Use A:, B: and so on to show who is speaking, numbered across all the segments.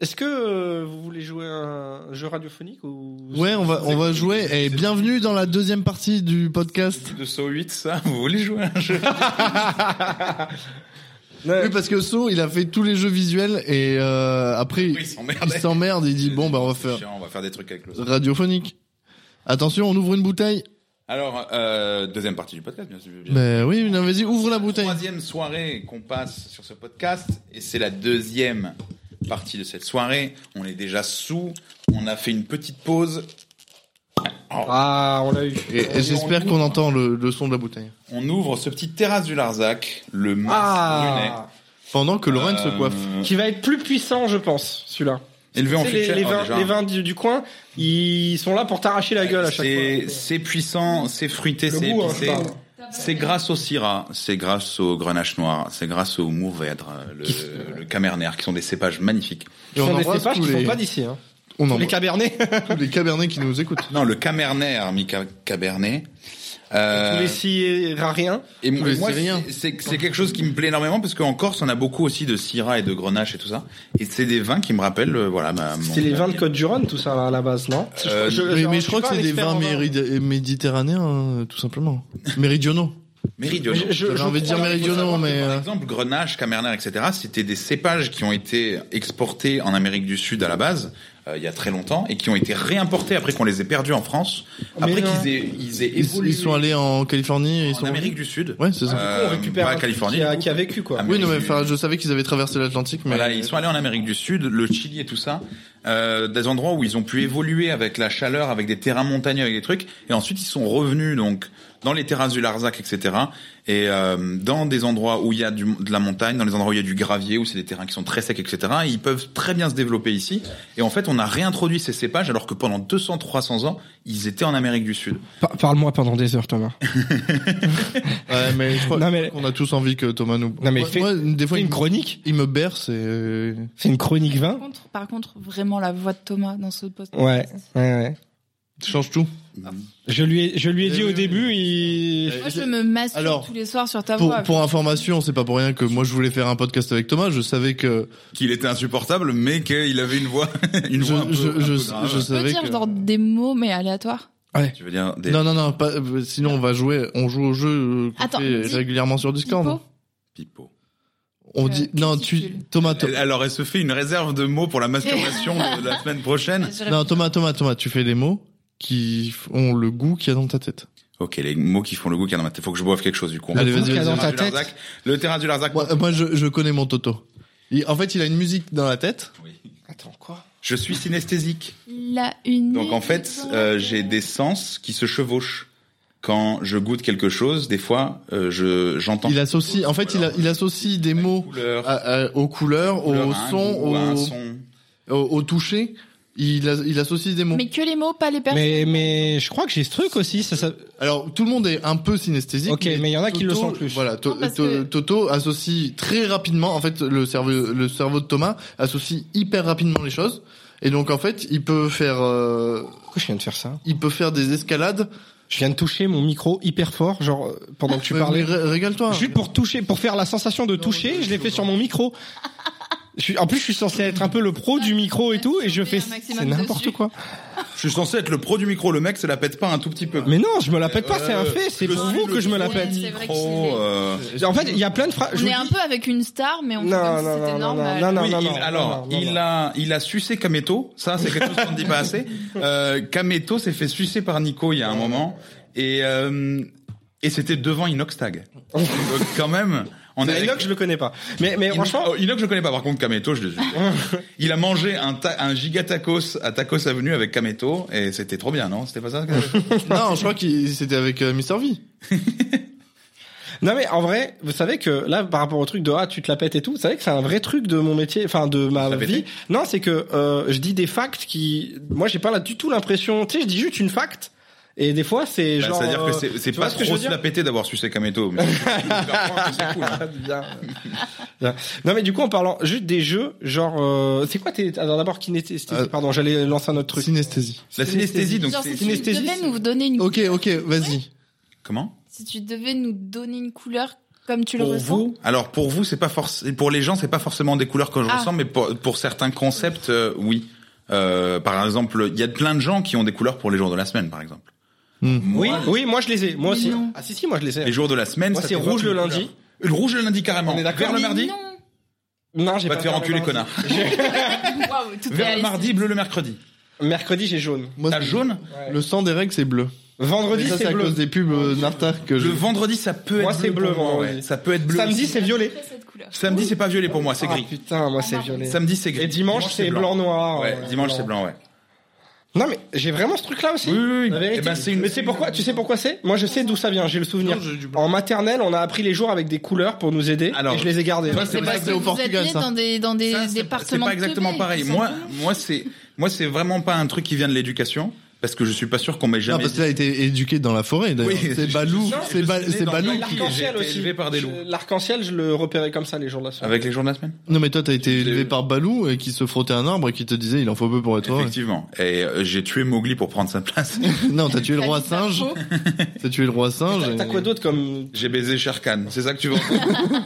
A: Est-ce que euh, vous voulez jouer à un jeu radiophonique ou
B: Ouais, on va, on va jouer. Et
C: c'est-
B: bienvenue dans la deuxième partie du podcast.
C: De 108, ça, vous voulez jouer à un jeu
B: Oui, parce que So, il a fait tous les jeux visuels et euh, après,
C: Oui, sans merde.
B: il s'emmerde. Il dit bon, bah on va faire
C: Chiant, on va faire des trucs avec le son.
B: radiophonique. Attention, on ouvre une bouteille.
C: Alors, euh, deuxième partie du podcast, bien sûr.
B: Mais oui, non, vas-y, ouvre la bouteille.
C: Troisième soirée qu'on passe sur ce podcast, et c'est la deuxième partie de cette soirée. On est déjà sous, on a fait une petite pause. Oh.
A: Ah, on l'a eu.
B: Et, et j'espère qu'on entend le, le son de la bouteille.
C: On ouvre ce petit terrasse du Larzac, le Euh, masque
A: Ah,
B: Pendant que Lorraine se coiffe.
A: qui va être plus puissant, je pense, celui-là.
C: Élevé en
A: Tu sais, les,
C: futur.
A: les
C: oh,
A: vins,
C: déjà.
A: les vins du, du coin, ils sont là pour t'arracher la gueule à chaque
C: C'est-
A: fois.
C: C'est puissant, c'est fruité,
A: Le
C: c'est
A: goût, hein,
C: épicé.
A: je parle.
C: C'est grâce au Syrah, c'est grâce au Grenache Noir, c'est grâce au Mourvèdre, le, le Camerner, qui sont des cépages magnifiques.
B: Et
A: Ils
B: on
A: Euh, sont des
B: embrasse
A: cépages
B: tous
A: qui
B: les,
A: sont pas d'ici. Hein.
B: on
A: les
B: embrasse
A: cabernets,
B: tous les cabernets qui nous écoutent.
C: Non, le Camerner, Mika Cabernet.
A: tous
C: Euh,
A: les sirariens.
C: et moi,
B: les
C: moi, c'est-
B: Syriens.
C: c'est c'est quelque chose qui me plaît énormément parce qu'en Corse, on a beaucoup aussi de Syrah et de Grenache et tout ça. Et c'est des vins qui me rappellent, euh, voilà, ma, mon-
A: C'est les vins de Côte-du-Rhône, tout ça, là, à la base, non
C: Euh,
B: Mais, mais je
A: suis
B: crois que
A: pas
B: c'est
A: un
B: des
A: expert
B: vins
A: en vin.
B: mérid- méditerranéens, hein, tout simplement. Méridionaux.
C: méridionaux.
A: Mais je-
B: J'avais envie de dire
A: crois-
B: méridionaux, mais...
C: Par
B: euh,
C: exemple, Grenache, Camerner, etc., c'était des cépages qui ont été exportés en Amérique du Sud à la base, euh, il y a très longtemps, et qui ont été réimportés après qu'on les ait perdus en France,
A: Mais
C: après
A: non.
C: qu'ils aient, ils aient
B: Ils,
C: évolué
B: ils sont allés en Californie et ils
C: en
B: sont...
C: Amérique du Sud.
B: Ouais, c'est ça.
C: Euh,
A: on récupère
C: pas
A: un truc
C: Californie,
A: qui
C: du
A: a,
C: coup.
A: qui a vécu, quoi.
C: Ah,
B: Oui, non, mais
C: du-
B: enfin, je savais qu'ils avaient traversé l'Atlantique, mais...
C: Voilà, ils sont allés en Amérique du Sud, le Chili et tout ça, euh, des endroits où ils ont pu évoluer avec la chaleur, avec des terrains montagneux, avec des trucs, et ensuite ils sont revenus donc dans les terrasses du Larzac, etc. Et euh, dans des endroits où il y a du- de la montagne, dans les endroits où il y a du gravier, où c'est des terrains qui sont très secs, etc. Et ils peuvent très bien se développer ici. Et en fait, on a réintroduit ces cépages alors que pendant 200-300 ans, ils étaient en Amérique du Sud.
A: Parle-moi pendant des heures, Thomas.
B: Ouais, mais je crois
A: Non, mais-
B: qu'on a tous envie que Thomas nous...
A: Non, mais
B: Moi-
A: fais-
B: moi, des fois,
A: Fais
B: il,
A: une
B: me-
A: chronique.
B: il me berce et... euh,
A: C'est une chronique vin.
D: Par contre, par contre, vraiment la voix de Thomas dans ce poste.
A: hein Ouais, ouais, ouais.
B: change tout.
A: Je lui ai, je lui ai
B: Eh
A: dit
B: oui,
A: au
B: oui.
A: début, il...
D: Moi, je me masturbe
B: Alors,
D: tous les soirs sur ta
B: Pour,
D: voix.
B: pour information, c'est pas pour rien que moi je voulais faire un podcast avec Thomas. Je savais que
C: Qu'il était insupportable, mais qu'il avait une voix, une
B: je
C: voix un peu,
B: je
C: un peu
B: je,
C: grave.
B: je
D: Tu peux
B: savais
D: dire
B: que-
D: genre des mots mais aléatoires.
C: Tu veux dire des
B: non non non pas, euh, sinon on va jouer on joue au jeu euh, qu'on
D: Attends,
B: fait
D: dis-
B: régulièrement sur Discord.
D: Pipo
C: pipeaux
B: On
D: Euh,
B: dit non tu
D: testicule.
B: Thomas Tho-
C: Elle- Alors, elle se fait une réserve de mots pour la masturbation de la semaine prochaine.
D: Je
B: non Thomas Thomas Thomas tu fais les mots qui f- ont le goût qu'il y a dans ta tête.
C: Ok, les mots qui font le goût, qu'il y en a, faut que je boive quelque chose du coup.
B: Allez,
C: Le
B: vas-y,
A: qu'il y a
B: vas-y,
A: dans ta
B: vas-y.
C: terrain du
A: tête.
C: Larzac. Le terrain du Larzac.
B: Moi, moi, je, je connais mon Toto. Il- en fait il a une musique dans la tête.
C: Oui.
A: Attends, quoi
C: Je suis synesthésique.
D: La une.
C: Donc en fait, euh, j'ai des sens qui se chevauchent. Quand je goûte quelque chose, des fois, euh, je j'entends
B: Il associe en fait il, a- il associe des
C: une
B: mots
C: couleur,
A: Ah,
B: à- à- aux couleurs,
C: couleur
B: aux
C: à un
B: sons,
C: goût, à un
B: aux-
C: son.
B: au, au toucher, il, a- il associe des mots.
D: Mais que les mots, pas les personnes.
A: Mais, mais je crois que j'ai ce truc aussi. Ça, ça...
B: Alors tout le monde est un peu synesthésique.
A: Ok, mais il y en a qui le
B: Toto-
A: sont plus.
B: Voilà, To-
D: Non, parce
B: To-
D: que-
B: Toto associe très rapidement. En fait, le cerveau, le cerveau de Thomas associe hyper rapidement les choses. Et donc en fait, il peut faire, euh,
A: Pourquoi je viens de faire ça
B: il peut faire des escalades.
A: Je viens de toucher mon micro hyper fort, genre euh, pendant que tu
B: Mais-
A: parlais.
B: mais ré- Régale-toi.
A: Juste pour toucher, pour faire la sensation de toucher, je l'ai fait sur mon micro. Je suis, en plus, je suis censé être un peu le pro du micro et tout, et je fais,
D: Un maximum
A: c'est n'importe
D: dessus.
A: quoi.
C: Je suis censé être le pro du micro, le mec, ça la pète pas un tout petit peu.
A: Mais non, je me la pète pas,
C: Euh,
A: c'est un fait, c'est
C: je
A: pour
C: suis
A: vous
C: le
A: que je me la
C: pro
A: pète.
C: du
D: C'est vrai que
C: micro,
D: c'est-
C: euh,
A: En fait, il y a plein de phrases, je
D: On
A: vous
D: est un
A: dis-
D: peu avec une star, mais on fait
A: Non,
D: comme
A: non,
D: si
A: non,
D: c'était
A: non,
D: normal.
A: non, non.
C: oui, il- alors,
A: non, non,
C: il
A: non.
C: a, il a sucé Kameto. Ça, c'est quelque chose qu'on ne dit pas assez. Euh, Kameto s'est fait sucer par Nico il y a un moment. Et, euh, et c'était devant Inoxtag. Donc, quand même, on
A: Mais
C: est
A: Enoch, je le connais pas. Mais, mais
C: Inox,
A: franchement,
C: oh, Inox, je connais pas. Par contre, Kameto, je l'ai Il a mangé un, ta- un giga tacos à Tacos Avenue avec Kameto. Et c'était trop bien, non? C'était pas ça?
B: Non, je crois qu'il c'était avec euh, Mr V.
A: non mais en vrai, vous savez que là, par rapport au truc de ah tu te la pètes et tout, vous savez que c'est un vrai truc de mon métier, enfin de ma
C: la péter
A: vie. Non, c'est que euh, je dis des facts qui, moi, j'ai pas là du tout l'impression. Tu sais, je dis juste une fact. Et des fois, c'est
C: Bah,
A: genre.
C: C'est-à-dire que
A: euh,
C: c'est- c'est
A: tu vois
C: pas
A: ce que je
C: trop
A: veux dire
C: se la péter d'avoir sucé Kameto. mais- C'est cool, hein.
A: Bien. Bien. Non mais du coup en parlant juste des jeux, genre euh, c'est quoi tes alors d'abord kinesthésie
B: Euh,
A: pardon, j'allais lancer un autre truc.
B: Synesthésie.
C: La synesthésie, donc
D: Genre,
C: c'est,
D: si tu
A: Kinesthésie,
D: devais
A: c'est-
D: nous donner une
B: Ok, ok, vas-y.
C: comment?
D: si tu devais nous donner une couleur comme tu le
C: Pour
D: ressens.
C: vous, alors pour vous, c'est pas forcément pour les gens, c'est pas forcément des couleurs que je
D: Ah.
C: ressens, mais pour, pour certains concepts, euh, oui. Euh, par exemple, il y a plein de gens qui ont des couleurs pour les jours de la semaine, par exemple.
B: Hmm.
C: Moi,
A: Oui, oui, moi je les ai, moi
D: Mais
A: aussi.
D: non.
A: Ah si si, moi je les ai.
C: Les jours de la semaine,
A: Moi
C: ça
A: c'est
C: t'évoque
A: rouge
C: une
A: le
C: couleur.
A: lundi.
C: Le rouge le lundi carrément.
A: On est d'accord.
C: Vers le
D: Mais
C: mardi.
D: non.
A: Non, j'ai
C: Va
A: pas
C: te faire
A: vert le
C: enculer,
A: mardi.
C: connard.
A: J'ai-
D: Waouh, tout
C: Vers
D: est
C: le mardi, bleu le mercredi.
A: Mercredi j'ai jaune.
B: Moi,
C: T'as
B: c'est-
C: jaune.
B: Le sang des règles, c'est bleu.
A: Vendredi
B: Mais ça, c'est
A: c'est
B: à
A: bleu.
B: cause des pubs euh, Nartar que je.
C: Le vendredi, ça peut
A: Moi,
C: être
A: c'est bleu,
C: pour moi,
A: vendredi.
C: ouais. Ça peut être bleu.
A: Samedi
C: aussi.
A: c'est violet.
D: cette couleur. Eh
C: samedi, c'est pas violet pour moi, c'est
A: Ah,
C: gris.
A: putain, moi c'est violet.
C: Samedi, c'est gris.
A: Et dimanche c'est blanc noir.
C: Ouais, dimanche c'est blanc, ouais.
A: Non mais j'ai vraiment ce truc là aussi.
C: Oui, oui, oui.
A: La vérité.
C: Eh ben, c'est une-
A: Mais c'est pourquoi Tu sais pourquoi c'est Moi je sais d'où ça vient. J'ai le souvenir.
B: Non, j'ai du blanc.
A: En maternelle, on a appris les jours avec des couleurs pour nous aider.
C: Alors,
A: et je les ai gardés.
B: toi, c'est
D: ben, C'est
B: Mais
D: parce
B: ça,
D: que
B: c'est au
D: vous
B: Portugal,
D: êtes nés
B: ça.
D: dans des, dans des
C: Ça, c'est-
D: départements
C: C'est pas exactement
D: teubés,
C: pareil.
D: tout
C: Moi,
D: simplement.
C: moi, c'est, moi, c'est vraiment pas un truc qui vient de l'éducation, parce que je suis pas sûr qu'on m'ait
B: Non,
C: jamais.
B: parce qu'il a été éduqué dans la forêt, d'ailleurs.
C: Oui,
B: c'est
C: je-
B: Balou,
A: je-
B: c'est Ba-
C: je-
B: c'est
C: dans-
B: Balou.
C: dans- J'ai
A: L'arc-en-ciel
C: été
A: aussi.
C: élevé par des
A: Je-
C: loups.
A: L'arc-en-ciel, je le repérais comme ça les jours de la semaine.
C: Avec les jours de la semaine.
B: Non, mais toi, t'as été
C: J'ai-
B: élevé par Balou et qui se frottait un arbre et qui te disait, il en faut peu pour être heureux.
C: Effectivement. Et euh, j'ai tué Mowgli pour prendre sa place.
B: Non, t'as tué le
D: T'as
B: roi
D: dit ça
B: singe.
D: faux.
B: T'as tué le roi singe.
A: T'as
B: et-
A: quoi d'autre comme
C: j'ai baisé Shere Khan. C'est ça que tu veux. entendre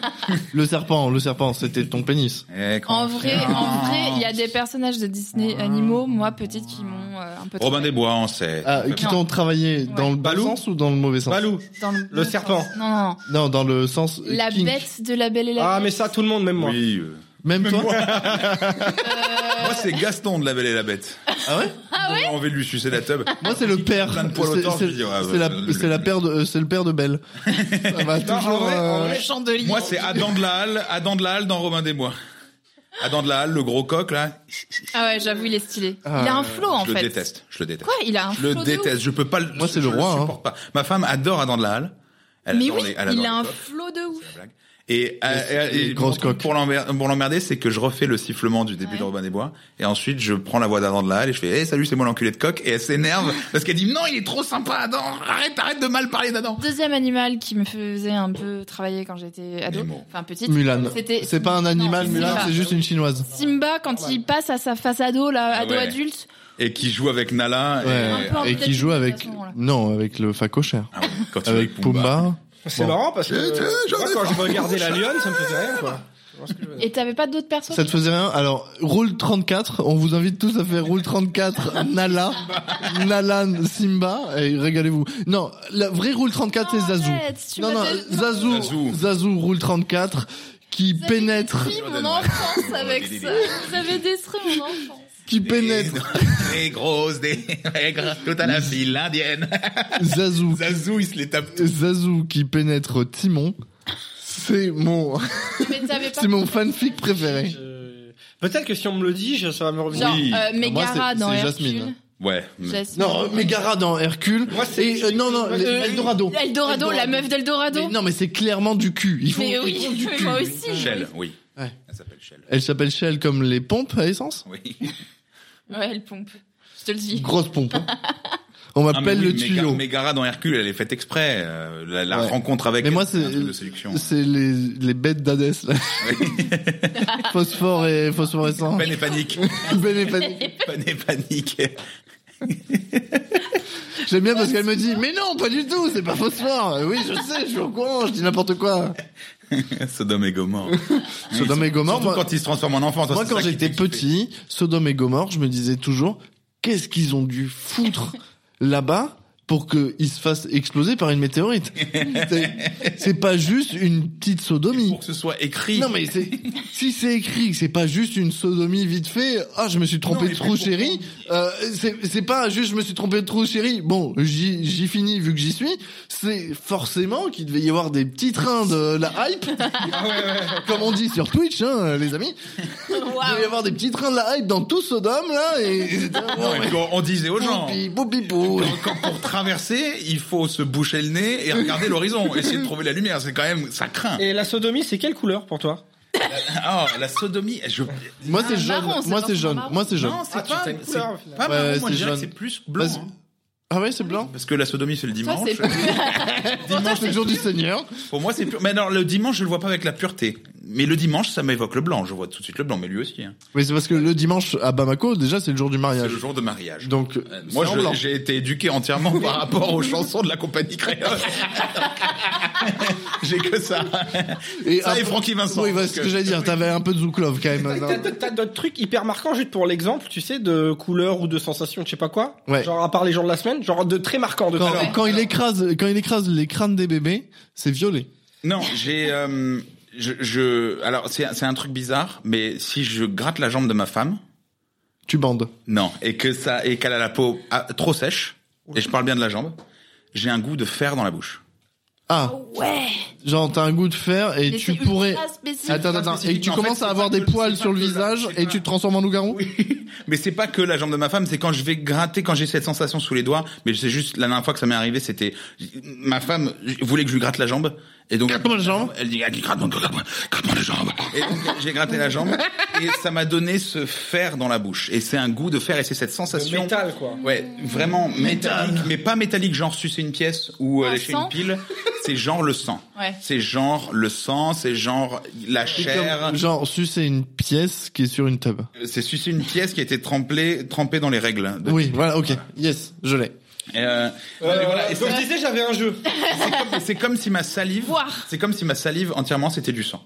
B: Le serpent, le serpent, c'était ton pénis.
C: Eh, quand-
D: En vrai, en vrai, il y a des personnages de Disney animaux, moi petite, qui m'ont euh, un peu.
C: Ah. Robin des Bois,
D: troublée.
C: on sait.
B: Ah, qui
D: Non.
B: t'ont travaillé dans le bon
A: Balou
B: sens ou dans le mauvais sens
A: Balou
D: Dans le,
A: Le serpent.
D: Non, non, non.
B: Non, dans le sens. euh,
D: La
B: kink.
D: bête de la Belle et la
A: Ah mais
D: Bête.
A: ça tout le monde, même moi.
C: Oui. euh.
B: Même toi
C: Moi, c'est Gaston de La Belle et la Bête.
B: Ah ouais
C: On va lui sucer la teub.
B: Moi, Ah, c'est le père.
C: Plein de poils au
B: C'est-
C: torse,
B: c'est-
C: je dis, ouais,
B: C'est
C: ouais,
B: la,
C: ouais,
B: bah, c'est la paire de, euh, c'est le père de Belle. Ça va
A: Non, en
B: toujours.
A: vrai, en
B: euh,
A: vrai,
D: chandelier.
C: Moi, c'est Adam de la Halle, Adam de la Halle dans Robin des Bois. Adam de la Halle, le gros coq, là.
D: Ah ouais, j'avoue, il est stylé.
B: Ah,
D: il a un flow en
C: euh, je
D: fait.
C: le déteste. Je le déteste.
D: Quoi Il a un
C: Je le
D: flow de
C: déteste. Je peux pas.
B: Moi, c'est
C: je
B: le roi, hein.
C: supporte pas. Ma femme adore Adam de la Halle.
D: ouf.
C: Elle
D: Mais
C: adore
D: oui,
C: les- elle adore
D: il a
C: les
D: un
C: coqs,
D: flow de ouf.
C: c'est la blague. Et, euh,
B: les
C: et- et
B: grosses
C: pour-
B: coques.
C: pour l'emmer- pour l'emmerder, c'est que je refais le sifflement du début
D: Ouais.
C: de Robin des Bois, et ensuite je prends la voix d'Adam de la Halle et je fais hey, salut, c'est moi l'enculé de coq", et elle s'énerve parce qu'elle dit non, il est trop sympa, Adam, arrête, arrête de mal parler d'Adam.
D: Deuxième animal qui me faisait un peu travailler quand j'étais ado,
C: Nemo.
D: enfin petite.
B: Mulan.
D: C'était-
B: C'est pas un animal,
D: Non,
B: Mulan,
D: Simba.
B: c'est juste une chinoise.
D: Simba quand il passe à sa face ado, là, ado
C: Ah ouais.
D: adulte.
C: Et qui joue avec Nala, et-
D: Un peu en
B: Et qui
D: tête
B: joue
D: de
B: avec,
D: façon, là.
B: non, avec le facochère.
C: Ah ouais, quand il
B: Avec
C: joue Pumba.
B: Pumba.
A: C'est
B: Bon.
A: marrant parce que
C: Eh, tiens, j'en
A: moi,
C: ai
A: quand
C: faim.
A: je regardais la lionne, ça me faisait rien quoi. Tu vois ce que je veux dire
D: Et t'avais pas d'autres persos
B: Ça te faisait rien Alors, roule 34, on vous invite tous à faire roule 34, Nala, Nala, Simba, et régalez-vous. Non, la vraie roule 34, c'est Zazu.
D: Ah, Arrête, tu
B: Non, non,
D: m'appelles-
B: Zazu,
C: Zazu.
B: Zazu roule 34, qui
D: Vous avez
B: pénètre,
D: détruit mon enfance avec ça. Vous avez détruit mon enfance.
B: qui pénètre
C: Des grosses, des maigres, tout à la file indienne.
B: Zazu,
C: Zazou, il se les tape.
B: Zazu qui pénètre Timon. C'est mon,
D: Mais t'avais pas.
B: c'est mon fanfic préféré.
A: Je- Peut-être que si on me le dit, je- ça va me revenir.
D: Genre,
C: Oui.
D: euh,
B: Moi, c'est-
D: Megara dans
B: c'est
D: Hercule.
B: Jasmine.
C: Ouais. Mm.
D: Jasmine. euh,
B: Non, Megara dans Hercule.
A: Moi, c'est-
B: et, euh, non, non,
A: Euh,
B: Eldorado.
D: Eldorado, la meuf d'Eldorado.
B: Mais non, mais c'est clairement du cul. Il faut.
D: Mais oui, mais moi aussi.
C: Shell, oui.
B: Ouais.
C: Elle s'appelle Shell.
B: Elle s'appelle Shell comme les pompes à essence.
C: Oui.
D: Ouais, elle pompe. Je te le dis.
B: Grosse pompe. hein. On
C: Ah,
B: m'appelle
C: mais oui,
B: le
C: Méga-
B: tuyau.
C: Mégara dans Hercule, elle est faite exprès. euh, la la
B: Ouais.
C: rencontre avec
B: Mais moi,
C: elle, un
B: c'est-
C: truc de séduction.
B: C'est les, les bêtes d'Hadès. là. Phosphore et phosphorescent.
C: Peine et panique.
B: Ben et Pen-
C: Peine et panique.
B: J'aime bien parce qu'elle me dit, mais non, pas du tout, c'est pas phosphore. Euh, Oui, je sais, je suis au courant, je dis n'importe quoi.
C: Sodome et Gomorre.
B: Sodome et Gomorre,
C: Surtout
B: moi-
C: quand il se transforme en enfant. toi,
B: Moi,
C: c'est
B: quand
C: ça qui
B: j'étais
C: fait kiffer.
B: petit, Sodome et Gomorre, je me disais toujours, qu'est-ce qu'ils ont dû foutre là-bas pour qu'ils se fassent exploser par une météorite C'est- C'est pas juste une petite sodomie.
C: Pour que ce soit écrit.
B: Non mais c'est si c'est écrit, que c'est pas juste une sodomie vite fait. Ah, je me suis trompé
C: Non,
B: de
C: mais
B: trou,
C: pour-
B: chérie. Euh, c'est c'est pas juste je me suis trompé de trou, chérie. Bon, j'y j'y finis vu que j'y suis. C'est forcément qu'il devait y avoir des petits trains de la hype,
A: Ah
B: comme on dit sur Twitch, hein, les amis. Il devait y avoir des petits trains de la hype dans tout Sodome là. Et, et c'était-
C: Non, et puis on on disait aux gens.
B: Boupi, boupi, bou.
C: Quand pour traverser, il faut se boucher le nez et regarder l'horizon, essayer de trouver la lumière. C'est quand même, ça craint.
A: Et la sodomie, c'est quelle couleur pour toi
C: Ah, la sodomie. Je...
B: Moi c'est
D: Ah,
B: jaune.
D: marron, c'est
B: Moi c'est
D: marron,
B: jaune.
D: marron.
B: Moi c'est jaune.
C: Non, c'est
A: Ah, tu
C: pas,
A: t'as une
C: c'est
A: couleur, au final.
C: pas
B: Ouais,
C: marron, moi,
B: c'est
C: je dirais que
B: jaune.
C: c'est plus blanc.
B: Vas-y.
C: hein.
B: Ah ouais c'est blanc.
C: Parce que la sodomie, c'est le
D: Toi,
C: dimanche.
D: c'est plus.
B: Dimanche c'est le jour du Seigneur.
C: Pour moi, c'est pur. Mais non, le dimanche, je le vois pas avec la pureté. mais le dimanche, ça m'évoque le blanc. Je vois tout de suite le blanc, mais lui aussi. hein.
B: Mais c'est parce que le dimanche à Bamako, déjà, c'est le jour du
C: C'est
B: mariage.
C: le jour de mariage.
B: Donc,
C: Euh,
B: c'est
C: Moi,
B: en
C: je-
B: Euh, blanc.
C: j'ai été éduqué entièrement par rapport aux chansons de la compagnie créole. j'ai que ça.
B: Et
C: Ça
B: un
C: et
B: peu-
C: Francky Vincent.
B: Oui, voilà ce
C: Donc, euh,
B: que j'allais dire. T'avais un peu de Zouklov quand même.
A: T'as- T'as t'as d'autres trucs hyper marquants juste pour l'exemple, tu sais, de couleur ou de sensation, je sais pas quoi.
B: Ouais.
A: Genre à part les jours de la semaine, genre de très marquants de
B: Quand,
A: couleur.
B: quand il écrase, quand il écrase les crânes des bébés, c'est violet.
C: Non, j'ai. euh, je, je- alors, c'est c'est un truc bizarre, mais si je gratte la jambe de ma femme,
B: Tu bandes.
C: non, et que ça, et qu'elle a la peau ah, trop sèche, et je parle bien de la jambe, j'ai un goût de fer dans la bouche.
B: Ah,
D: Ouais.
B: genre t'as un goût de fer et
D: Oh. Mais
B: tu
D: c'est
B: pourrais.
D: ultra spécifique.
B: Attends, attends,
C: spécifique,
B: et tu
C: mais en
B: commences
C: fait,
B: à
C: c'est
B: avoir
C: pas
B: des
C: que le-
B: poils
C: c'est
B: sur le
C: pas que la-
B: visage
C: c'est
B: et
C: pas-
B: tu te transformes en loup-garou.
C: Oui, mais c'est pas que la jambe de ma femme, c'est quand je vais gratter, quand j'ai cette sensation sous les doigts. Mais c'est juste la dernière fois que ça m'est arrivé, c'était ma femme voulait que je lui gratte la jambe, et donc
B: Gratte-moi la jambe.
C: Elle dit gratte-moi, gratte-moi, gratte-moi la jambe. Et donc j'ai gratté la jambe et ça m'a donné ce fer dans la bouche. Et c'est un goût de fer et c'est cette
A: De
C: sensation.
A: métal, quoi.
C: Ouais, vraiment métallique, mais pas métallique genre sucer une pièce ou euh,
D: Un
C: lécher
D: sang.
C: une pile. C'est genre le sang.
D: Ouais.
C: C'est genre le sang, c'est genre la chair.
B: Comme- Genre sucer une pièce qui est sur une table.
C: C'est sucer une pièce qui a été trempée, trempée dans les règles. de-
B: Oui, voilà, ok. Yes, je l'ai.
C: Et, euh,
A: Euh,
C: mais voilà, et
A: donc
C: c'est-
A: je disais j'avais un jeu.
C: c'est comme- c'est comme, si ma salive,
D: Voir.
C: c'est comme si ma salive entièrement c'était du sang.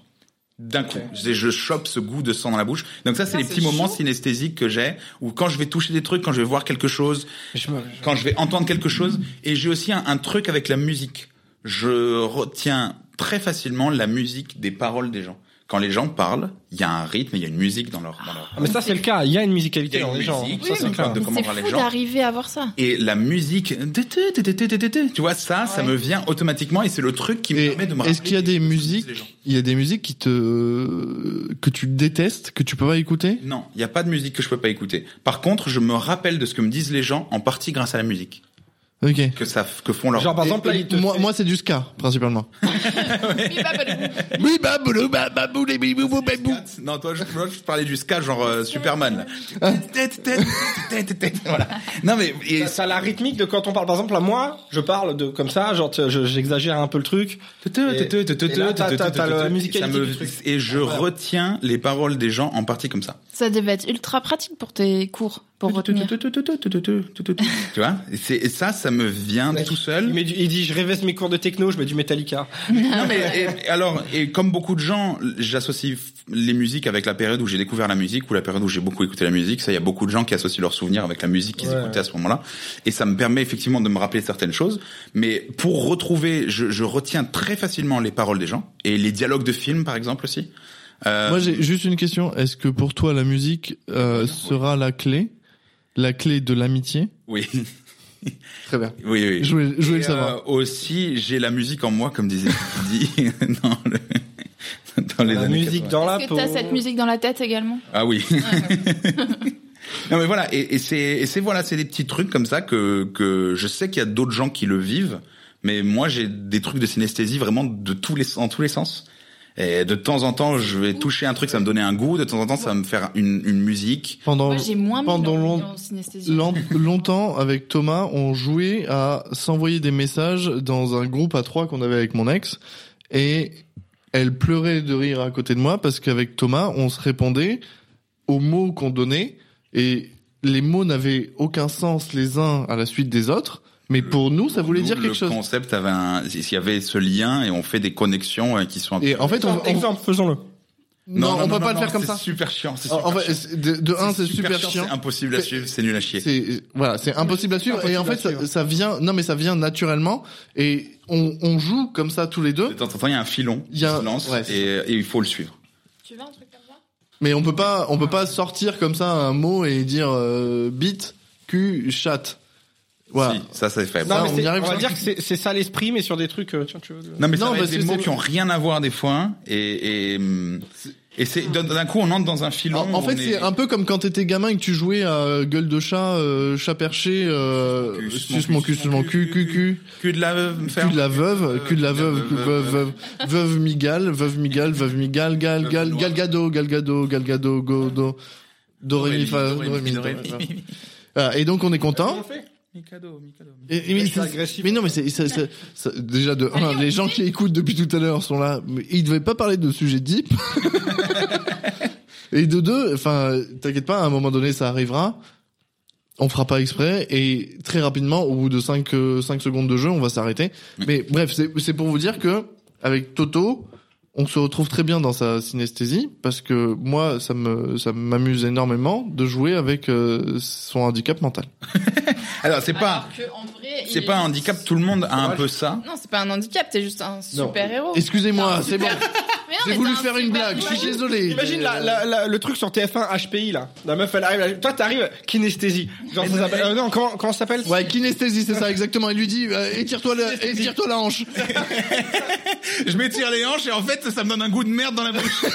C: D'un coup, je, je chope ce goût de sang dans la bouche. Donc ça, c'est
D: Ça,
C: les
D: Ah, c'est
C: petits moments
D: chaud.
C: synesthésiques que j'ai, ou quand je vais toucher des trucs, quand je vais voir quelque chose,
A: Je me-
C: quand je vais entendre quelque chose. Et j'ai aussi un, un truc avec la musique. Je retiens très facilement la musique des paroles des gens. Quand les gens parlent, il y a un rythme, il y a une musique dans leur. Dans leur...
A: Ah, mais ça c'est le cas, il y a une
C: Il y
A: musicalité
C: a
A: dans
C: une
A: les gens.
C: musique,
A: Ça
C: ça,
A: c'est
C: c'est
A: clair.
C: de comment
D: C'est
C: parlent
D: fou
C: les gens.
D: d'arriver à voir ça.
C: Et la musique, tu vois, ça, ça
D: Ouais.
C: me vient automatiquement et c'est le truc qui me
B: Et
C: permet de me
B: Est-ce
C: rappeler
B: qu'il y a des
C: ce que disent
B: musiques,
C: les gens.
B: il y a des musiques qui te, que tu détestes, que tu peux pas écouter?
C: Non, il n'y a pas de musique que je peux pas écouter. Par contre, je me rappelle de ce que me disent les gens en partie grâce à la musique
B: Ok.
C: que ça f- que font leurs.
A: Genre par
B: Et-
A: exemple là, il te
B: moi,
A: fait-
B: moi c'est du ska, principalement. Oui, bah, boulou, bah, bah, boulou, bibou, bou, bibou.
C: Non, toi, je, moi, je parlais du ska, genre euh, Superman. là. voilà. Non mais et-
A: ça, ça a la rythmique de quand on parle par exemple à moi, je parle de comme ça, genre tu- je- j'exagère un peu le truc. et là, t'as- t'as- t'as la musicalité
C: ça me-
A: du truc.
C: et je
A: Incroyable.
C: retiens les paroles des gens en partie comme ça.
D: Ça devait être ultra pratique pour tes cours, pour retenir.
C: Tu vois Et c'est- et ça, ça me vient tout seul.
A: Il, met du- il dit je rêvais mes cours de techno, je mets du Metallica.
C: Non mais et- et alors et comme beaucoup de gens, j'associe f- les musiques avec la période où j'ai découvert la musique ou la période où j'ai beaucoup écouté la musique. Ça, il y a beaucoup de gens qui associent leurs souvenirs avec la musique qu'ils
A: Ouais.
C: écoutaient à ce moment-là. Et ça me permet effectivement de me rappeler certaines choses. Mais pour retrouver, je, je retiens très facilement les paroles des gens et les dialogues de films par exemple aussi. Euh,
B: Moi, j'ai juste une question. Est-ce que pour toi, la musique euh, sera la clé, la clé de l'amitié
C: oui,
B: Très bien.
C: oui, oui.
B: Je voulais, je voulais le
C: Et,
B: savoir.
C: euh, aussi, j'ai la musique en moi, comme disait dit dans, le- dans les
A: la
C: années
A: musique
C: 80.
A: dans la
D: Est-ce que
A: peau.
D: t'as cette musique dans la tête également
C: Ah oui. non mais voilà, et, et c'est et c'est voilà, c'est des petits trucs comme ça que que je sais qu'il y a d'autres gens qui le vivent, mais moi j'ai des trucs de synesthésie vraiment de tous les en tous les sens. Et de temps en temps, je vais toucher un truc, ça va me donner un goût. De temps en temps, ça va me faire une, une musique.
B: Pendant
D: Moi, j'ai moins mis
B: pendant
D: dans-
B: long-
D: dans synesthésie.
B: Lent- longtemps avec Thomas, on jouait à s'envoyer des messages dans un groupe à trois qu'on avait avec mon ex et elle pleurait de rire à côté de moi parce qu'avec Thomas, on se répondait aux mots qu'on donnait et les mots n'avaient aucun sens les uns à la suite des autres, mais pour nous, ça voulait
C: Nous,
B: dire quelque
C: le
B: chose.
C: concept avait un, il y avait ce lien et on fait des connexions euh, qui sont. un peu-
B: Et en fait, on, on-
A: Exemple, faisons-le.
B: non, on peut pas le
C: non,
B: faire comme
C: c'est
B: ça.
C: Super chiant. c'est super
B: En fait,
C: chiant.
B: c'est- de, de un, c'est super chiant.
C: C'est impossible à
B: C'est-
C: suivre. C'est nul à chier.
B: C'est voilà, c'est impossible à suivre.
A: Impossible
B: et en
A: à
B: fait, ça,
A: suivre.
B: ça vient, non mais ça vient naturellement. Et on, on joue comme ça tous les
C: De
B: deux.
C: temps en temps, il y a un filon
B: Il y a
C: qui
B: un-
C: se lance
B: ouais, c'est
C: et, et il faut le suivre.
D: Tu veux un truc comme ça
B: Mais on peut pas, on peut pas sortir comme ça un mot et dire euh, bite, cul, chat. Voilà.
C: Si, ça, c'est faible.
B: Ça,
A: Non,
B: on
A: mais
B: y
A: c'est-
B: arrive,
A: Eh ben, on va
B: ça.
A: dire que c'est c'est ça l'esprit, mais sur des trucs. euh, tiens, tu veux.
C: Non,
B: Non,
C: mais ça va
B: parce
C: être des
B: que
C: mots
B: c'est-
C: qui ont rien à voir des fois. hein, Et, et, hum, et c'est, d'un- d'un coup, on entre dans un filon.
B: En, en
C: où
B: fait,
C: on
B: c'est
C: est-
B: un peu comme quand t'étais gamin et que tu jouais à gueule de chat, euh, chat perché, euh, suce mon cul, suce mon cul, cul, cul,
C: Cul de la veuve,
B: cul
C: ferme.
B: de la veuve, cul de la veuve, veuve, veuve, veuve migale, veuve migale, veuve migale, gal, gal, galgado, galgado, galgado, godo, do, ré, mi, fa, do, ré, mi, do, ré, fa. Ah, Et donc on est content.
A: fait
C: Mikado, Mikado. Mikado.
B: Et- et mais,
A: C'est
B: c'est-
A: agressif.
B: mais non, mais c'est c'est- c'est- c'est- déjà de un, les gens qui écoutent depuis tout à l'heure sont là. Mais ils devaient pas parler de sujet deep. et de deux, enfin, t'inquiète pas, à un moment donné, ça arrivera. On fera pas exprès et très rapidement, au bout de 5 cinq secondes de jeu, on va s'arrêter. Mais bref, c'est c'est pour vous dire que avec Toto, on se retrouve très bien dans sa synesthésie parce que moi, ça me ça m'amuse énormément de jouer avec euh, son handicap mental.
C: Alors, c'est pas,
D: Alors que, en vrai,
C: c'est
D: il-
C: pas un handicap, tout le monde a un
A: Courage.
C: peu ça.
D: Non, c'est pas un handicap, t'es juste un
A: Non.
D: super héros.
B: Excusez-moi, c'est bon. J'ai voulu faire une blague, je suis
D: juste
B: désolé.
A: Imagine la- la- la- le truc sur TF1 HPI là. La meuf elle arrive, elle- toi t'arrives kinesthésie. Genre ça s'appelle- euh, non, comment, comment ça s'appelle
B: Ouais, kinesthésie, c'est ça, exactement. Il lui dit, euh, étire-toi la, étire-toi la hanche.
C: Je m'étire les hanches et en fait, ça me donne un goût de merde dans la bouche.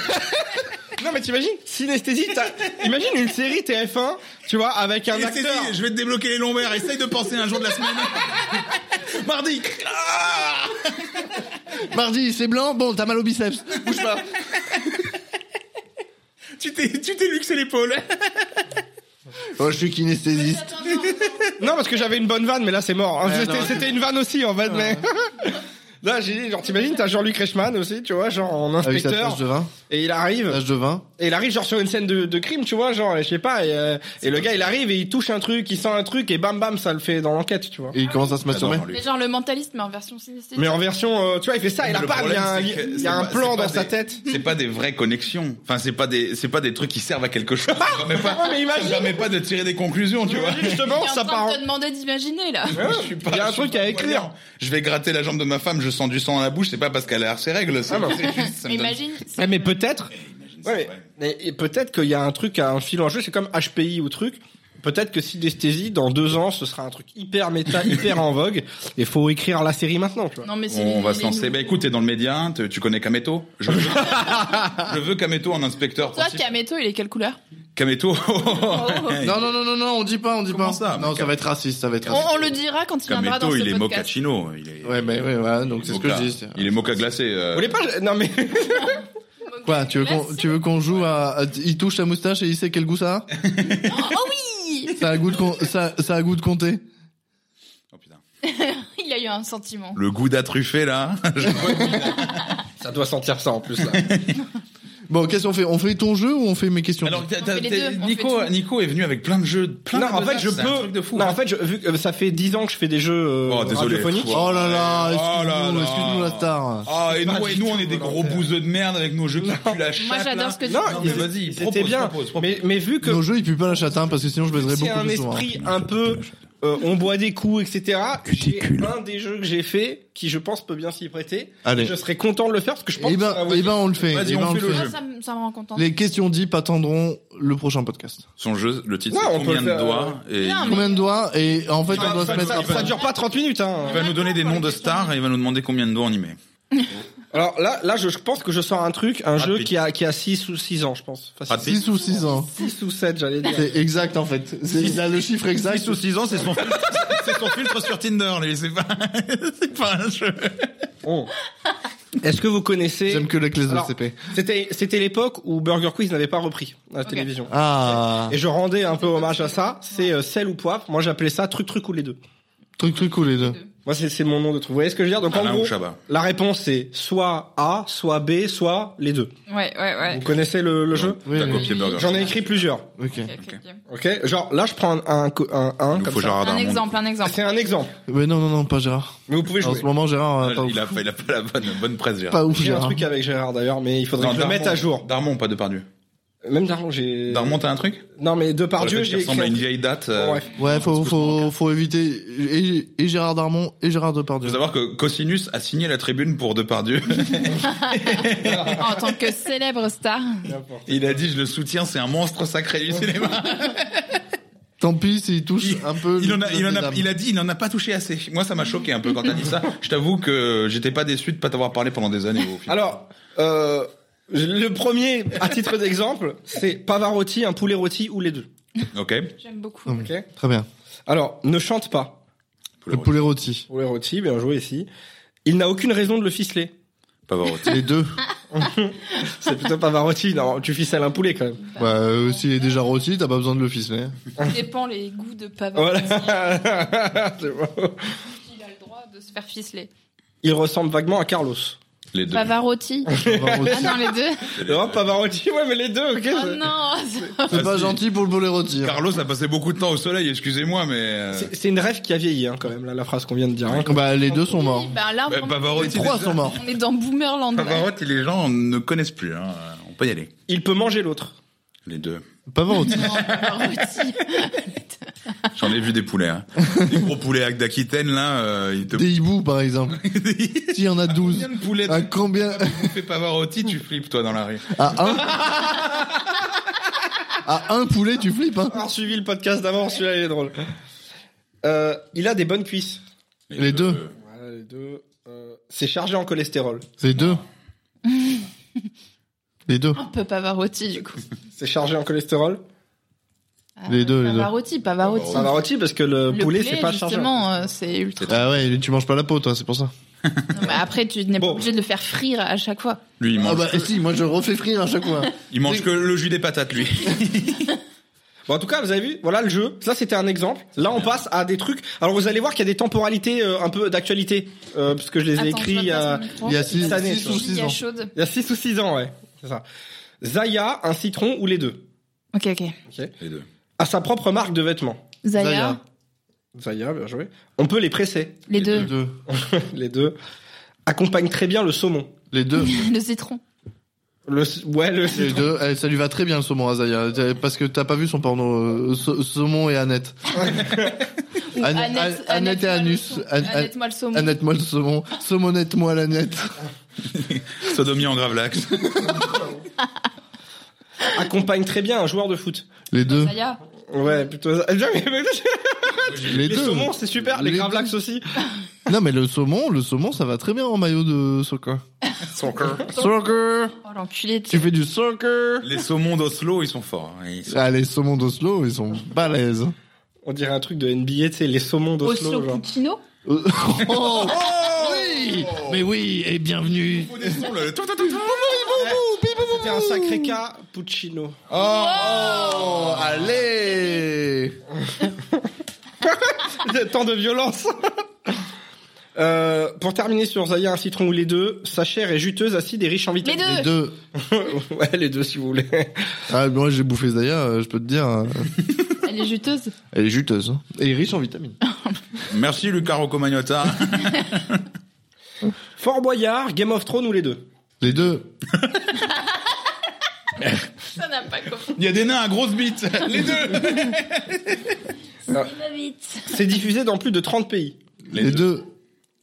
A: Non mais t'imagines synesthésie, t'as- imagine une série TF1, tu vois, avec un
C: Et c'est
A: acteur.
C: dit, je vais te débloquer les lombaires. Essaye de penser un jour de la semaine. Mardi. Ah
B: Mardi, c'est blanc, bon, t'as mal au biceps. Bouge pas.
C: tu t'es, tu t'es luxé l'épaule.
B: Oh, je suis kinesthésiste.
A: Non parce que j'avais une bonne vanne mais là c'est mort.
B: Ouais,
A: C'était-
B: non.
A: C'était une vanne aussi en fait mais. Là, j'ai dit, genre, t'imagines, t'as Jean-Luc Reichmann aussi, tu vois, genre, en
B: Avec sa
A: inspecteur,
B: tache de vin.
A: et il arrive,
B: Tache de vin.
A: Et il arrive genre sur une scène de, de crime, tu vois, genre, je sais pas, et, euh, et le gars il arrive et il touche un truc, il sent un truc et bam bam, ça le fait dans l'enquête, tu vois.
B: Et il commence à se masturber.
C: J'adore, lui.
D: Mais genre le mentaliste, mais en version synesthésique.
A: Mais en version, euh, tu vois, il fait ça, il a
C: Le
A: pas, il y a un,
C: problème, c'est que
A: il y a
C: c'est
A: un
C: pas-
A: plan
C: c'est pas
A: dans sa
C: des-
A: tête.
C: C'est pas des vraies connexions. Enfin, c'est pas des, c'est pas des trucs qui servent à quelque chose. Ça permet pas,
A: Ouais, Ah, mais
C: ça
A: imagine,
C: permet pas de tirer des conclusions, tu vois.
A: imagine, justement,
D: T'es en
A: ça
D: train
A: part.
D: de te demander d'imaginer là.
A: en-
C: Je suis pas-
A: il y a un
C: je suis
A: truc
C: pas
A: à écrire.
C: voyant. Je vais gratter la jambe de ma femme, je sens du sang dans la bouche, c'est pas parce qu'elle a ses règles. C'est
A: Ah non.
C: c'est juste, ça me donne-
D: Imagine.
A: Ouais, Eh, mais peut-être,
C: c'est
A: ouais,
C: vrai.
A: mais- et peut-être qu'il y a un truc, un fil en jeu, c'est comme HPI ou truc. Peut-être que Sidesthésie, dans deux ans, ce sera un truc hyper méta, hyper en vogue, et faut écrire la série maintenant, tu vois.
D: Non mais c'est.
C: On va
D: les-
C: se lancer.
D: les-
C: Bah écoute, t'es dans le média, te- tu connais Kameto je veux, je veux Kameto en inspecteur.
D: Toi, Oh.
C: principe.
D: Kameto, il est quelle couleur
C: Kameto.
B: Non, non, non, non, non, on dit pas, on dit
C: Comment
B: pas.
C: ça, Oh.
B: non,
C: Mocha
B: ça va être raciste, ça va être
D: on,
B: raciste.
D: on le dira quand il viendra dans
C: Kameto,
D: ce
C: il est
D: podcast.
C: mochaccino. Il est,
A: bah,
B: Ouais, mais ouais, voilà, donc c'est ce que je
C: mocha.
B: dis. c'est-
C: Il est mocha glacé. euh.
A: Vous voulez pas, non mais,
B: Quoi, tu veux qu'on, tu veux qu'on joue à, à- il touche sa moustache et il sait quel goût ça a?
D: Oui,
B: Ça a goût de, con- ça, ça a goût de compter.
C: Oh, putain.
D: il a eu un sentiment.
C: Le goût d'atruffé là.
A: ça doit sentir ça en plus, là.
B: Bon, qu'est-ce qu'on fait? On fait ton jeu ou on fait mes questions?
C: Alors, t'as-
D: On
C: t'as-
D: fait les
C: t'as-
D: deux, on
C: Nico,
D: fait tout.
C: Nico est venu avec plein de jeux, plein
A: non,
C: de
A: en fait,
C: dates,
A: je
C: c'est un truc
A: peux.
C: de fou,
A: non,
C: hein.
A: en fait, je- vu que ça fait 10 ans que je fais des jeux euh,
C: Oh, désolé.
A: radiophoniques.
C: Oh.
B: Oh là là,
C: Oh là
B: excuse-nous,
C: là.
B: excuse-nous la star.
C: Ah, et
A: Pas
C: nous,
A: du
C: et nous,
A: tout
C: on est des gros
A: volontaire.
C: bouseux de merde avec nos jeux qui puent la chatte.
D: Moi,
C: là.
D: j'adore ce que tu
A: Non,
D: fais.
A: non
C: mais
A: mais
C: vas-y,
A: vas-y,
C: propose,
A: c'était bien.
C: propose, propose.
A: Mais, mais vu que
B: Nos jeux, ils puent pas la chatte, hein, parce que sinon je baiserais
A: c'est
B: beaucoup
A: un
B: plus souvent.
A: esprit un peu, euh, on boit des coups, etc. J'ai un des jeux que j'ai fait qui, je pense, peut bien s'y prêter.
B: Allez.
A: Et Je serais content de le faire parce que je pense.
B: Eh
A: que
B: ben,
A: ça va
B: eh
A: vous-
B: ben, on le fait.
C: Vas-y,
B: eh ben,
C: on fait le
D: Moi,
C: jeu.
D: ça, me- ça me rend contente.
B: Les questions deep attendront le prochain podcast.
C: Son jeu, le titre,
A: Ouais,
C: c'est
A: on peut
C: combien
A: le
C: de
A: faire,
C: doigts et
D: Non, mais-
B: Combien de doigts Et en fait, on
A: Ah,
B: doit se
A: ça,
B: mettre.
A: ça- ça dure pas 30 minutes. Hein.
C: Il va nous donner des noms de stars et il va nous demander combien de doigts on y met.
A: Alors là, là, je, je pense que je sors un truc, un
C: Brad
A: jeu
C: Pitt.
A: qui a qui a 6 ou 6 ans, je pense. Enfin,
C: Brad Pitt.
B: 6 ou 6 ans.
A: 6 ou 7, j'allais dire.
B: C'est exact, en fait. C'est- Il a le chiffre exact.
C: 6 ou 6 ans, c'est son, filtre- c'est son filtre sur Tinder, lui. C'est pas, c'est pas un jeu.
A: Oh. Est-ce que vous connaissez
B: J'aime que la classe de
A: Alors,
B: CP.
A: C'était c'était l'époque où Burger Quiz n'avait pas repris à la
D: Ok.
A: télévision.
B: Ah.
A: Et je rendais un peu hommage à ça. C'est euh, sel ou poivre. Moi, j'appelais ça truc truc ou les deux.
B: Truc, truc ou les deux.
A: Moi, c'est c'est mon nom de truc. Vous voyez ce que je veux dire Donc en
C: Alain ou
A: gros,
C: Ah, Chabat.
A: la réponse c'est soit A, soit B, soit les deux.
D: Ouais, ouais, ouais.
A: Vous connaissez le, le jeu
B: Oui,
C: T'as
B: oui.
C: copié Burger.
A: J'en ai écrit plusieurs.
B: Ok.
D: Ok, ok, ok.
A: Ok. Genre là, je prends un un, un, un
C: Il nous
A: comme
C: faut
A: ça. Ah,
C: Gérard
D: Un
C: Darmon.
D: exemple, un exemple.
A: C'est un exemple.
B: Mais non, non, non, pas Gérard.
A: Mais vous pouvez
B: En
A: jouer.
B: ce moment,
C: Ah,
B: Gérard, euh, pas ouf.
C: Il a, il a pas la bonne, bonne presse, Gérard.
B: Pas ouf,
A: J'ai un
B: Gérard.
A: truc avec Gérard d'ailleurs, mais il faudrait
C: Non,
A: que je le
C: Darmon-
A: mette à jour.
C: Darmon, pas Depardieu.
A: Même Darmon, j'ai.
C: Darmon, t'as un truc
A: Non, mais de par Dieu,
C: Qui
A: j'ai.
C: ressemble à une
A: écrit-
C: vieille date.
A: Bon,
C: euh,
A: bref.
B: Ouais, faut,
C: Parce que je
B: faut, faut éviter et, et Gérard Darmon et Gérard Depardieu.
C: Faut savoir que Cosinus a signé la tribune pour Depardieu.
D: En tant que célèbre star.
A: N'importe.
C: Il a dit, je le soutiens, c'est un monstre sacré du cinéma.
B: Tant pis s'il touche
C: Il-
B: un peu.
C: Il
B: le
C: en a,
B: plus
C: il en
B: des
C: a,
B: dames.
C: il a dit, il en a pas touché assez. Moi, ça m'a choqué un peu quand t'as dit ça. Je t'avoue que j'étais pas déçu de pas t'avoir parlé pendant des années. Au final.
A: Alors, euh, le premier, à titre d'exemple, c'est Pavarotti, un poulet rôti ou les deux.
C: ok.
D: J'aime beaucoup.
B: Hum.
A: Ok.
B: Très bien.
A: Alors, ne chante pas.
B: Le poulet rôti.
A: Poulet rôti, bien joué ici. Il n'a aucune raison de le ficeler.
C: Pavarotti.
B: Les deux.
A: C'est plutôt Pavarotti. Non, tu ficelles un poulet quand même.
B: Bah, euh, s'il est déjà rôti, t'as pas besoin de le ficeler.
D: Ça dépend les goûts de Pavarotti.
A: Voilà. C'est bon.
D: Il a le droit de se faire ficeler.
A: Il ressemble vaguement à Carlos.
C: Les deux.
D: Pavarotti. Ah non, les deux.
C: C'est les
A: Oh,
C: deux.
A: Pavarotti, ouais, mais les deux, ok.
D: Oh
A: c'est-
D: non.
B: C'est pas
C: Vas-y.
B: gentil pour le poulet rôti. hein.
C: Carlos a passé beaucoup de temps au soleil, excusez-moi, mais... euh,
A: C'est c'est une rêve qui a vieilli, hein, quand même, là, la phrase qu'on vient de dire. hein.
B: Bah, les deux sont morts.
D: Oui, bah là,
C: bah,
D: on-
B: Les
C: Pavarotti,
B: trois
C: déjà-
B: sont morts.
D: on est dans Boomerland. là.
C: Pavarotti, les gens ne connaissent plus. hein. On peut y aller.
A: Il peut manger l'autre.
C: Les deux.
B: Pavarotti.
D: Non, Pavarotti.
C: J'en ai vu des poulets. Hein. Des gros poulets avec d'Aquitaine, là. euh, ils te...
B: Des Ah. hiboux, par exemple. S'il y en a 12.
C: Combien de poulets
B: À combien
C: tu fais Pavarotti, tu flippes, toi, dans la rue
B: À un À un poulet, tu flippes, hein
A: On a suivi le podcast d'avant, celui-là, il est drôle. Euh, il a des bonnes cuisses.
B: Les deux.
A: Voilà, les deux. Euh, C'est chargé en cholestérol.
B: C'est deux. Les deux.
D: Un peu Pavarotti, du coup.
A: C'est chargé en cholestérol.
B: Les deux, les deux.
D: Pavarotti, Pavarotti.
A: Pavarotti, parce que le,
D: Le
A: poulet, c'est pas chargé.
D: justement, euh, c'est ultra.
B: Ah ouais, tu manges pas la peau, toi, c'est pour ça.
D: Non, mais après, tu n'es
A: Bon.
D: pas obligé de le faire frire à chaque fois.
C: Lui, il
B: Ah
C: mange,
B: bah si, moi je refais frire à chaque fois.
C: il mange que le jus des patates, lui.
A: Bon, en tout cas, vous avez vu, voilà le jeu. Ça, c'était un exemple. Là, on passe à des trucs. Alors, vous allez voir qu'il y a des temporalités euh, un peu d'actualité, euh, parce que je les ai écrits il y a,
B: il y a six-
A: euh, six ou
B: six ans.
D: chaude.
A: il y a 6 ou 6 ans, ouais. C'est ça. Zaya, un citron ou les deux.
D: Ok, ok.
C: Les deux.
A: À sa propre marque de vêtements.
D: Zaya,
B: Zaya.
A: Zaya, bien joué. On peut les presser,
D: les
B: Les
D: deux.
B: deux.
A: les deux. Accompagnent très bien le saumon.
B: Les deux.
D: le citron.
A: Le, c- ouais, le
B: Les deux. Eh, ça lui va très bien le saumon Azaya. Parce que t'as pas vu son porno. euh, sa- saumon et Annette.
D: Ou
B: Anne-
D: Annette,
B: Anne- Annette et
D: moi le
B: Anus.
D: saumon.
B: Anne-
D: Annette, moi le saumon.
B: Annette moi le saumon. Saumonette moi l'Annette.
C: Sodomie en Gravelax.
A: accompagne très bien un joueur de foot.
B: Les deux.
D: Zaya.
A: Ouais, plutôt. Eh bien, mais- mais-
B: Les,
A: Les
B: deux.
A: saumons, c'est super. Les,
B: Les
A: gravlax aussi.
B: Non mais le saumon, le saumon ça va très bien en maillot de soccer. Soccer.
D: Oh, l'enculé.
B: Tu fais du soccer.
C: Les saumons d'Oslo, ils sont forts. hein. Ils sont-
B: Ah les saumons d'Oslo ils sont balèzes.
A: On dirait un truc de NBA, tu sais, les saumons d'Oslo.
D: Oslo
A: genre.
D: Poutino.
B: Euh, oh, oui. Mais oui et bienvenue.
C: Oh, des sons, là, le tout, tout, tout, tout.
A: C'était un sacré cas, Puccino.
B: Oh allez.
A: Tant de violence. Euh, pour terminer sur Zaya, un citron ou les deux, sa chair est juteuse, acide et riche en
D: Les
A: vitamines.
D: deux.
B: Les deux.
A: ouais, les deux si vous voulez.
B: Ah, moi j'ai bouffé Zaya, euh, je peux te dire, euh,
D: Elle est juteuse.
B: elle est juteuse hein. et riche en vitamines.
C: Merci, Lucas Rocco-Magnotta.
A: Fort Boyard, Game of Thrones ou les deux.
B: Les deux.
D: Ça n'a pas compris.
C: Il y a des nains à grosse bite. Les deux.
A: C'est diffusé dans plus de 30 pays.
B: Les, deux.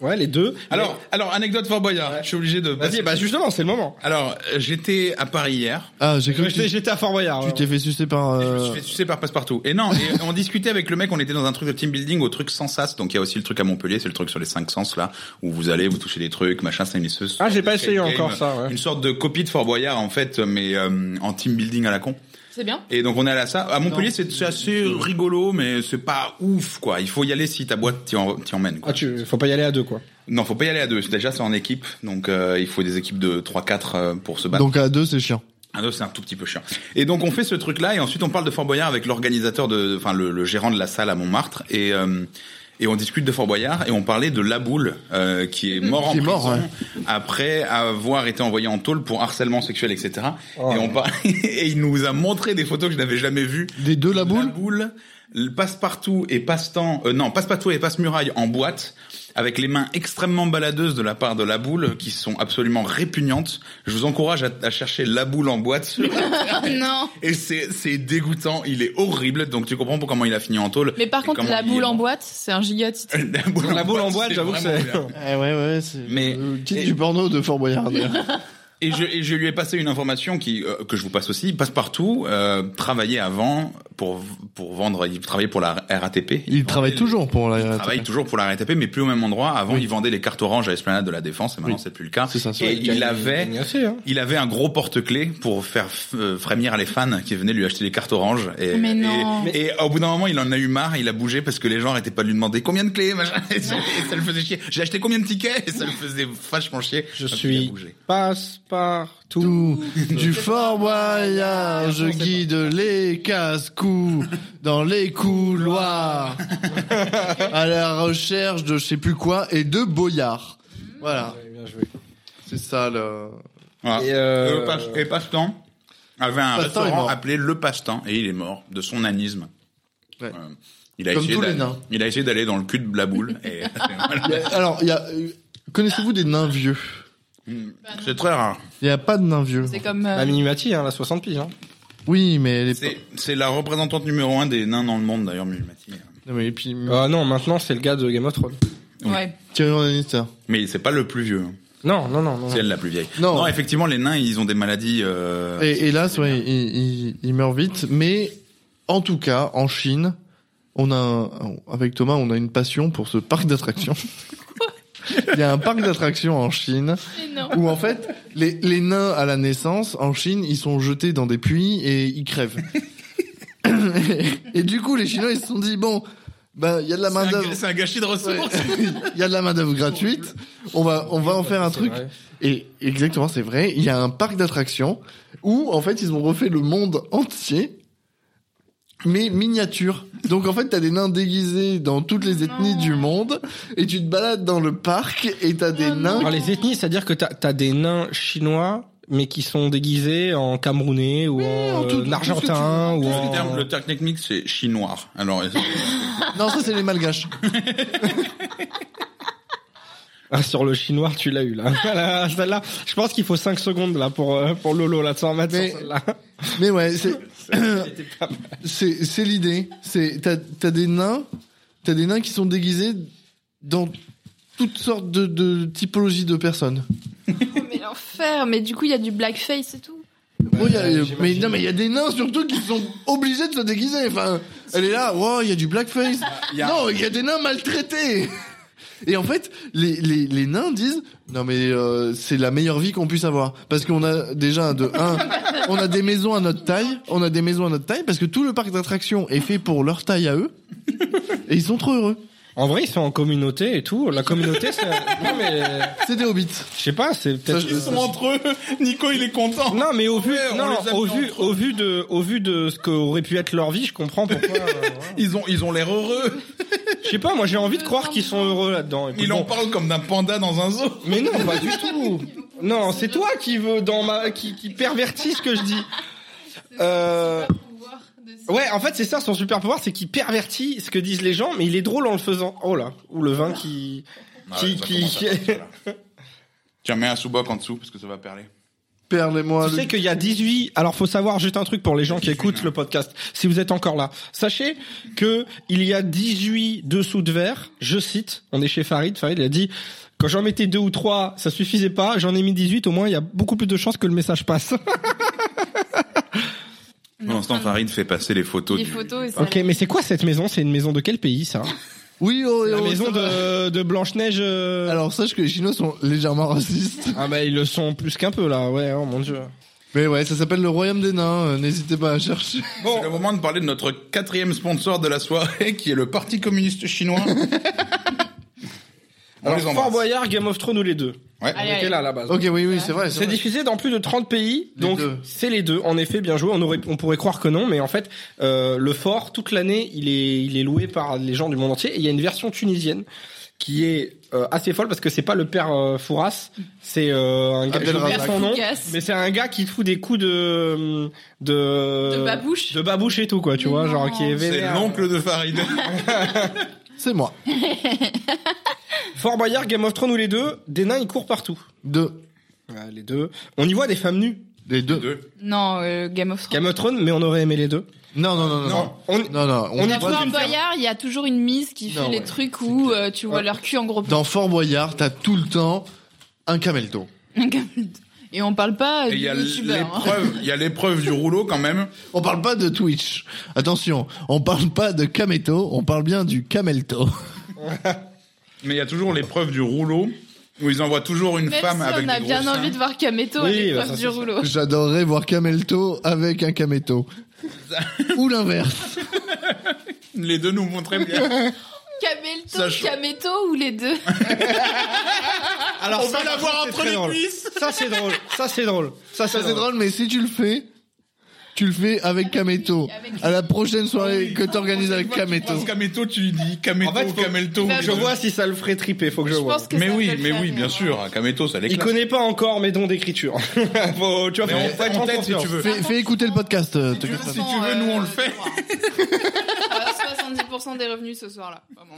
A: Ouais, les deux.
C: Alors, alors, anecdote Fort Boyard. Je suis obligé de.
A: vas-y, bah justement, c'est le moment.
C: Alors, euh, j'étais à Paris hier.
B: Ah, j'ai cru que
A: J'étais
B: tu
A: j'étais à Fort Boyard.
B: tu
A: ouais.
B: t'es fait sucer par.
C: Je me
B: euh,
C: suis fait sucer par passe-partout. Et non, et on discutait avec le mec, on était dans un truc de team building au truc sans sas. Donc il y a aussi le truc à Montpellier, c'est le truc sur les cinq sens là, où vous allez, vous touchez des trucs, machin, c'est une espèce-
A: Ah, j'ai pas essayé
C: game,
A: encore ça, ouais.
C: Une sorte de copie de Fort Boyard en fait, mais euh, en team building à la con.
D: C'est bien.
C: Et donc on est allé à ça. À Montpellier, c'est c'est assez rigolo, mais c'est pas ouf quoi. Il faut y aller si ta boîte t'y en- t'y emmène.
A: Ah,
C: Quoi.
A: tu, faut pas y aller à deux, quoi.
C: Non, faut pas y aller à deux. Déjà c'est en équipe, donc euh, il faut des équipes de 3-4 euh, pour se battre.
B: Donc à deux, c'est chiant.
C: Ah non, c'est un tout petit peu chiant. Et donc on fait ce truc-là et ensuite on parle de Fort Boyard avec l'organisateur de, enfin le, le gérant de la salle à Montmartre et euh, et on discute de Fort Boyard et on parlait de Laboule euh, qui est mort
B: Mmh, Qui
C: en
B: est mort,
C: prison
B: ouais.
C: après avoir été envoyé en tôle pour harcèlement sexuel etc.
A: Oh.
C: et on par- et il nous a montré des photos que je n'avais jamais vues.
B: Les deux la boule.
C: Laboule, le passe-partout et passe-temps, euh, non passe-partout et passe-muraille en boîte avec les mains extrêmement baladeuses de la part de la boule qui sont absolument répugnantes. Je vous encourage à, à chercher la boule en boîte sur-
D: Oh non.
C: et c'est c'est dégoûtant, il est horrible, donc tu comprends pas comment il a fini en tôle.
D: Mais par
C: et
D: contre,
C: comment
D: la
C: il est
D: boule en
C: mort.
D: boîte, c'est un giga titre.
C: la boule,
A: La boule en boîte, j'avoue que c'est.
C: vraiment bien.
B: Eh ouais, ouais, c'est.
C: Mais-
B: le titre du porno de Fort Boyard.
C: Et je, et je lui ai passé une information qui euh, que je vous passe aussi. Passepartout euh, travaillait avant pour pour vendre. Il travaillait pour la RATP.
B: Il travaille
C: vendait-
B: toujours pour la.
C: Il travaille toujours pour la RATP, mais plus au même endroit. Avant,
B: Oui.
C: il vendait les cartes oranges à Esplanade de la Défense, et maintenant
B: Oui.
C: c'est plus le cas.
B: C'est ça, c'est
C: et
B: vrai.
C: il avait
A: gagne assez, hein.
C: il avait un gros porte-clés pour faire f- euh, frémir les fans qui venaient lui acheter les cartes oranges. Et,
D: Mais
C: et-
D: non.
C: et, au bout d'un moment, il en a eu marre, il a bougé parce que les gens arrêtaient pas de lui demander combien de clés, machin. Et ça, et ça le faisait chier. J'ai acheté combien de tickets Et ça le faisait vachement chier.
A: Je
C: Donc, il a
A: suis
C: bougé.
A: passe-partout.
B: Tout du fort voyage guide les casse-cou dans les couloirs à la recherche de je sais plus quoi et de Boyard. Voilà,
A: Bien joué.
B: c'est ça le.
C: Voilà.
A: Et, euh,
C: Et le Pache- et Pachetan avait un
B: Pachetan est
C: restaurant
B: mort.
C: appelé Le Pastan et il est mort de son anisme.
B: Ouais.
C: Euh, il a
B: Comme
C: essayé
B: tous les
C: d'aller-
B: nains.
C: Il a essayé d'aller dans le cul de la boule. et voilà.
B: Il y a- alors, il y a. euh, Connaissez-vous des nains vieux
C: C'est très rare.
B: Il n'y a pas de nains vieux.
D: C'est comme. euh,
A: La Minimati, hein, la 60 piges. Hein.
B: Oui, mais les.
C: C'est c'est la représentante numéro un des nains dans le monde d'ailleurs, Mulmati.
B: Non, mais et puis euh,
A: Ah non, maintenant c'est le gars de Game of Thrones.
D: Ouais.
B: Tyrion Lannister.
C: Mais c'est pas le plus vieux. hein.
A: Non, non, non, non.
C: C'est elle la plus vieille.
B: Non.
C: Non. effectivement, les nains, ils ont des maladies. euh,
B: Et hélas, ouais, il, il, il meurt vite. Mais en tout cas, en Chine, on a, un- avec Thomas, on a une passion pour ce parc d'attractions. Il y a un parc d'attractions en Chine
D: Mais non.
B: où en fait les, les nains à la naissance en Chine ils sont jetés dans des puits et ils crèvent. et, du coup les Chinois ils se sont dit bon bah il y a de la
C: c'est
B: main
C: un-
B: d'œuvre
C: C'est un, gâchis de
B: Ouais.
C: ressources.
B: il y a de la main d'œuvre gratuite on va on va en faire un
A: C'est
B: truc
A: vrai.
B: et exactement, c'est vrai. Il y a un parc d'attractions où, en fait, ils ont refait le monde entier, mais miniature. Donc, en fait, t'as des nains déguisés dans toutes les ethnies
D: Non.
B: du monde, et tu te balades dans le parc, et t'as des
D: Oh non.
A: Alors
B: nains.
A: les ethnies, c'est-à-dire que t'as as des nains chinois, mais qui sont déguisés en camerounais ou en,
B: en tout-
A: euh,
B: tout ce
A: argentin ou
C: Le
A: en...
C: terme, le terme technique, c'est chinois. Alors,
B: Non, ça, c'est les malgaches.
A: Ah, sur le chinois, tu l'as eu là. Voilà, celle-là, je pense qu'il faut 5 secondes là pour euh, pour Lolo là de s'en remettre
B: Mais-
A: sur celle-là.
B: Mais ouais, c'est, c'est, c'est l'idée. C'est, t'as, t'as des nains, t'as des nains qui sont déguisés dans toutes sortes de, de typologies de personnes.
D: Oh, mais l'enfer. Mais du coup, il y a du blackface et tout.
C: Bah,
B: Oh,
C: euh,
B: y a- mais non, mais il y a des nains surtout qui sont obligés de se déguiser. Enfin, elle est là, wow, il y a du blackface.
C: Il y a-
B: Non, il y a des nains maltraités. Et en fait, les, les, les nains disent non mais euh, c'est la meilleure vie qu'on puisse avoir parce qu'on a déjà de un, on a des maisons à notre taille, on a des maisons à notre taille parce que tout le parc d'attractions est fait pour leur taille à eux et ils sont trop heureux.
A: En vrai, ils sont en communauté et tout. La communauté, c'est non mais
B: C'est des hobbits.
A: je sais pas, c'est
B: Ça,
A: peut-être
B: je-
C: entre eux. Nico, il est content.
A: Non, mais au vu,
C: on
A: non,
C: les a
A: au
C: mis
A: vu,
C: entre
A: au vu de, au vu de ce qu'aurait pu être leur vie, je comprends pourquoi. euh, voilà.
C: Ils ont, ils ont l'air heureux.
A: Je sais pas, moi j'ai envie de croire qu'ils sont heureux là-dedans. Écoute,
C: Il en
A: bon.
C: parle comme d'un panda dans un zoo.
A: Mais non, pas du tout. Non, c'est toi qui veux dans ma, qui, qui pervertit ce que je dis. Euh, ouais, en fait c'est ça son super pouvoir, c'est qu'il pervertit ce que disent les gens, mais il est drôle en le faisant. Oh là, ou le vin qui,
C: Ah
A: qui,
C: ouais, ça
A: qui.
C: commence à partir, là. Tiens, mets un sous-boc en dessous parce que ça va perler.
B: Perlez-moi.
A: Tu
B: le-
A: sais qu'il y a 18. Alors faut savoir juste un truc pour les gens qui écoutent le podcast. Si vous êtes encore là, sachez que il y a 18 dessous de verre. Je cite. On est chez Farid. Farid il a dit quand j'en mettais deux ou trois, ça suffisait pas. J'en ai mis 18. Au moins il y a beaucoup plus de chances que le message passe.
C: Pour l'instant, Farid fait passer les photos.
D: Les
C: du-
D: photos et ça.
A: ok, mais c'est quoi cette maison C'est une maison de quel pays ça
B: Oui, oh,
A: La
B: oh,
A: maison
B: ça va.
A: de, de Blanche Neige.
B: Alors sache que les Chinois sont légèrement racistes.
A: Ah bah ils le sont plus qu'un peu là. Ouais, oh mon dieu.
B: Mais ouais, ça s'appelle le royaume des nains, euh, n'hésitez pas à chercher.
C: C'est le moment de parler de notre quatrième sponsor de la soirée, qui est le Parti communiste chinois. On
A: Alors
C: les embrasse.
A: Fort Boyard, Game of Thrones ou les deux.
C: Ouais.
D: Allez,
A: On était
D: allez.
A: là à la base.
B: Ok, oui, oui, c'est vrai.
A: C'est
B: vrai.
A: diffusé dans plus de 30 pays,
B: Les
A: donc
B: deux.
A: c'est les deux. En effet, bien joué. On aurait, on pourrait croire que non, mais en fait, euh, le fort toute l'année, il est, il est loué par les gens du monde entier. Et il y a une version tunisienne qui est euh, assez folle parce que c'est pas le père euh, Fouras, c'est euh, un gars.
B: Abdelrazak.
A: j'oublie son nom,
D: Fougas.
A: mais c'est un gars qui te fout des coups de de
D: De babouche.
A: de babouche et tout quoi, tu
D: Mais
A: vois,
D: non.
A: genre qui est
C: C'est
A: vénère.
C: l'oncle de Farid.
B: C'est moi.
A: Fort Boyard, Game of Thrones ou les deux, des nains ils courent partout.
B: Deux.
A: Ouais, les deux. On y voit des femmes nues.
D: Oh.
B: Les deux.
C: Deux.
D: Non, euh, Game of Thrones.
A: Game of Thrones, mais on aurait aimé les deux.
B: Non, non, non, non.
C: Non.
A: On,
B: Non, non.
A: On y
D: Dans
A: voit
D: Fort
A: du-
D: Boyard, il y a toujours une mise qui fait
B: Non,
D: les
B: ouais,
D: trucs où euh, tu vois leur cul en gros plan.
B: Dans Fort Boyard, t'as tout le temps un camelto.
D: Comme- Et on parle pas euh,
C: Et
D: du
C: il y a
D: youtubeur. hein.
C: l'épreuve, il y a l'épreuve du rouleau quand même.
B: On parle pas de Twitch. Attention, on parle pas de Kameto, on parle bien du Kamelto.
C: Mais il y a toujours l'épreuve du rouleau où ils envoient toujours une
D: Même
C: femme
D: si
C: avec
D: on a
C: des
D: bien
C: gros
D: envie de
C: seins.
D: voir Kameto
A: Oui,
D: à
A: bah
D: l'épreuve
A: ça, c'est
D: du rouleau.
B: J'adorerais voir Kamelto avec un Kameto. Ou l'inverse.
C: Les deux nous montraient bien.
D: Kamelto,
C: Ça, je-
D: Kameto ou les deux
A: Alors,
C: On va la voir
A: c'est
C: entre
A: très
C: les
A: drôle.
C: cuisses.
A: Ça, c'est drôle. Ça, c'est drôle. Ça,
B: Ça c'est drôle, mais si tu le fais, tu le fais avec Kameto.
D: Avec-
B: À la prochaine soirée que t'organises avec Kameto.
C: Parce Kameto, tu lui dis Kameto,
A: En fait,
C: ou
A: faut-
C: Kamelto.
A: Je vois si ça le ferait triper. Faut que je,
D: Je
A: vois.
D: pense que
C: Mais
D: ça
C: oui,
D: peut le
C: mais
D: faire,
C: oui, bien
D: ouais.
C: sûr. Kameto, ça
A: Il
C: l'éclate.
A: connaît pas encore mes dons d'écriture. Faut- tu vois,
C: Mais
A: faut-
C: on
A: faut
C: fait
A: être
C: en
A: en
C: tête si
A: confiance.
C: tu veux.
B: Fais, fais écouter le podcast. euh, te-
C: veux- si tu veux, nous,
D: euh,
C: on le fait.
D: Ah, 70% des revenus ce soir-là. Vraiment.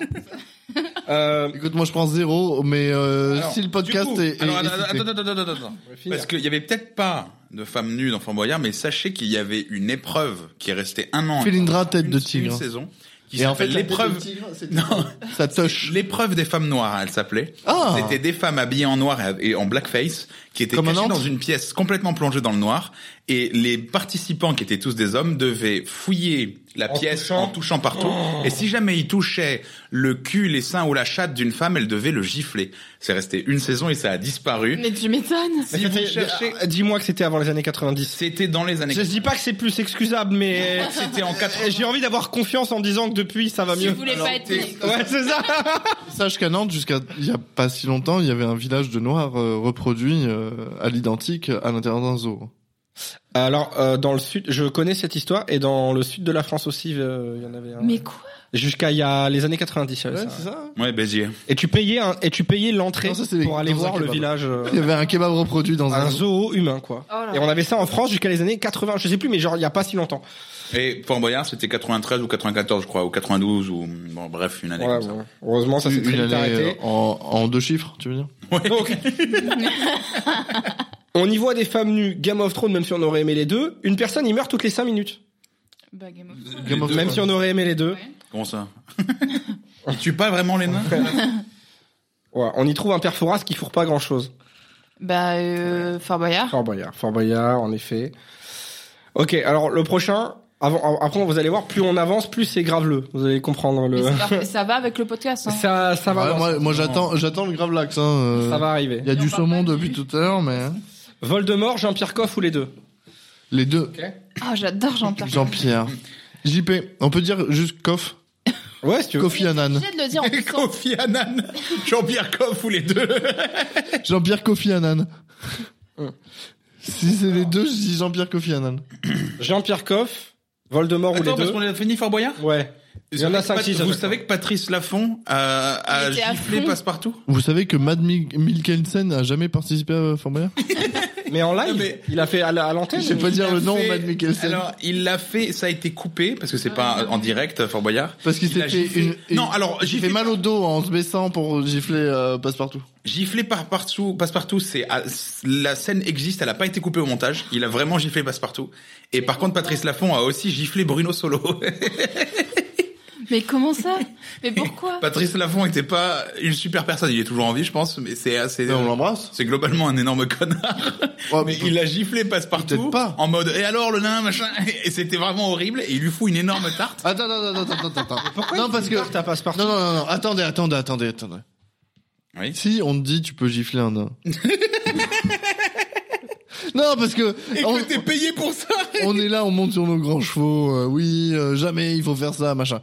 A: Euh,
B: Écoute, moi je prends zéro, mais euh,
C: Alors,
B: si le podcast
A: du coup,
B: est, est-
C: Alors,
B: est
C: attends,
B: cité.
C: attends, attends, attends, attends.
A: va finir.
C: Parce qu'il y avait peut-être pas de femme nue dans Fort Boyard, mais sachez qu'il y avait une épreuve qui est restée un an.
B: Félindra,
C: Une-
B: tête de
C: une
B: tigre.
C: saison. Qui
B: Et en fait,
C: s'appelle
B: la tête
C: l'épreuve. Non,
B: ça touche.
C: l'épreuve des femmes noires, elle s'appelait.
B: Ah.
C: C'était des femmes habillées en noir et et en blackface qui étaient
B: Comme à
C: cachées
B: Nantes
C: dans une pièce complètement plongée dans le noir. Et les participants, qui étaient tous des hommes, devaient fouiller la
A: En
C: pièce
A: touchant. Oh.
C: en touchant partout. Et si jamais ils touchaient le cul, les seins ou la chatte d'une femme, elle devait le gifler. C'est resté une saison et ça a disparu.
D: Mais tu m'étonnes.
C: Si vous cherchez,
A: Ah, Dis-moi que c'était avant les années 90.
C: c'était dans les années.
A: Je dis pas que c'est plus excusable, mais Eh,
C: C'était en 80.
A: j'ai envie d'avoir confiance en disant que depuis ça va
D: Si
A: mieux.
D: vous voulez pas être
C: t'es-
D: né.
A: Ouais, c'est ça.
B: Sache qu'à Nantes, jusqu'à il y a pas si longtemps, il y avait un village de noirs euh, reproduit euh, à l'identique à l'intérieur d'un zoo.
A: Alors, euh, dans le sud, je connais cette histoire, et dans le sud de la France aussi, euh, il y en avait un.
D: Mais quoi
A: Jusqu'à il y a les années 90. il y avait ça.
B: ça.
C: Ouais, Béziers.
A: Et tu payais, un- et tu payais l'entrée
B: Non, ça, c'est les-
A: pour aller
B: dans un
A: voir le
B: kebab.
A: village, euh,
B: Il y avait un kebab reproduit dans un,
A: un zoo humain, quoi.
D: Oh là
A: Et
D: là.
A: on avait ça en France jusqu'à les années 80, je sais plus, mais genre il y a pas si longtemps.
C: Et Fort Boyard, c'était 93 ou 94, je crois, ou 92, ou bon, bref, une année
A: Ouais,
C: comme ça.
A: bon. Heureusement, ça s'est
B: Une
A: très vite
B: année,
A: arrêté.
B: euh, en, en deux chiffres, tu veux dire
A: Donc, on y voit des femmes nues, Game of Thrones, même si on aurait aimé les deux. Une personne, il meurt toutes les 5 minutes.
D: Bah, Game of Thrones.
C: Les
B: Game of
C: deux,
A: Même
B: Thrones.
A: si on aurait aimé les deux.
D: Ouais.
C: Comment ça Il tue pas vraiment les nains
A: Ouais, on y trouve un perforas qui fourre pas grand chose.
D: Bah, euh, Fort Boyard.
A: Fort Boyard, Fort Boyard, en effet. Ok, alors le prochain, avant, après vous allez voir, plus on avance, plus c'est graveleux. Vous allez comprendre
D: Mais
A: le.
D: c'est parfait, ça va avec le podcast. Hein.
A: Ça, ça va.
B: Ouais,
A: avancer.
B: Moi, moi, j'attends, j'attends le grave lax. Hein, euh,
A: Ça va arriver.
B: Il y a
D: Et on
B: du
D: parle
B: saumon
D: pas
B: depuis
D: du-
B: tout à l'heure, mais hein,
A: Voldemort, Jean-Pierre Coff ou les deux
B: les deux.
D: Ah, j'adore Jean-Pierre.
B: Jean-Pierre. JP, on peut dire juste Koff.
A: Ouais, si tu veux.
B: Kofi Annan.
D: J'ai de le dire en hein. puissant.
C: Kofi Annan, Jean-Pierre Coff ou les deux
B: Jean-Pierre Kofi Annan.
C: Hein.
A: Hum.
B: si c'est les deux, je dis Jean-Pierre Kofi Annan.
A: Jean-Pierre Coff, Voldemort ou
C: Attends,
A: les
C: parce
A: deux
C: qu'on a fini Fort Boyard
A: Ouais. Il y en a cinq, six, à
C: Vous
A: chaque
C: savez que Patrice Laffont a, a
D: Il était à
C: giflé
D: fond.
C: Passepartout
B: Vous savez que Mad Mi- Mikkelsen a jamais participé à Fort Boyard
A: Mais en live,
C: Non, mais-
A: il a fait à la- à l'antenne.
B: Je sais pas
C: Il
B: dire
C: a
B: le nom,
C: fait-
B: Mad Mikkelsen.
C: Alors, il l'a fait, ça a été coupé, parce que
D: Ah.
C: c'est pas en direct, Fort Boyard.
B: Parce qu'il
C: il a
B: s'est fait
C: giflé-
B: une. une-
C: Non, alors,
B: il fait
C: giflé,
B: mal au dos en se baissant pour gifler euh, Passepartout.
C: giflé par partout, Passepartout, c'est, ah, c'est- la scène existe, elle a pas été coupée au montage, il a vraiment giflé Passepartout. Et par contre, Patrice Laffont a aussi giflé Bruno Solo.
D: Mais comment ça Mais pourquoi
C: Patrice Laffont était pas une super personne, il est toujours en vie, je pense, mais c'est assez...
B: Et on l'embrasse.
C: C'est globalement un énorme connard.
B: Oh,
C: euh, Mais il a giflé passe-partout.
B: Peut-être pas.
C: En mode, et alors le nain, machin. Et c'était vraiment horrible. Et il lui fout une énorme tarte.
B: Attends, attends, attends, attends, attends, attends.
A: Pourquoi
B: non,
A: il
B: parce que.
A: part à Passepartout
B: Non, non, non, non, attendez, attendez, attendez, attendez.
C: Oui.
B: Si on te dit tu peux gifler un nain. non, parce que.
C: Et
B: on-
C: que t'es payé pour ça.
B: on est là, on monte sur nos grands chevaux, euh, oui, euh, jamais il faut faire ça, machin.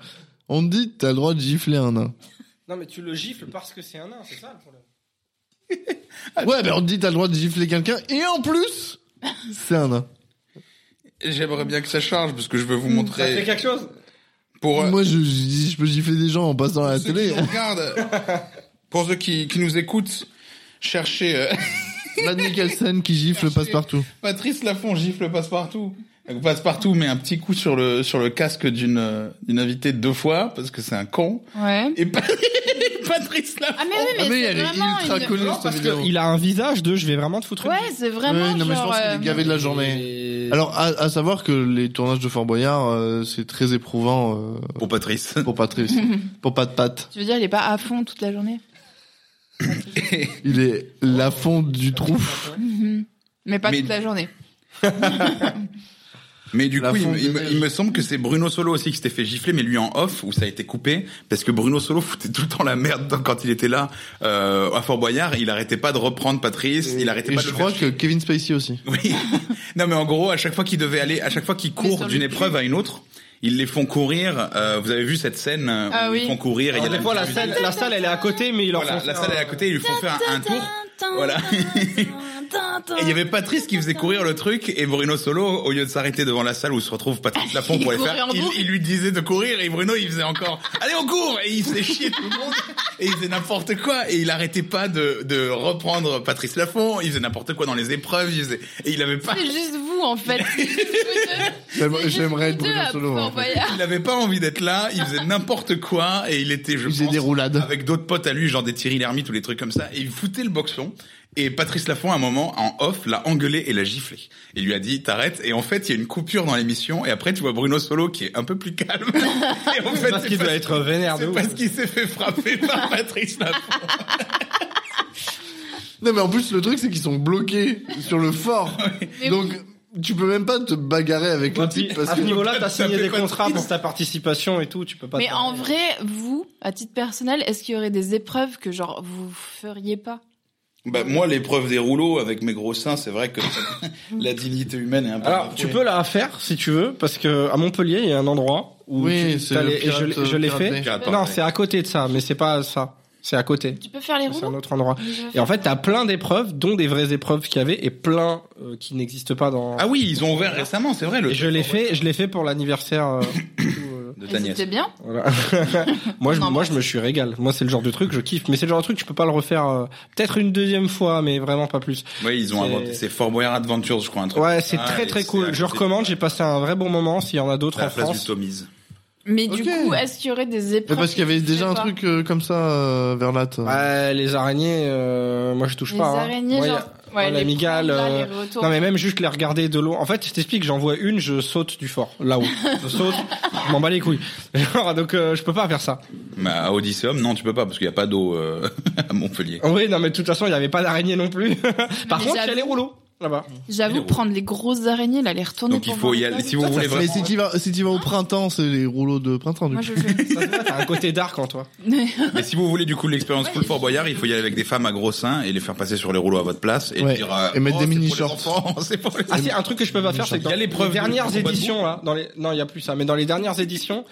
B: On te dit, t'as le droit de gifler un nain.
A: Non, mais tu le gifles parce que c'est un nain, c'est ça le problème.
B: Ouais, ben on te dit, t'as le droit de gifler quelqu'un, et en plus, c'est un nain.
C: J'aimerais bien que ça charge parce que je veux vous
A: Ça fait
C: montrer.
A: quelque chose
C: Pour euh,
B: Moi, je, je dis, je peux gifler des gens en passant à la
C: ceux qui
B: télé.
C: nous regardent, pour ceux qui, qui nous écoutent, cherchez euh,
B: Mad Mikkelsen qui gifle passe-partout.
C: Patrice Laffont gifle passe-partout. Donc, Euh, Passe-partout met un petit coup sur le sur le casque d'une euh, d'une invitée deux fois parce que c'est un con.
D: Ouais.
C: Et pa- Patrice Laffont.
D: Ah, mais oui,
B: mais
D: mais, c'est
B: elle est
D: vraiment
B: ultra
D: une-
B: connue, cette vidéo.
A: Il a un visage de je vais vraiment te foutre.
D: Ouais, c'est
B: Ouais,
D: vraiment.
B: non, mais je
D: genre,
B: pense qu'il est
D: euh,
B: gavé de la journée. Alors, à, à savoir que les tournages de Fort Boyard, euh, c'est très éprouvant euh,
C: Pour Patrice.
B: pour Patrice, pour pas de patte.
D: Tu veux dire, il est pas à fond toute la journée
B: Il est la fonte du trou.
D: Mhm. mais pas
C: Mais-
D: toute la journée.
C: Mais du
B: La
C: coup, il,
B: fonte
C: me- il
B: de
C: me-
B: neige.
C: il me semble que c'est Bruno Solo aussi qui s'était fait gifler, mais lui en off, où ça a été coupé, parce que Bruno Solo foutait tout le temps la merde dans- quand il était là euh, à Fort Boyard. Il arrêtait pas de reprendre Patrice, il arrêtait
B: Et
C: pas de
B: je
C: le
B: crois
C: faire
B: que Kevin Spacey aussi.
C: Oui. non, mais en gros, à chaque fois qu'il devait aller, à chaque fois qu'il court
D: sur
C: d'une
D: le
C: épreuve à une autre, ils les font courir. euh, vous avez vu cette scène euh, où
D: Ah
C: ils
D: oui.
C: font courir. et
A: Il y a
C: la
A: des fois, la salle, la salle, elle est à côté, mais il leur
C: Voilà,
A: font
C: la
A: faire-
C: salle elle est à côté, ils lui font faire un tour. Voilà. Et il y avait Patrice qui faisait courir le truc et Bruno Solo, au lieu de s'arrêter devant la salle où se retrouve Patrice Lafont pour
D: Ah, Il
C: les faire,
D: courait en
C: il,
D: boucle.
C: il lui disait de courir et Bruno il faisait encore allez on court et il faisait chier tout le monde et il faisait n'importe quoi et il arrêtait pas de, de reprendre Patrice Lafont, il faisait n'importe quoi dans les épreuves, il faisait, et il avait pas
D: C'est juste vous en fait. C'est juste vous deux.
B: J'aimerais- J'aimerais être
D: Vous deux
B: Bruno
D: à
B: Solo.
D: Fort
B: en fait.
D: Boyard.
C: il avait pas envie d'être là, il faisait n'importe quoi et il était je
B: Il faisait
C: pense
B: des roulades.
C: avec d'autres potes à lui, genre des Thierry Lhermitte ou les trucs comme ça, et il foutait le boxon. Et Patrice Lafont, à un moment, en off, l'a engueulé et l'a giflé. Il lui a dit, t'arrêtes. Et en fait, il y a une coupure dans l'émission. Et après, tu vois Bruno Solo qui est un peu plus calme. Et en fait,
A: Parce
C: c'est
A: qu'il doit
C: parce-
A: être vénère de
C: C'est
A: ouf.
C: parce qu'il s'est fait frapper par Patrice Lafont.
B: Non mais en plus le truc c'est qu'ils sont bloqués sur le fort.
D: Mais
B: Donc tu peux même pas te bagarrer avec le
A: Ouais, puis,
B: type parce
A: à
B: que
A: ce niveau-là, t'as
C: Ça
A: signé
C: fait
A: des
C: pas de
A: contrats
C: titre.
A: pour ta participation et tout, tu peux pas.
D: Mais
A: te-
D: en vrai, vous, à titre personnel, est-ce qu'il y aurait des épreuves que genre vous feriez pas
C: Bah, moi, l'épreuve des rouleaux avec mes gros seins, c'est vrai que la dignité humaine est un peu.
A: Alors, tu peux la faire si tu veux, parce que à Montpellier, il y a un endroit où
B: Oui,
A: tu-
B: c'est
A: t'as
B: le
A: les- et je,
B: pirate,
A: l'ai- je l'ai
C: euh,
B: pirate
A: fait.
B: des-
A: Non, c'est à côté de ça, mais c'est pas ça. C'est à côté.
D: Tu peux faire les
A: C'est un
D: rouleaux
A: autre endroit.
D: Mais je veux
A: Et en
D: faire-
A: fait, t'as plein d'épreuves, dont des vraies épreuves qu'il y avait, et plein euh, qui n'existent pas dans.
C: Ah oui, ils ont ouvert récemment, c'est vrai. Le
A: Et je l'ai fait, je l'ai fait pour l'anniversaire. euh, euh,
C: de
D: Et
C: ta nièce.
D: C'était bien.
A: voilà. moi, je,
D: Non,
A: moi, je me suis régal. Moi, c'est le genre de truc je kiffe. Mais c'est le genre de truc tu peux pas le refaire. euh, Peut-être une deuxième fois, mais vraiment pas plus.
C: Oui, ils ont
A: C'est-
C: inventé. C'est Fort Boyard Adventures, je crois, un truc.
A: Ouais, c'est
C: Ah,
A: très
C: et
A: très
C: c'est
A: cool.
C: à
A: Je
C: côté de-
A: recommande. J'ai passé un vrai bon moment. S'il y en a d'autres
C: La
A: en
C: place du
A: France.
C: Tomise.
D: Mais
B: Ok.
D: du coup, est-ce qu'il y aurait des
B: Mais
D: épreuves
B: parce qu'il y
D: que
B: avait
D: tu
B: déjà
D: fais
B: un
D: pas
B: truc euh, comme ça euh, vers là. toi.
A: Ouais, les araignées, euh, moi je touche
D: Les
A: pas. hein.
D: araignées,
A: Moi, y a-
D: genre. Ouais,
A: ouais, la
D: les
A: migale,
D: prendre,
A: euh,
D: là, les retours.
A: Non mais même juste les regarder de l'eau. En fait, je t'explique, j'en vois une, je saute du fort, là-haut. Je saute, je m'en bats les couilles. Genre, donc euh, je peux pas faire ça.
C: Mais à Odysseum, non, tu peux pas parce qu'il n'y a pas d'eau euh, à Montpellier.
A: Oui, non mais de toute façon, il y avait pas d'araignée non plus. Par contre,
D: Mais
A: il y a
D: j'avoue-
A: les rouleaux là-bas.
C: les
D: J'avoue,
C: rouleaux.
D: prendre les grosses araignées, là, les retourner
C: Donc il
D: pour
C: faut
D: voir
C: y
D: les
C: aller.
D: feuilles.
C: Si vous voulez
B: Mais
C: vraiment.
B: si tu vas si tu vas au printemps, c'est les rouleaux de printemps du
D: Moi,
B: coup.
D: je veux.
A: Ça se voit, T'as un côté dark en toi.
C: Mais si vous voulez du coup l'expérience
D: Ouais,
C: full
D: il y a
C: Fort
D: des-
C: Boyard, il faut y aller avec des femmes à gros seins et les faire passer sur les rouleaux à votre place et
B: Ouais.
C: dire. euh,
B: Et mettre des
C: c'est pour les
B: mini-shorts.
C: enfants, C'est pour les.
A: Ah si, un truc que je peux pas faire, c'est que dans
C: Il y a
A: les,
C: l'épreuve de-
A: dernières
C: du combat de
A: éditions là, dans les non, il y a plus ça, mais dans les dernières éditions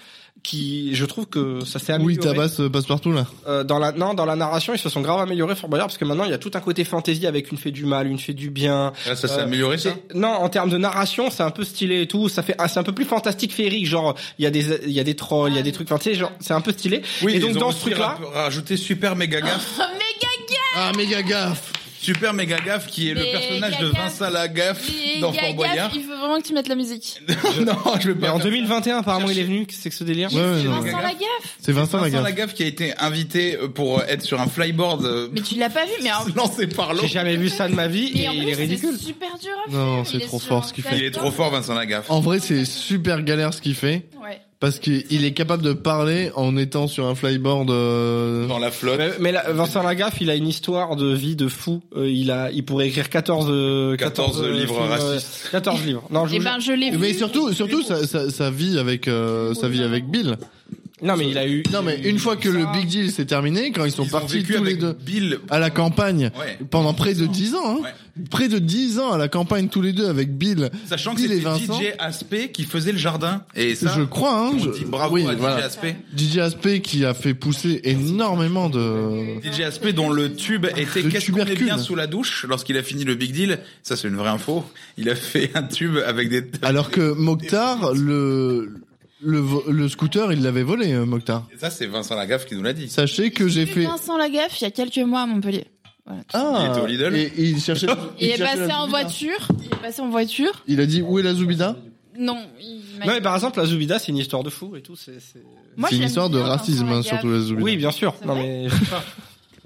A: qui je trouve que ça s'est
B: Oui,
A: amélioré.
B: tabasse passe partout là.
A: Euh, dans la non, dans la narration, ils se sont grave améliorés Fort Boyard parce que maintenant, il y a tout un côté fantasy avec une fait du mal, une fait du bien,
C: Là, ça s'est
A: Euh,
C: amélioré ça.
A: C'est- Non, en termes de narration, c'est un peu stylé et tout. Ça fait, ah, c'est un peu plus fantastique, féerique. Genre, il y a des, il y a des trolls, il y a des trucs. Enfin, tu sais, genre, c'est un peu stylé. et donc dans ce truc-là,
C: rajouter super méga gaffe,
D: Méga
B: Ah méga gaffe.
C: super méga gaffe qui est le
D: Mais
C: personnage de
D: Gaga-
C: Vincent Lagaffe dans
D: gaffe,
C: Fort Boyard.
D: il faut vraiment que tu mettes la musique.
C: non, je vais
A: mais
C: pas.
A: en
C: faire
A: 2021, apparemment, il est venu. Qu'est-ce que c'est que ce délire
B: Ouais, ouais, non,
D: Vincent
C: Gaga.
D: Lagaffe
B: C'est Vincent
C: Vincent
B: Lagaffe.
C: Lagaffe qui a été invité euh, pour être sur un flyboard euh,
D: Mais tu l'as pas vu, mais en
C: lancé par l'eau.
A: J'ai jamais vu ça de ma vie
D: mais
A: et
D: en
A: il
D: plus,
A: est ridicule.
D: C'est super dur à faire.
B: Non,
D: il
B: c'est
D: est
B: trop
D: sur
B: fort
D: un
B: ce qu'il fait.
C: Il est trop fort, Vincent Lagaffe.
B: En vrai, c'est super galère ce qu'il fait
D: hein. Ouais.
B: parce qu'il est capable de parler en étant sur un flyboard. euh,
C: Dans la flotte.
A: Mais, mais la- Vincent Lagaffe, il a une histoire de vie de fou. Euh, il a, il pourrait écrire 14, euh,
C: 14
A: euh,
C: livres
A: films, euh,
C: racistes.
A: 14 livres. Non, je
D: Eh
A: vous
D: ben, je l'ai vu.
B: Mais surtout, surtout sa, sa, sa vie avec euh, sa vie avec Bill.
A: jure. non, mais il a eu.
B: Non mais une fois que le Big Deal s'est terminé, quand ils sont
C: Ils ont
B: partis
C: vécu
B: tous les
C: avec
B: deux
C: Bill.
B: à la campagne
C: Ouais.
B: pendant près de 10 ans, hein.
C: Ouais.
B: près de 10 ans à la campagne tous les deux avec Bill.
C: Sachant que
B: Bill et
C: c'était
B: Vincent.
C: DJ Aspect qui faisait le jardin. Et ça,
B: je crois, hein.
C: on
B: je-
C: dit bravo
B: oui,
C: à DJ
B: voilà.
C: Aspect.
B: DJ Aspect qui a fait pousser énormément de.
C: DJ Aspect dont le tube était
B: Ah, Le
C: Qu'est-ce qu'on est
B: tubercule.
C: bien sous la douche lorsqu'il a fini le Big Deal. Ça, c'est une vraie info. Il a fait un tube avec des...
B: Alors que Mokhtar, le le, vo- le scooter, il l'avait volé, euh, Mokhtar.
C: Ça, c'est Vincent Lagaffe qui nous l'a dit.
B: Sachez que j'ai
D: J'ai
B: fait.
D: vu Vincent Lagaffe il y a quelques mois à Montpellier.
B: Ah.
C: Il était au Lidl.
B: Et, et il cherchait.
D: Il, est
B: cherchait la hein.
D: passé en
B: Zubida.
D: voiture. Il est passé en voiture.
B: Il a dit où est la Zubida
D: Non, il m'a
A: Non, mais par exemple, la Zubida, c'est une histoire de fou et tout. C'est. c'est-
D: Moi,
B: C'est une
D: j'aime
B: histoire de
D: bien
B: racisme,
D: Vincent
B: hein,
D: Lagaffe.
B: surtout la Zubida.
A: Oui, bien sûr.
D: C'est
A: Non,
D: vrai
A: mais.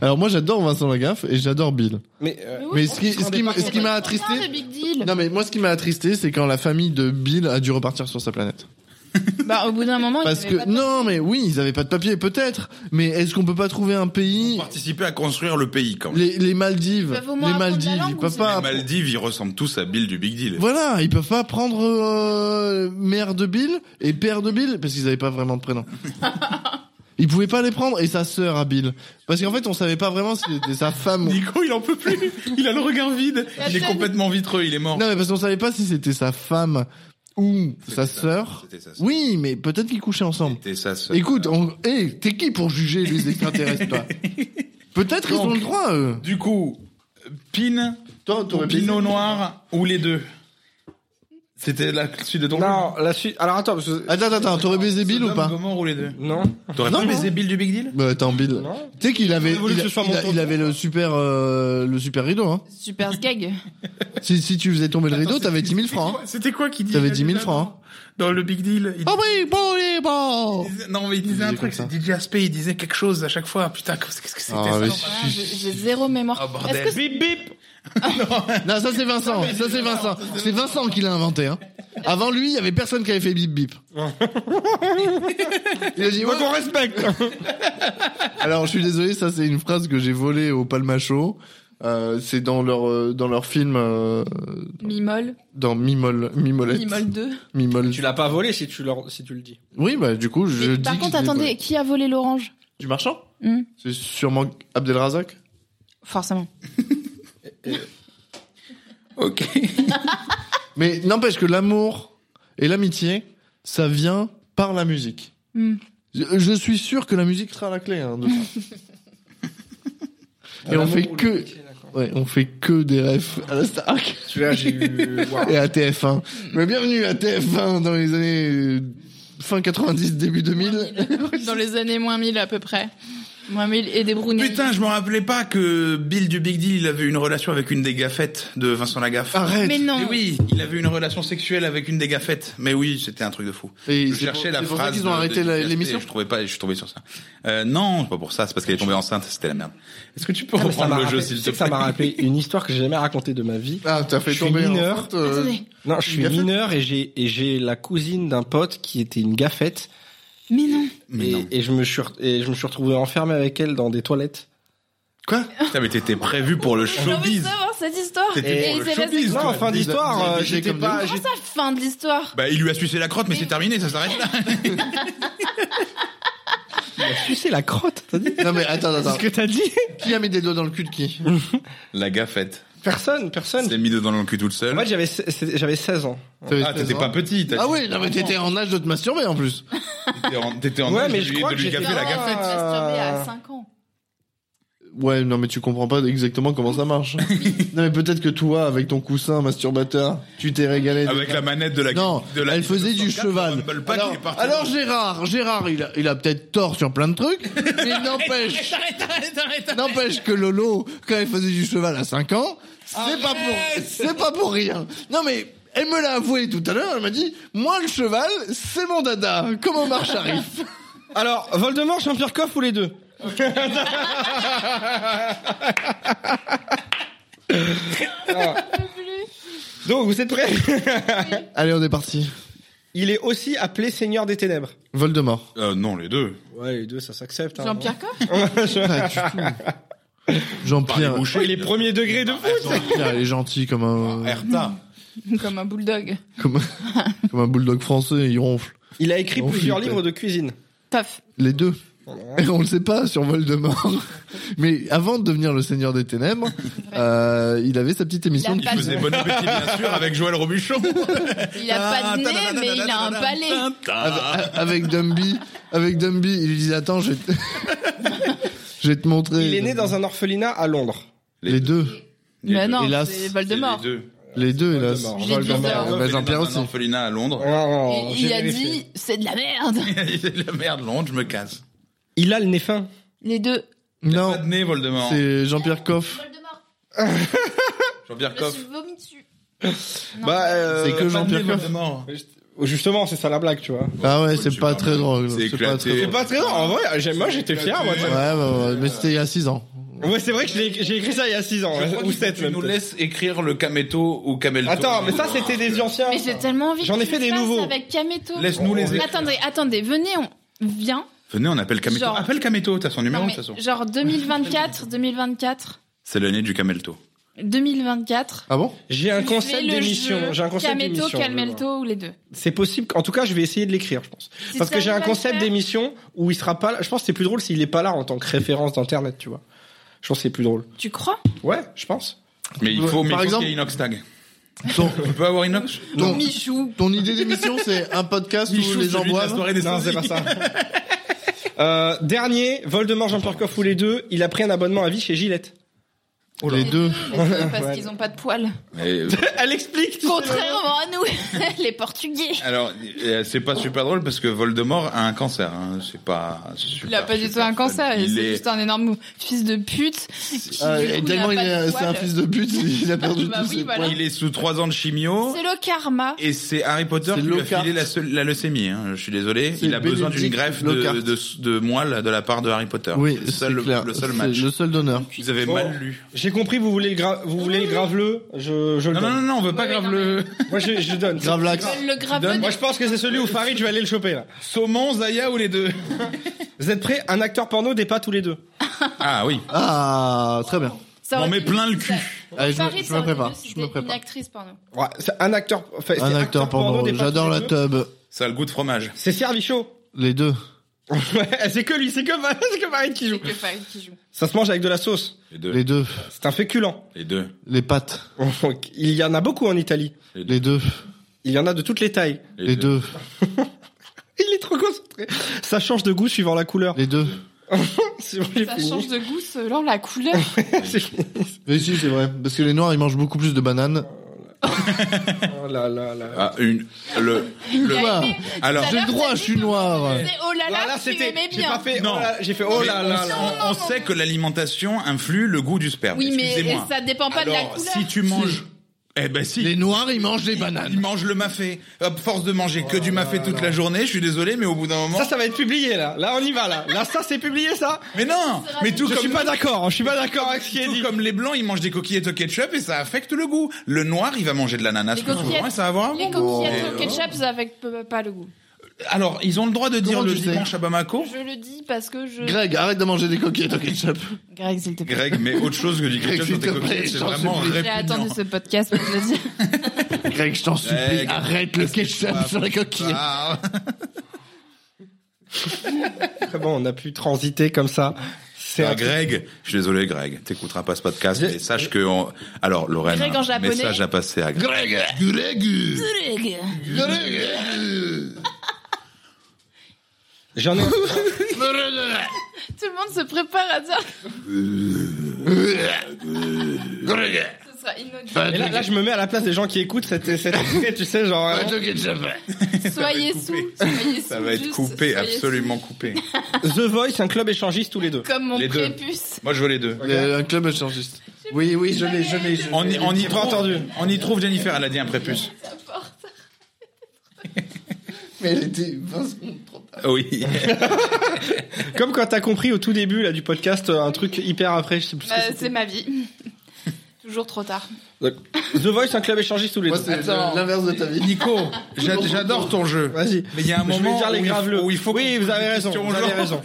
B: Alors moi j'adore Vincent Lagaffe et j'adore Bill.
A: Mais. euh,
D: Mais oui,
B: Mais ce qui, ce qui, m'a- ce qui m'a
D: c'est
B: attristé,
D: bien, le big deal.
B: non mais moi ce qui m'a attristé, c'est quand la famille de Bill a dû repartir sur sa planète.
D: Bah, au bout d'un moment,
B: Parce
D: il
B: que
D: y avait pas de-
B: non, mais oui, ils avaient pas de papier, peut-être. Mais est-ce qu'on peut pas trouver un pays
C: Participer à construire le pays quand même.
B: les, les Maldives,
D: Ils peuvent au moins
B: les
D: apprendre la
B: Maldives,
D: langue,
B: ils
D: ou
B: peuvent
D: c'est-
B: pas.
C: Les Maldives, ils ressemblent tous à Bill du Big Deal.
B: Voilà, ils peuvent pas prendre euh, mère de Bill et père de Bill parce qu'ils avaient pas vraiment de prénom. Ils pouvaient pas les prendre et sa sœur à Bill parce qu'en fait on savait pas vraiment si c'était sa femme. ou-
C: Nico, il en peut plus. Il a le regard vide.
D: La
C: Il est
D: scène.
C: complètement vitreux, il est mort.
B: Non mais parce qu'on savait pas si c'était sa femme ou sa
C: C'était
B: sœur.
C: C'était sa sœur.
B: Oui, mais peut-être qu'ils couchaient ensemble.
C: C'était sa sœur.
B: Écoute, on... hey, t'es qui pour juger les extraterrestres pas Peut-être ils ont
C: Donc.
B: le droit eux.
C: Du coup, Pin,
B: Toi,
C: ou Pinot Noir ou les deux C'était la suite de ton
A: Non, la suite. Alors attends, parce
C: Ah,
A: que...
B: Attends, attends, t'aurais baisé Bill ou
C: Sodome,
B: pas
C: Gomorrhe ou les deux
A: non,
C: T'aurais
B: Non,
C: pas
B: non.
C: baisé Bill du Big Deal
B: Bah attends, Bill.
A: non.
B: Tu sais qu'il avait,
A: J'aurais voulu
B: il,
A: que ce soit
B: il
A: mon
B: a-
A: tour
B: il
A: de
B: avait le super, euh, le super rideau. Hein.
D: Super gag.
B: Si, si tu faisais tomber le rideau, t'avais 10 000 francs. hein.
C: C'était quoi qui dit
B: T'avais 10 000 francs. hein.
C: Dans le Big Deal il
B: Ah oui, bon, oui, bon.
C: disait- Non, mais il
B: disait
C: disait un
B: comme
C: truc,
B: ça.
C: c'est DJ Aspect, il disait quelque chose à chaque fois. Putain, qu'est-ce que c'était
B: Ah,
C: ça
B: oui.
C: l'enfer.
D: Voilà, j'ai Hein, j'ai zéro mémoire.
C: Ah, bordel.
D: Est-ce que
A: Bip bip.
B: Non, ça c'est Vincent. Ça c'est Vincent. C'est Vincent qui l'a inventé. Hein. Avant lui, il y avait personne qui avait fait bip bip. Il a dit ouais.
A: Donc on respecte.
B: Alors je suis désolé, ça c'est une phrase que j'ai volée au Palmacho. Euh, c'est dans leur euh, dans leur film euh,
D: Mimol,
B: dans Mimol Mimolette
D: Mimol 2.
B: Mimol.
A: tu l'as pas volé si tu le si tu le dis.
B: Oui bah du coup je
D: Mais
B: dis
D: par
B: que
D: contre,
B: j'ai
D: attendez,
B: volé.
D: qui a volé l'orange
B: du marchand
D: Hmm,
B: c'est sûrement Abdelrazak
D: Forcément.
C: Ok.
B: Mais n'empêche que l'amour et l'amitié, ça vient par la musique.
D: Hmm.
B: Je, je suis sûr que la musique sera la clé. hein, de ça.
C: Ah,
B: et on fait que, ouais, on fait que des refs à la Starac
A: Celui-là, j'ai eu. Waouh.
B: et à TF1. Mais bienvenue à TF1 dans les années euh, fin 90, début 2000.
D: Dans les années moins 1000 à peu près. Moins 1000 et des Brunei.
C: Putain, je me rappelais pas que Bill du Big Deal, il avait une relation avec une des gaffettes de Vincent Lagaffe.
B: Arrête.
D: Mais non.
C: Mais oui, il avait une relation sexuelle avec une des gaffettes. Mais oui, c'était un truc de fou.
B: Et
C: Je
B: c'est pour-
C: cherchais la
B: c'est pour ça
C: phrase.
B: qu'ils ont
C: de-
B: arrêté
C: de-
B: la-
C: de-
B: l'émission.
C: et Je trouvais pas, et je suis tombé sur ça. Euh, non, c'est pas pour ça, c'est parce qu'elle est tombée enceinte, c'était la merde. Est-ce que tu peux
A: Ah, mais ça
C: reprendre
A: m'a
C: le
A: rappelé-
C: jeu,
A: tu
C: s'il
A: sais
C: te
A: que ça
C: plaît
A: m'a rappelé une histoire que j'ai jamais racontée de ma vie.
B: Ah, t'as fait
A: Je suis
B: tomber
A: mineur.
B: enceinte, euh,
D: Attendez.
A: Non, je suis
B: Une gaffette
A: mineur et j'ai et j'ai la cousine d'un pote qui était une gaffette
D: Mais non.
C: Mais non.
A: et, et je me suis re- et je me suis retrouvé enfermé avec elle dans des toilettes.
B: Quoi
C: Putain, mais t'étais prévu pour le
D: J'ai envie de
C: showbiz.
D: savoir cette histoire.
C: C'était
D: Et
C: pour
D: il
C: le
D: s'est passé
C: showbiz.
D: quoi
A: Non, fin
B: des- des-
A: d'histoire, euh,
B: des-
A: j'étais
B: comme
A: pas
B: des-
A: j'étais-
D: Comment ça, fin de l'histoire
C: Bah, il lui a sucé la crotte, mais c'est terminé, ça s'arrête là.
A: tu sais la crotte, t'as dit
B: Non mais attends,
A: C'est
B: attends.
A: ce que t'as dit
B: Qui a mis des doigts dans le cul de qui
C: La gaffette.
A: Personne, personne.
C: T'es mis dedans dans le cul tout seul.
A: Moi, j'avais se- c'était- j'avais 16 ans.
C: Ah, t'étais pas petit. t'as-
B: Ah oui, non, mais t'étais en âge de te masturber en plus.
C: T'étais en, t'étais en
A: Ouais,
C: âge
A: mais
C: de
A: je
C: lui-
A: crois
C: de
A: que
C: lui
A: j'étais
C: gaffer la
A: en-
D: euh,
C: gaffette.
A: gaffette.
D: masturbée à 5 ans.
B: Ouais, non, mais tu comprends pas exactement comment ça marche. non, mais peut-être que toi, avec ton coussin masturbateur, tu t'es régalé. de-
C: Avec la manette de la
B: Non,
C: de la-
B: elle faisait du
C: 1964,
B: cheval.
C: Rumble Pack,
B: Alors,
C: il est parti.
B: alors Gérard, Gérard, il a, il a peut-être tort sur plein de trucs, mais n'empêche, n'empêche que Lolo, quand elle faisait du cheval à 5 ans, c'est pas pour, c'est pas pour rien. Non, mais elle me l'a avoué tout à l'heure, elle m'a dit, moi le cheval, c'est mon dada, comme Omar Sharif.
A: Alors, Voldemort, Jean-Pierre Coff ou les deux Donc, vous êtes prêts
B: Allez, on est parti.
A: Il est aussi appelé Seigneur des Ténèbres.
B: Voldemort.
C: Euh, non, les deux.
A: Ouais, les deux, ça s'accepte. hein.
D: Jean-Pierre Coff
B: Pas du tout. Jean-Pierre.
C: bouches.
A: Ouais, Il est premier degré de foot
B: Jean-Pierre, il est gentil comme un,
C: Erta.
D: Comme un bulldog.
B: comme, un- comme un bulldog français, il ronfle.
A: Il a écrit
B: Oh,
A: plusieurs
B: Philippe.
A: livres de cuisine.
D: Paf.
B: Les deux. Et on le sait pas sur Voldemort. Mais avant de devenir le Seigneur des Ténèbres, euh, il avait sa petite émission.
D: Il
C: Il
D: Pas
C: faisait
D: de-
C: bon appétit, bien sûr, avec Joël Robuchon.
D: Il a pas de nez, mais il a un palais.
B: Avec, Bah. avec Dumby. Avec Dumby, il lui disait attends, je vais te, je vais te montrer.
A: Il est né dans un orphelinat à Londres.
B: Les deux.
D: Mais non,
B: Hélas.
D: c'est
C: C'est
D: Voldemort.
C: Les deux.
B: Les deux, hélas.
A: Voldemort.
D: Je l'ai dit,
B: Voldemort.
D: ça.
B: Ah bah, Jean-Pierre
C: Dans un
B: aussi.
C: orphelinat à Londres.
A: Non, non,
D: Il,
A: j'ai
D: il a
A: vérifié.
D: dit, c'est de la merde.
C: Il est de la merde, Londres, je me casse.
A: Il a le nez fin.
D: Les deux.
C: Pas de
B: Non,
C: nez, Voldemort.
B: c'est Jean-Pierre Coff.
D: Voldemort.
C: Jean-Pierre
D: Je me
C: Coff.
D: suis vomi dessus. Non.
A: Bah, euh,
B: C'est que
C: Pas de
B: Jean-Pierre
C: nez,
B: Coff.
C: Voldemort.
A: Justement, c'est ça la blague, tu vois.
B: Ah ouais,
C: Faut
B: c'est
C: le
B: pas
C: super
B: très
C: bien.
B: drôle.
C: C'est
B: C'est pas
C: éclaté.
B: très
A: C'est
B: drôle.
A: pas très drôle. En vrai, j'ai- moi, j'étais fier. Moi,
B: Ouais, ouais, ouais, mais c'était il y a 6 ans.
A: Ouais, c'est vrai que je l'ai- j'ai écrit ça il y a 6 ans, hein,
C: Je crois
A: ou
C: qu'il faut que
A: 7
C: tu
A: même.
C: nous laisses écrire le Kameto ou Kamelto.
A: Attends, mais ça c'était des anciens.
D: Mais j'ai tellement envie.
A: J'en ai
D: que
A: fait
D: tu
A: des
D: fasses
A: nouveaux.
D: Avec Kameto.
C: Laisse-nous les écrire.
D: Attendez, attendez, venez, on vient.
C: Venez, on appelle Kameto.
D: Genre-
C: Appelle Kameto, t'as son numéro
D: Non,
C: de
D: mais
C: toute façon.
D: genre 2024, 2024,
C: C'est l'année du Kamelto.
D: 2024.
B: Ah bon
A: J'ai un
D: je
A: concept
D: fais le jeu
A: d'émission. J'ai un concept
D: Kameto,
A: d'émission.
D: Calmelto ou les deux.
A: C'est possible. En tout cas, je vais essayer de l'écrire, je pense.
D: Si
A: Parce
D: ça
A: que j'ai un
D: arrive à le
A: concept
D: faire-
A: d'émission où il sera pas là. Je pense que c'est plus drôle s'il est pas là en tant que référence d'internet, tu vois. Je pense que c'est plus drôle.
D: Tu crois
A: Ouais, je pense.
C: Mais il
B: Ouais,
C: faut, mais
B: par
C: il faut
B: exemple-
C: qu'il y ait Inox Tag.
B: Ton,
C: On peut avoir Inox
B: ton,
D: Michou.
B: ton idée d'émission, c'est un podcast
C: Michou,
B: où les gens
C: celui de la
B: boivent
C: soirée des
A: Non, c'est
C: sosies.
A: pas ça. Euh, dernier, Voldemort, Jean-Pierre Coff ou les deux, il a pris un abonnement à vie chez Gillette.
B: Les deux.
D: Les deux, parce
A: Ouais.
D: qu'ils ont pas de poils.
C: Mais, euh,
A: Elle explique. tu sais.
D: Contrairement à nous, les Portugais.
C: Alors, euh, c'est pas super drôle parce que Voldemort a un cancer. hein. C'est pas. c'est super,
D: Il a pas du tout
C: super
D: un
C: fun.
D: cancer,
C: Il
D: c'est
C: est-
D: juste un énorme fils de pute. qui,
B: Ah,
D: du
B: et
D: coup,
B: tellement
D: n'a
B: il
D: pas de
B: est- c'est un
D: poils.
B: fils de pute, il a perdu
D: Bah
B: tous
D: oui,
B: ses
D: voilà.
B: poils.
C: Il est sous trois ans de chimio.
D: C'est le karma.
C: Et c'est Harry Potter
B: C'est
C: qui lui a
B: Lockhart.
C: filé la, seul- la leucémie. hein. Je suis désolé.
B: C'est
C: Il a besoin d'une
B: Benedict
C: greffe de,
B: Lockhart.
C: de, de moelle de la part de Harry Potter.
B: Oui,
C: C'est le
B: c'est
C: seul,
B: clair.
C: le
B: C'est
C: seul match.
B: le seul donneur.
C: Vous avez
A: Bon.
C: mal lu.
A: J'ai compris, vous voulez le, gra- vous voulez le graveleux. Je, je le
C: Non, non,
A: donne.
C: non, non, on veut pas
D: Ouais,
C: grave
D: non,
C: le.
A: Moi, je, je donne.
B: Grave l'axe.
D: Le graveux
C: Donne-
A: Moi, je pense que c'est celui où Farid, je vais aller le choper là.
C: Saumon, Zaya ou les deux
A: Vous êtes prêts Un acteur porno débat tous les deux.
C: Ah oui.
B: Ah, très bien.
D: Ça
C: On
D: aurait
C: met
D: été
C: plein
D: mieux
C: le
D: si ça-
C: cul.
B: Allez, je me-
D: Farid,
B: je
D: ça
B: me
D: aurait été
B: prépare,
D: mieux si
B: je me
D: c'était
B: prépare.
D: Une actrice, pardon.
A: Ouais, c'est un acteur. enfin, c'est
B: Un acteur porno.
A: débat tous
B: J'adore
A: les
B: la
A: deux.
B: tub.
C: Ça a le goût de fromage.
A: C'est Servichaud.
B: Les deux.
A: Ouais, c'est que lui, c'est que, c'est que Farid qui
D: C'est
A: joue.
D: que Farid qui joue.
A: Ça se mange avec de la sauce.
C: Les deux.
B: Les deux.
A: C'est un féculent.
C: Les deux.
B: Les pattes.
A: Il y en a beaucoup en Italie.
B: Les deux.
A: Il y en a de toutes les tailles.
B: Les deux.
A: Il est trop concentré. Ça change de goût suivant la couleur.
B: Les deux.
A: C'est bon, j'ai
D: Ça
A: fini.
D: change de goût selon la couleur.
A: C'est fini.
B: Mais si, c'est vrai. Parce que les noirs, ils mangent beaucoup plus de bananes.
A: Oh là là là.
C: Ah, une. Le.
D: Il a
B: Noir.
D: aimé.
C: Alors.
D: Ça
B: J'ai le
D: l'air
B: droit,
D: d'être
B: je suis
D: tout-
B: noir.
D: C'est oh là là,
A: Voilà,
D: tu aimais
A: J'ai
D: bien.
A: pas fait.
C: Non.
A: oh là- J'ai fait. Oh
C: Mais
A: là
C: on-
A: là
C: on,
A: là.
C: on sait que l'alimentation influe le goût du sperme.
D: Oui, mais
C: Excusez-moi.
D: ça dépend pas de la
C: Alors,
D: couleur.
C: si tu manges, eh ben si.
B: Les noirs, ils mangent des
C: ben, Il
B: bananes.
C: mange le mafé. Hop, force de manger que du mafé toute la journée, je suis désolé, mais au bout d'un moment.
A: Ça, ça va être publié là. Là, on y va là. Là, ça, c'est publié ça.
C: Mais non
D: sera
C: Mais
D: bien.
C: tout
A: Je
C: comme,
A: suis pas d'accord. hein. Je suis pas d'accord avec ce qui est
C: tout
A: dit.
C: comme les blancs, ils mangent des coquillettes au ketchup et ça affecte le goût. Le noir, il va manger de l'ananas
D: Les
C: plus souvent
D: coquillettes-
C: et ça va avoir un
D: Les
C: bon goût.
D: coquillettes
C: Et,
D: au
C: euh,
D: ketchup, ça avec p- pas le goût.
C: Alors, ils ont le droit de dire
B: Comment
C: le
B: tu sais
C: dimanche à Bamako
D: Je le dis parce que je.
B: Greg, arrête de manger des coquillettes au ketchup.
D: Greg, s'il te plaît.
C: Greg, mais autre chose que du
B: Greg,
C: ketchup
B: s'il
C: sur tes
B: te plaît,
C: coquillettes, c'est
B: j'en
C: vraiment
B: supplie.
D: J'ai attendu
C: répugnant.
D: ce podcast pour te le dire.
B: Greg, je t'en supplie,
C: Greg,
B: arrête le ketchup sur la coquille.
C: Ah,
A: Comment on a pu transiter comme ça C'est
C: ah,
A: un
C: Greg, je suis désolé Greg, t'écouteras pas ce podcast,
A: Je-
C: mais sache que... on- Alors, Lorraine,
D: Greg en
C: un
D: japonais.
C: message à passer à Greg.
B: Greg, Greg,
D: Greg.
B: Greg.
A: J'en ai.
D: Tout le monde se prépare à dire.
B: Greg.
D: Ce sera inaudible.
B: Pas
A: Et là, là,
B: de
A: je me mets à la place des gens qui écoutent cette, cette extrait, tu sais, genre.
B: pas
A: euh,
B: de ketchup.
D: Soyez
C: Ça va être
D: sous. Soyez sous.
C: Ça va être
D: juste,
C: coupé,
D: soyez
C: absolument coupé.
A: euh, The Voice, un club échangiste tous les deux.
D: sous. Comme mon
C: Les deux.
D: prépuce.
C: Moi, je veux les deux.
B: Le- Un club échangiste. Oui, oui, je l'ai, je l'ai. je l'ai.
C: On y, on y
A: Trop
C: trouve,
A: entendu.
C: On y trouve Jennifer, elle a dit un prépuce.
B: Mais elle était 20 secondes trop tard.
C: Ah Oui.
A: Comme quand t'as compris au tout début là du podcast euh, un truc hyper après, je sais plus. ce que
D: Bah, c'est ma vie. Toujours trop tard.
A: c'est. The Voice, un club échangiste tous les
B: Moi,
A: deux.
B: c'est l'inverse de ta vie.
C: Nico, j'a- j'adore ton jeu.
A: Vas-y.
C: Mais il y a un
A: Je voulais
C: moment
A: dire les
C: où, il faut-
A: graveleux.
C: où il faut.
A: Oui, vous avez raison.
C: question
A: Vous
C: aux
A: avez
C: gens.
A: raison.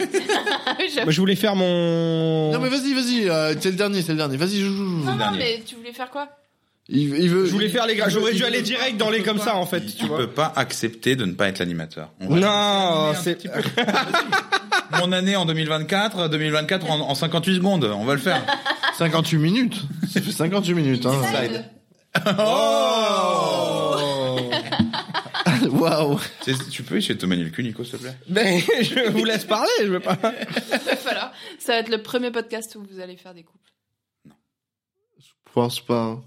D: Ah oui, j'avoue.
A: Moi, je voulais faire mon.
B: Non mais vas-y, vas-y, euh, c'est le dernier, c'est le dernier. Vas-y, joue, joue, joue.
D: Non, non,
C: dernier.
D: mais tu voulais faire quoi
B: Il, il veut.
A: je voulais faire les graves. J'aurais dû aller direct dans les comme ça en fait.
C: Tu peux pas accepter de ne pas être l'animateur. On va-
A: Non,
C: Un
A: c'est.
C: petit peu. Mon année en 2024, 2024 en, en 58 secondes, on va le faire.
B: 58 minutes. Ça fait 58 minutes. Hein.
A: Oh
B: Waouh.
C: C'est- Tu peux essayer de te manier le cul, Nico, s'il te plaît
A: Mais Ben, je vous laisse parler. Je veux pas.
D: Il va falloir. Ça va être le premier podcast où vous allez faire des couples.
B: Je pense pas.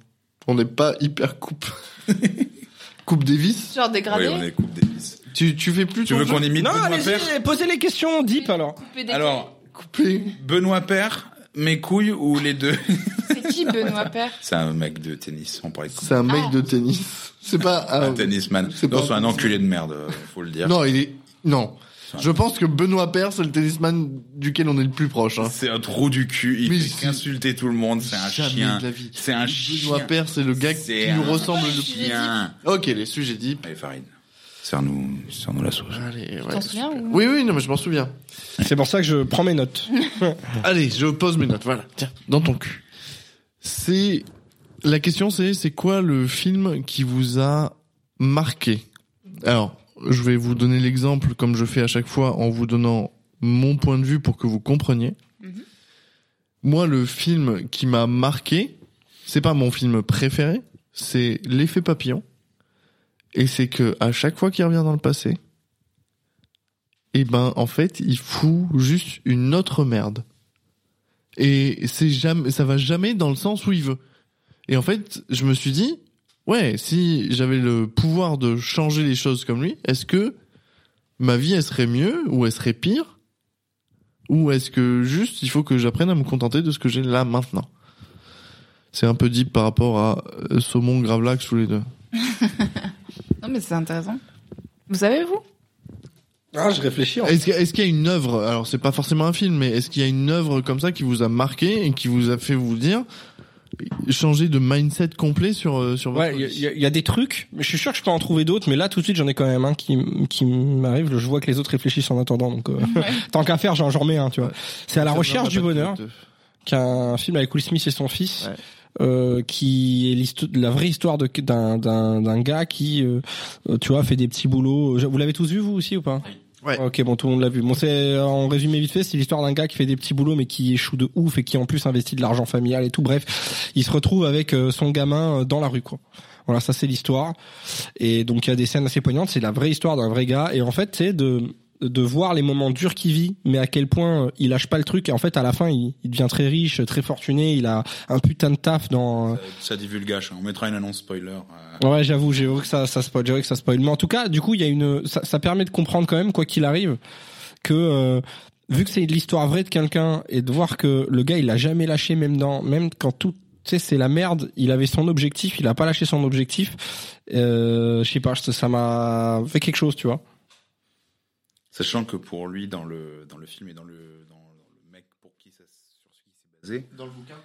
B: On n'est pas hyper coupe. coupe Davis.
D: Genre dégradé.
C: Oui, on est coupe Davis.
B: Tu, tu fais plus
C: Tu
B: ton
C: veux
B: jeu
C: qu'on imite
A: Non,
C: Benoît Paire
A: allez-y. Posez les questions. Deep alors.
D: Coupé des
C: Alors,
B: coupé.
C: Benoît Père, mes couilles ou les deux
D: C'est qui Benoît Père
C: C'est un mec de tennis, on pourrait Ah,
B: C'est un mec
D: Ah.
B: de tennis. C'est pas. euh,
C: Un tennisman.
B: c'est
C: Non,
B: pas-
C: c'est un enculé de merde, euh, faut le dire.
B: Non, il est. Non. Je pense que Benoît Père, c'est le tennisman duquel on est le plus proche. hein.
C: C'est un trou du cul. Il
B: Mais
C: fait
B: c'est-
C: insulter tout le monde. C'est un
B: Jamais
C: chien.
B: de la vie.
C: C'est un chien.
B: Benoît Père, c'est le gars
C: C'est
B: qui nous
C: un
B: ressemble le plus.
C: Chien.
B: Ok, les sujets dits.
C: Allez, Farid. Serre-nous, serre-nous la sauce.
B: Allez, ouais.
D: t'en souviens ou-
B: Oui, oui, non, mais je m'en souviens.
A: C'est pour ça que je prends mes notes.
B: Allez, je pose mes notes. Voilà, tiens, dans ton cul. C'est la question, c'est c'est quoi le film qui vous a marqué Alors, je vais vous donner l'exemple comme je fais à chaque fois en vous donnant mon point de vue pour que vous compreniez.
D: Mhm.
B: Moi, le film qui m'a marqué, c'est pas mon film préféré, c'est L'effet papillon. Et c'est que à chaque fois qu'il revient dans le passé, eh ben en fait, il fout juste une autre merde. Et c'est jamais ça va jamais dans le sens où il veut. Et en fait, je me suis dit ouais, si j'avais le pouvoir de changer les choses comme lui, est-ce que ma vie elle serait mieux ou elle serait pire ou est-ce que juste il faut que j'apprenne à me contenter de ce que j'ai là maintenant C'est un peu deep par rapport à euh, Saumon Gravelax tous les deux.
D: Non, mais c'est intéressant. Vous savez, vous
A: Ah, je réfléchis. en fait.
B: Est-ce qu'il y a- est-ce qu'il y a une œuvre Alors c'est pas forcément un film, mais est-ce qu'il y a une œuvre comme ça qui vous a marqué et qui vous a fait vous dire changer de mindset complet sur euh, sur votre
A: Ouais, il
B: vie
A: y, a- y a des trucs. mais Je suis sûr que je peux en trouver d'autres, mais là tout de suite j'en ai quand même un qui, m- qui m'arrive. Je vois que les autres réfléchissent en attendant, donc euh, tant qu'à faire, j'en j'en remets un. Tu vois, c'est à la
B: Ça
A: recherche
B: me
A: du
B: rappelle
A: bonheur.
B: de-
A: qu'un film avec Will Smith et son fils,
B: Ouais.
A: euh, qui est l'histo- la vraie histoire de- d'un d'un d'un gars qui, euh, euh, tu vois, fait des petits boulots. Je- Vous l'avez tous vu vous aussi ou pas
B: Ouais.
A: Ok, bon, tout le monde l'a vu. Bon, c'est euh, en résumé vite fait, c'est l'histoire d'un gars qui fait des petits boulots mais qui échoue de ouf et qui en plus investit de l'argent familial et tout. Bref, il se retrouve avec euh, son gamin euh, dans la rue, quoi. Voilà, ça c'est l'histoire. Et donc il y a des scènes assez poignantes. C'est la vraie histoire d'un vrai gars. Et en fait, c'est de de voir les moments durs qu'il vit, mais à quel point euh, il lâche pas le truc. Et en fait, à la fin, il, il devient très riche, très fortuné. Il a un putain de taf dans.
C: Ça divulgage. hein. On mettra une annonce spoiler. euh,
A: Ouais, j'avoue, j'ai vu que ça, ça spoil, j'ai vu que ça spoil. Mais en tout cas, du coup, il y a une, ça, ça permet de comprendre quand même, quoi qu'il arrive, que euh, vu que c'est l'histoire vraie de quelqu'un et de voir que le gars, il l'a jamais lâché, même dans, même quand tout. Tu sais, c'est la merde. Il avait son objectif, il a pas lâché son objectif. Euh, je sais pas, ça ça m'a fait quelque chose, tu vois.
C: Sachant que pour lui, dans le, dans le film et dans le, dans, dans le mec pour qui ça, sur ce qui s'est basé. Dans le bouquin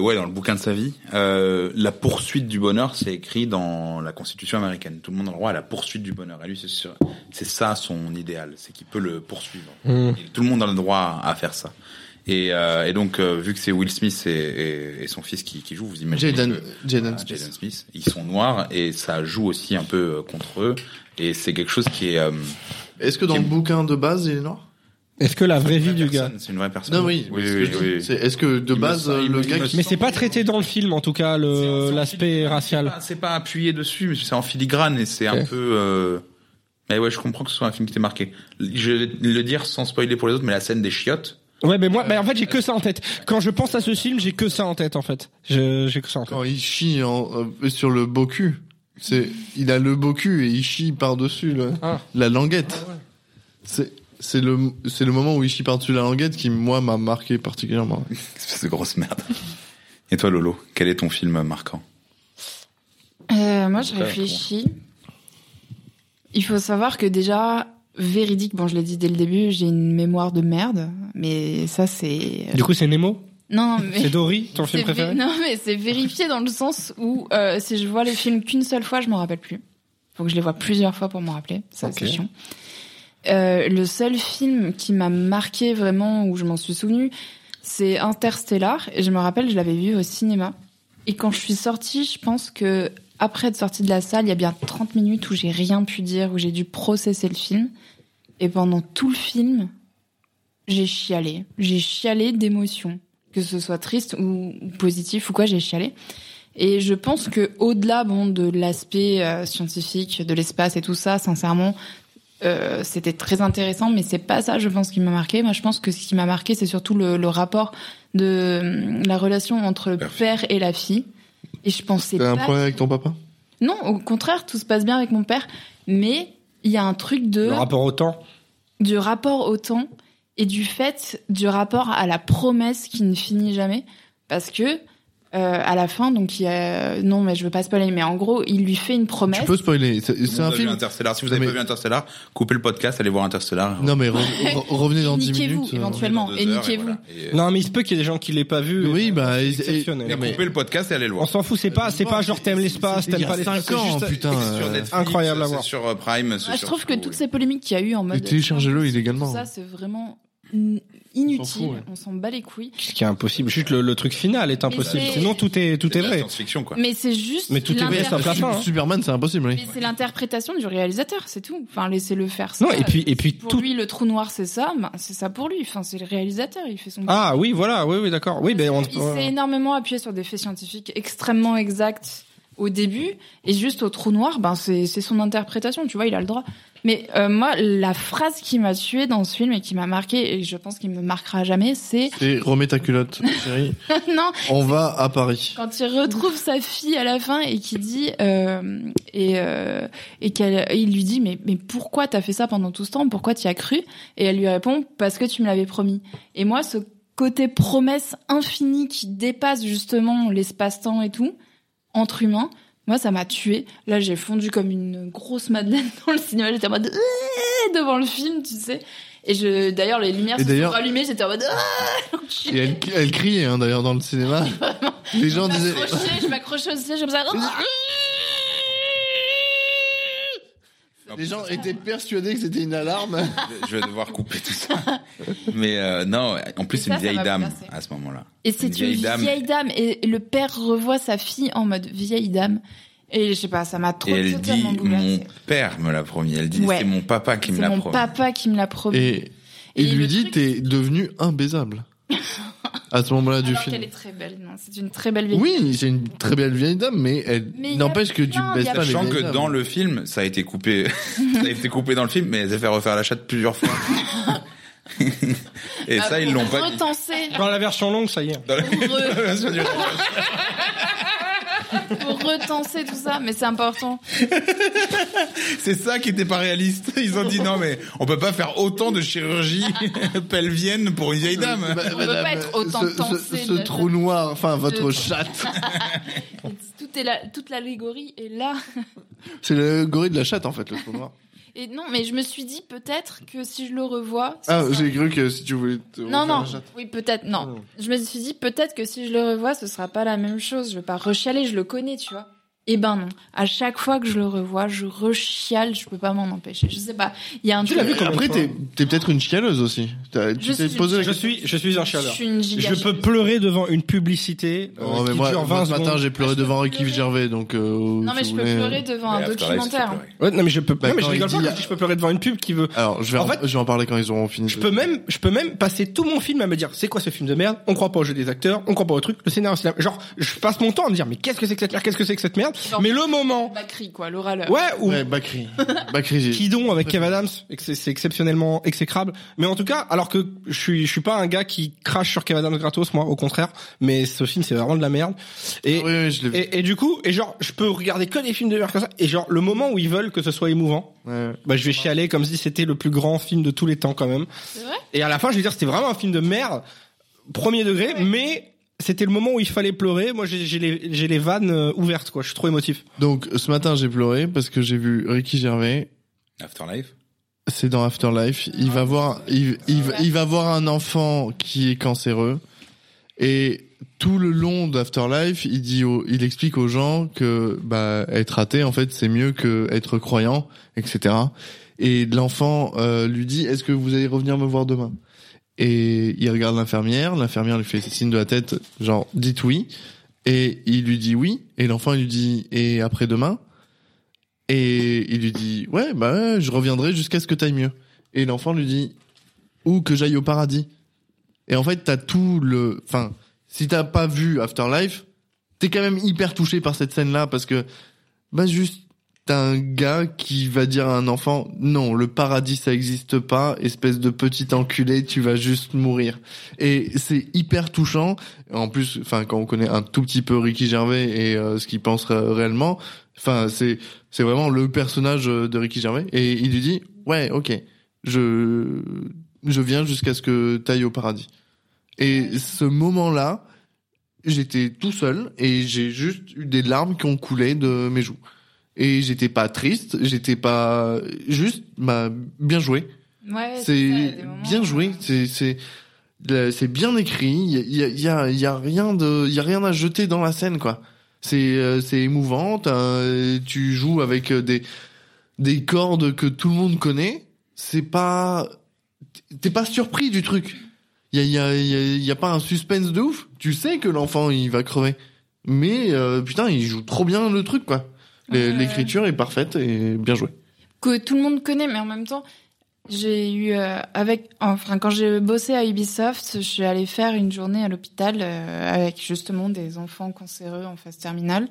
C: Ouais, dans le bouquin de sa vie. euh, la poursuite du bonheur, c'est écrit dans la Constitution américaine. Tout le monde a le droit à la poursuite du bonheur. Et lui, c'est sûr- c'est ça son idéal. C'est qu'il peut le poursuivre. Et tout le monde a le droit à faire ça. Et, euh, et donc, euh, vu que c'est Will Smith et, et- et son fils qui, qui jouent, vous imaginez.
B: Jaden
C: que-
B: Jaden
C: voilà,
B: Smith.
C: ah, Jaden Smith. Ils sont noirs et ça joue aussi un peu euh, contre eux. Et c'est quelque chose qui est. euh,
B: Est-ce que dans le
C: Kim-
B: bouquin de base il est noir
A: Est-ce que la vraie vie
C: vraie
A: du gars
C: personne, C'est une vraie personne.
B: Non oui.
C: oui,
B: c'est ce
C: oui,
B: que je
C: oui,
B: dis.
C: oui.
B: C'est- Est-ce que de
C: Il me
B: base euh,
C: semble- il me-
B: le
C: il
B: gars
C: me
B: qui-
A: Mais c'est pas traité dans le film, en tout cas, le Euh, l'aspect racial.
C: C'est pas appuyé dessus, mais c'est en filigrane et c'est un
A: Ok.
C: peu. euh, Mais ouais, je comprends que ce soit un film qui t'est marqué. Je vais le dire sans spoiler pour les autres, mais la scène des chiottes.
A: Ouais, mais moi, mais en fait, j'ai que ça en tête. Quand je pense à ce film, j'ai que ça en tête, en fait. Je- J'ai que ça en tête.
B: quand il chie en- euh, sur le beau cul. C'est il a le beau cul et il chie par-dessus le-
A: Ah.
B: la languette. C'est c'est le c'est le moment où il chie par-dessus la languette qui moi m'a marqué particulièrement.
C: Espèce de grosse merde. Et toi, Lolo, quel est ton film marquant
D: Euh, moi, je
C: Ouais,
D: réfléchis. Il faut savoir que déjà, véridique, bon, je l'ai dit dès le début, j'ai une mémoire de merde, mais ça, c'est. euh,
A: Du coup, c'est Nemo
D: Non, non,
A: C'est
D: mais.
A: Dory, ton film
D: c'est vé-
A: préféré
D: Non, mais c'est vérifié dans le sens où euh, si je vois les films qu'une seule fois, je m'en rappelle plus. Faut que je les vois plusieurs fois pour m'en rappeler. Ça,
A: Ok.
D: c'est chiant. Euh, le seul film qui m'a marqué vraiment, où je m'en suis souvenu, c'est Interstellar. Et je me rappelle, je l'avais vu au cinéma. Et quand je suis sortie, je pense que après être sortie de la salle, il y a bien 30 minutes où j'ai rien pu dire, où j'ai dû processer le film. Et pendant tout le film, j'ai chialé. J'ai chialé d'émotion. Que ce soit triste ou ou positif ou quoi, j'ai chialé. Et je pense que au-delà bon de l'aspect euh, scientifique de l'espace et tout ça, sincèrement, euh, c'était très intéressant, mais c'est pas ça, je pense, qui m'a marqué. Moi, je pense que ce qui m'a marqué, c'est surtout le, le rapport de euh, la relation entre le père et la fille. Et je pensais
B: T'as un
D: pas
B: problème avec ton papa
D: non, au contraire, tout se passe bien avec mon père, mais il y a un truc de
A: Le rapport au temps.
D: du rapport au temps et du fait du rapport à la promesse qui ne finit jamais parce que euh, à la fin, donc il y a... non mais je veux pas spoiler, mais en gros il lui fait une promesse.
B: Tu peux spoiler. C'est
C: Tout
B: c'est un
C: le monde a vu
B: film.
C: Interstellar. Si vous avez
B: Mais-
C: pas vu Interstellar, coupez le podcast, allez voir Interstellar.
B: Non, mais re- re- revenez dans 10
D: Niquez-vous,
B: minutes. euh,
D: éventuellement.
C: Dans
D: et
C: deux heures,
D: niquez-vous.
C: voilà. Et, euh,
A: Non, mais il se peut qu'il y ait des gens qui l'aient pas vu.
B: Oui,
A: Et-
B: bah, et-
A: c'est exceptionnel.
C: mais coupez le podcast et allez le
A: On
C: voir.
A: s'en fout, c'est pas, c'est pas genre t'aimes l'espace,
B: C'était il y
A: t'aimes
B: a
A: pas l'espace.
B: cinq ans,
A: c'est juste-
B: putain.
C: C'est sur
B: euh,
C: Netflix,
A: incroyable à
C: c'est
A: voir.
C: sur euh, Prime, c'est
D: Ah, je
C: sur
D: trouve
C: tout,
D: que
C: oui.
D: toutes ces polémiques qu'il y a eu en mode. euh,
B: Téléchargez-le illégalement.
D: Tout ça, c'est vraiment in- inutile.
B: fout, ouais.
D: On s'en bat les couilles.
A: Ce qui est impossible. Juste le, le truc final est impossible.
D: c'est-
A: Sinon, tout est, tout
C: C'est
A: est
C: de la
A: vrai.
C: Science-fiction quoi.
D: Mais c'est juste.
A: Mais tout est vrai, ça
D: l'inter-
A: passe pas, hein.
B: Superman, c'est impossible, oui.
D: Mais c'est l'interprétation du réalisateur, c'est tout. Enfin, laissez-le faire. ça.
A: Non, et puis, et puis
D: Pour
A: tout.
D: lui, le trou noir, c'est ça. ben, c'est ça pour lui. Enfin, c'est le réalisateur. Il fait son.
A: Ah oui, voilà, oui, oui, d'accord. Oui, ben on.
D: Il s'est énormément appuyé sur des faits scientifiques extrêmement exacts au début et juste au trou noir, ben c'est c'est son interprétation, tu vois, il a le droit. Mais euh, moi, la phrase qui m'a tué dans ce film et qui m'a marqué et je pense qu'il me marquera jamais, c'est
B: Et remets ta culotte, chérie.
D: non
B: On va à Paris.
D: quand il retrouve sa fille à la fin et qui dit euh, et euh, et qu'elle et il lui dit mais mais pourquoi t'as fait ça pendant tout ce temps pourquoi t'y as cru et elle lui répond parce que tu me l'avais promis et moi ce côté promesse infinie qui dépasse justement l'espace-temps et tout entre humains moi ça m'a tué là j'ai fondu comme une grosse madeleine dans le cinéma j'étais en mode Euh devant le film tu sais et je d'ailleurs les lumières
B: Et
D: se sont
B: d'ailleurs-
D: rallumées j'étais en mode Ah
B: Et elle, elle crie, hein, d'ailleurs, dans le cinéma. Les gens
D: je
B: disaient.
D: m'accrochais, je m'accrochais au siège comme ça
B: Les gens étaient persuadés que c'était une alarme.
C: Je vais devoir couper tout ça. Mais euh, non, en plus
D: Et
C: c'est
D: ça,
C: une
D: ça m'a
C: vieille dame
D: bouleversée.
C: à ce moment-là.
D: Et c'est une vieille dame. Et le père revoit sa fille en mode vieille dame. Et je sais pas, ça m'a trop
C: Et elle dit
D: totalement
C: mon
D: bouleversée.
C: père me l'a promis. Elle dit
D: Ouais.
C: c'est mon papa qui me
D: C'est
C: l'a
D: mon
C: promis.
D: papa qui me l'a promis.
B: Et
D: Et
B: il
D: le
B: lui dit
D: truc-
B: T'es devenu imbaisable. À ce moment-là du
D: Alors
B: film.
D: qu'elle est très belle, non C'est une très belle vieille
B: Oui, c'est une très belle vieille dame, mais elle
D: Mais y a
B: n'empêche que tu
D: plein,
B: baisses
D: y a
B: pas les
C: Sachant
B: vieilles
C: que
B: dames.
C: dans le film, ça a été coupé, ça a été coupé dans le film, mais elle s'est fait refaire la chatte plusieurs fois. Et
D: Bah,
C: ça, ils
D: pour
C: l'ont pas dit.
D: retenser,
A: Dans la version longue, ça y est.
C: Dans la-
D: pour, re-
C: la version du-
D: pour retenser tout ça, mais c'est important.
C: C'est ça qui était pas réaliste. Ils ont dit non mais on peut pas faire autant de chirurgie pelvienne pour une vieille dame.
B: Bah,
D: On
B: madame,
D: peut pas être autant
B: ce, ce,
D: tensé
B: ce
D: de-
B: trou noir, enfin votre
D: de-
B: chatte,
D: Et Tout est là, toute l'allégorie est là.
B: c'est l'allégorie de la chatte en fait, le trou noir.
D: Et non, mais je me suis dit peut-être que si je le revois, ce
B: Ah,
D: sera
B: j'ai cru que si tu voulais. Te
D: Non,
B: refaire
D: non.
B: la chatte.
D: Oui, peut-être, non.
B: Hmm.
D: Je me suis dit, peut-être que si je le revois, ce sera pas la même chose. Je vais pas rechialer, je le connais, tu vois. Eh ben non. À chaque fois que je le revois, je rechiale, je peux pas m'en empêcher. Je sais pas. Il y a un truc.
B: Après,
A: de
B: t'es
A: fois
B: t'es peut-être une chialeuse aussi. T'as- Tu
D: Je
B: t'es
D: suis
B: posé la
A: Je suis, je suis un
D: Je
A: chaleur.
D: suis une giga
A: Je peux pleurer devant une publicité euh,
B: Oh, mais
A: qui
B: moi,
A: dure
B: moi,
A: 20
B: ce matin,
A: secondes.
B: j'ai pleuré
D: Je peux
B: devant Ricky
D: pleurer.
B: Gervais, donc. euh,
D: Non, mais
B: si
D: je
B: vous
D: peux
B: voulez-
D: pleurer devant un
C: euh, Mais After Life,
D: documentaire.
C: c'est pleurer.
A: Ouais, non mais je peux.
B: Bah,
A: non, mais
B: quand
A: je
B: il
A: rigole
B: dit,
A: pas
B: il y
A: quand
B: a-
A: je dis je peux pleurer devant une pub qui veut.
B: Alors, je vais,
A: En
B: en,
A: fait-
B: je vais en parler quand ils auront fini.
A: Je peux même, je peux même passer tout mon film à me dire c'est quoi ce film de merde On croit pas au jeu des acteurs, on croit pas au truc, le scénario, c'est la- genre je passe mon temps à me dire mais qu'est-ce que c'est que cette merde, qu'est-ce que c'est que cette merde
D: Genre-
A: Mais le moment,
D: Bakri, quoi, le râleur.
A: ouais, où
B: Ouais, Bakri. Bakri, j'ai-
A: Kidon avec Kev Adams, et que c'est c'est exceptionnellement exécrable. Mais en tout cas, alors que je suis, je suis pas un gars qui crache sur Kev Adams gratos, moi, au contraire. Mais ce film, c'est vraiment de la merde. Et,
B: Ah Oui, oui, je l'ai vu.
A: et, et du coup, et genre, je peux regarder que des films de merde comme ça. Et genre, le moment où ils veulent que ce soit émouvant,
B: Ouais.
A: bah, je vais chialer comme si c'était le plus grand film de tous les temps, quand même.
D: C'est vrai?
A: Et à la fin, je veux dire, c'était vraiment un film de merde, premier degré,
D: Ouais.
A: mais c'était le moment où il fallait pleurer. Moi, j'ai j'ai les, j'ai les vannes euh, ouvertes, quoi. Je suis trop émotif.
B: Donc, ce matin, j'ai pleuré parce que j'ai vu Ricky Gervais.
C: Afterlife.
B: C'est dans Afterlife. Il va voir, il, il, va- il va voir un enfant qui est cancéreux. Et tout le long d'Afterlife, il dit, au- il explique aux gens que, bah, être athée, en fait, c'est mieux que être croyant, etc. Et l'enfant euh, lui dit, est-ce que vous allez revenir me voir demain? Et il regarde l'infirmière, l'infirmière lui fait signe de la tête, genre, dites oui. Et il lui dit oui. Et l'enfant il lui dit et après demain. Et il lui dit ouais bah ouais, je reviendrai jusqu'à ce que t'ailles mieux. Et l'enfant lui dit ou que j'aille au paradis. Et en fait t'as tout le, enfin si t'as pas vu Afterlife, t'es quand même hyper touché par cette scène là parce que bah juste t'as un gars qui va dire à un enfant non le paradis ça existe pas espèce de petit enculé tu vas juste mourir. Et c'est hyper touchant. En plus, enfin, quand on connaît un tout petit peu Ricky Gervais et euh, ce qu'il pense euh, réellement, enfin, c'est c'est vraiment le personnage euh, de Ricky Gervais. Et il lui dit, ouais, ok, je je viens jusqu'à ce que t'ailles au paradis. Et ce moment-là, j'étais tout seul et j'ai juste eu des larmes qui ont coulé de mes joues. Et j'étais pas triste, j'étais pas juste bah bien joué.
D: Ouais, ça, il y a
B: C'est
D: des moments
B: bien
D: où- euh,
B: joué, c'est c'est la- c'est bien écrit. Il y a, y, a, y a rien de y a rien à jeter dans la scène quoi. C'est euh, c'est émouvant. t'as- Tu joues avec euh, des des cordes que tout le monde connaît. C'est pas t'es pas surpris du truc. Il y a, y, a, y, a, y a pas un suspense de ouf. Tu sais que l'enfant il va crever, mais euh, putain il joue trop bien le truc quoi.
D: Ouais,
B: L'é-
D: ouais.
B: L'écriture est parfaite et bien jouée.
D: que tout le monde connaît, mais en même temps, j'ai eu euh, avec, enfin, quand j'ai bossé à Ubisoft, je suis allée faire une journée à l'hôpital euh, avec justement des enfants cancéreux en phase terminale,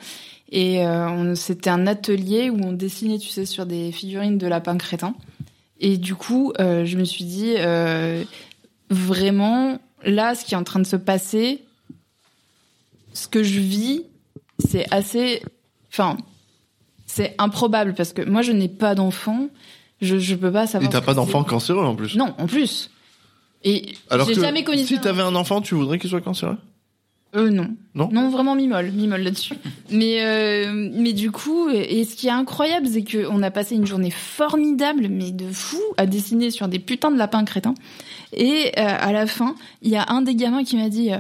D: et euh, on- c'était un atelier où on dessinait, tu sais, sur des figurines de lapins crétins. Et du coup, euh, je me suis dit euh, vraiment là, ce qui est en train de se passer, ce que je vis, c'est assez, enfin, c'est improbable parce que moi, je n'ai pas d'enfant. Je, je peux pas savoir.
B: Et t'as
D: ce
B: pas
D: que
B: d'enfant
D: c'est.
B: cancéreux en plus.
D: Non, en plus. Et
B: Alors
D: j'ai
B: que
D: jamais connu
B: si
D: ça.
B: t'avais un enfant, tu voudrais qu'il soit cancéreux
D: Euh, non.
B: Non
D: vraiment mimole, mimole là-dessus. mais euh, mais du coup, et ce qui est incroyable, c'est que on a passé une journée formidable, mais de fou, à dessiner sur des putains de lapins crétins. Et euh, à la fin, il y a un des gamins qui m'a dit, euh,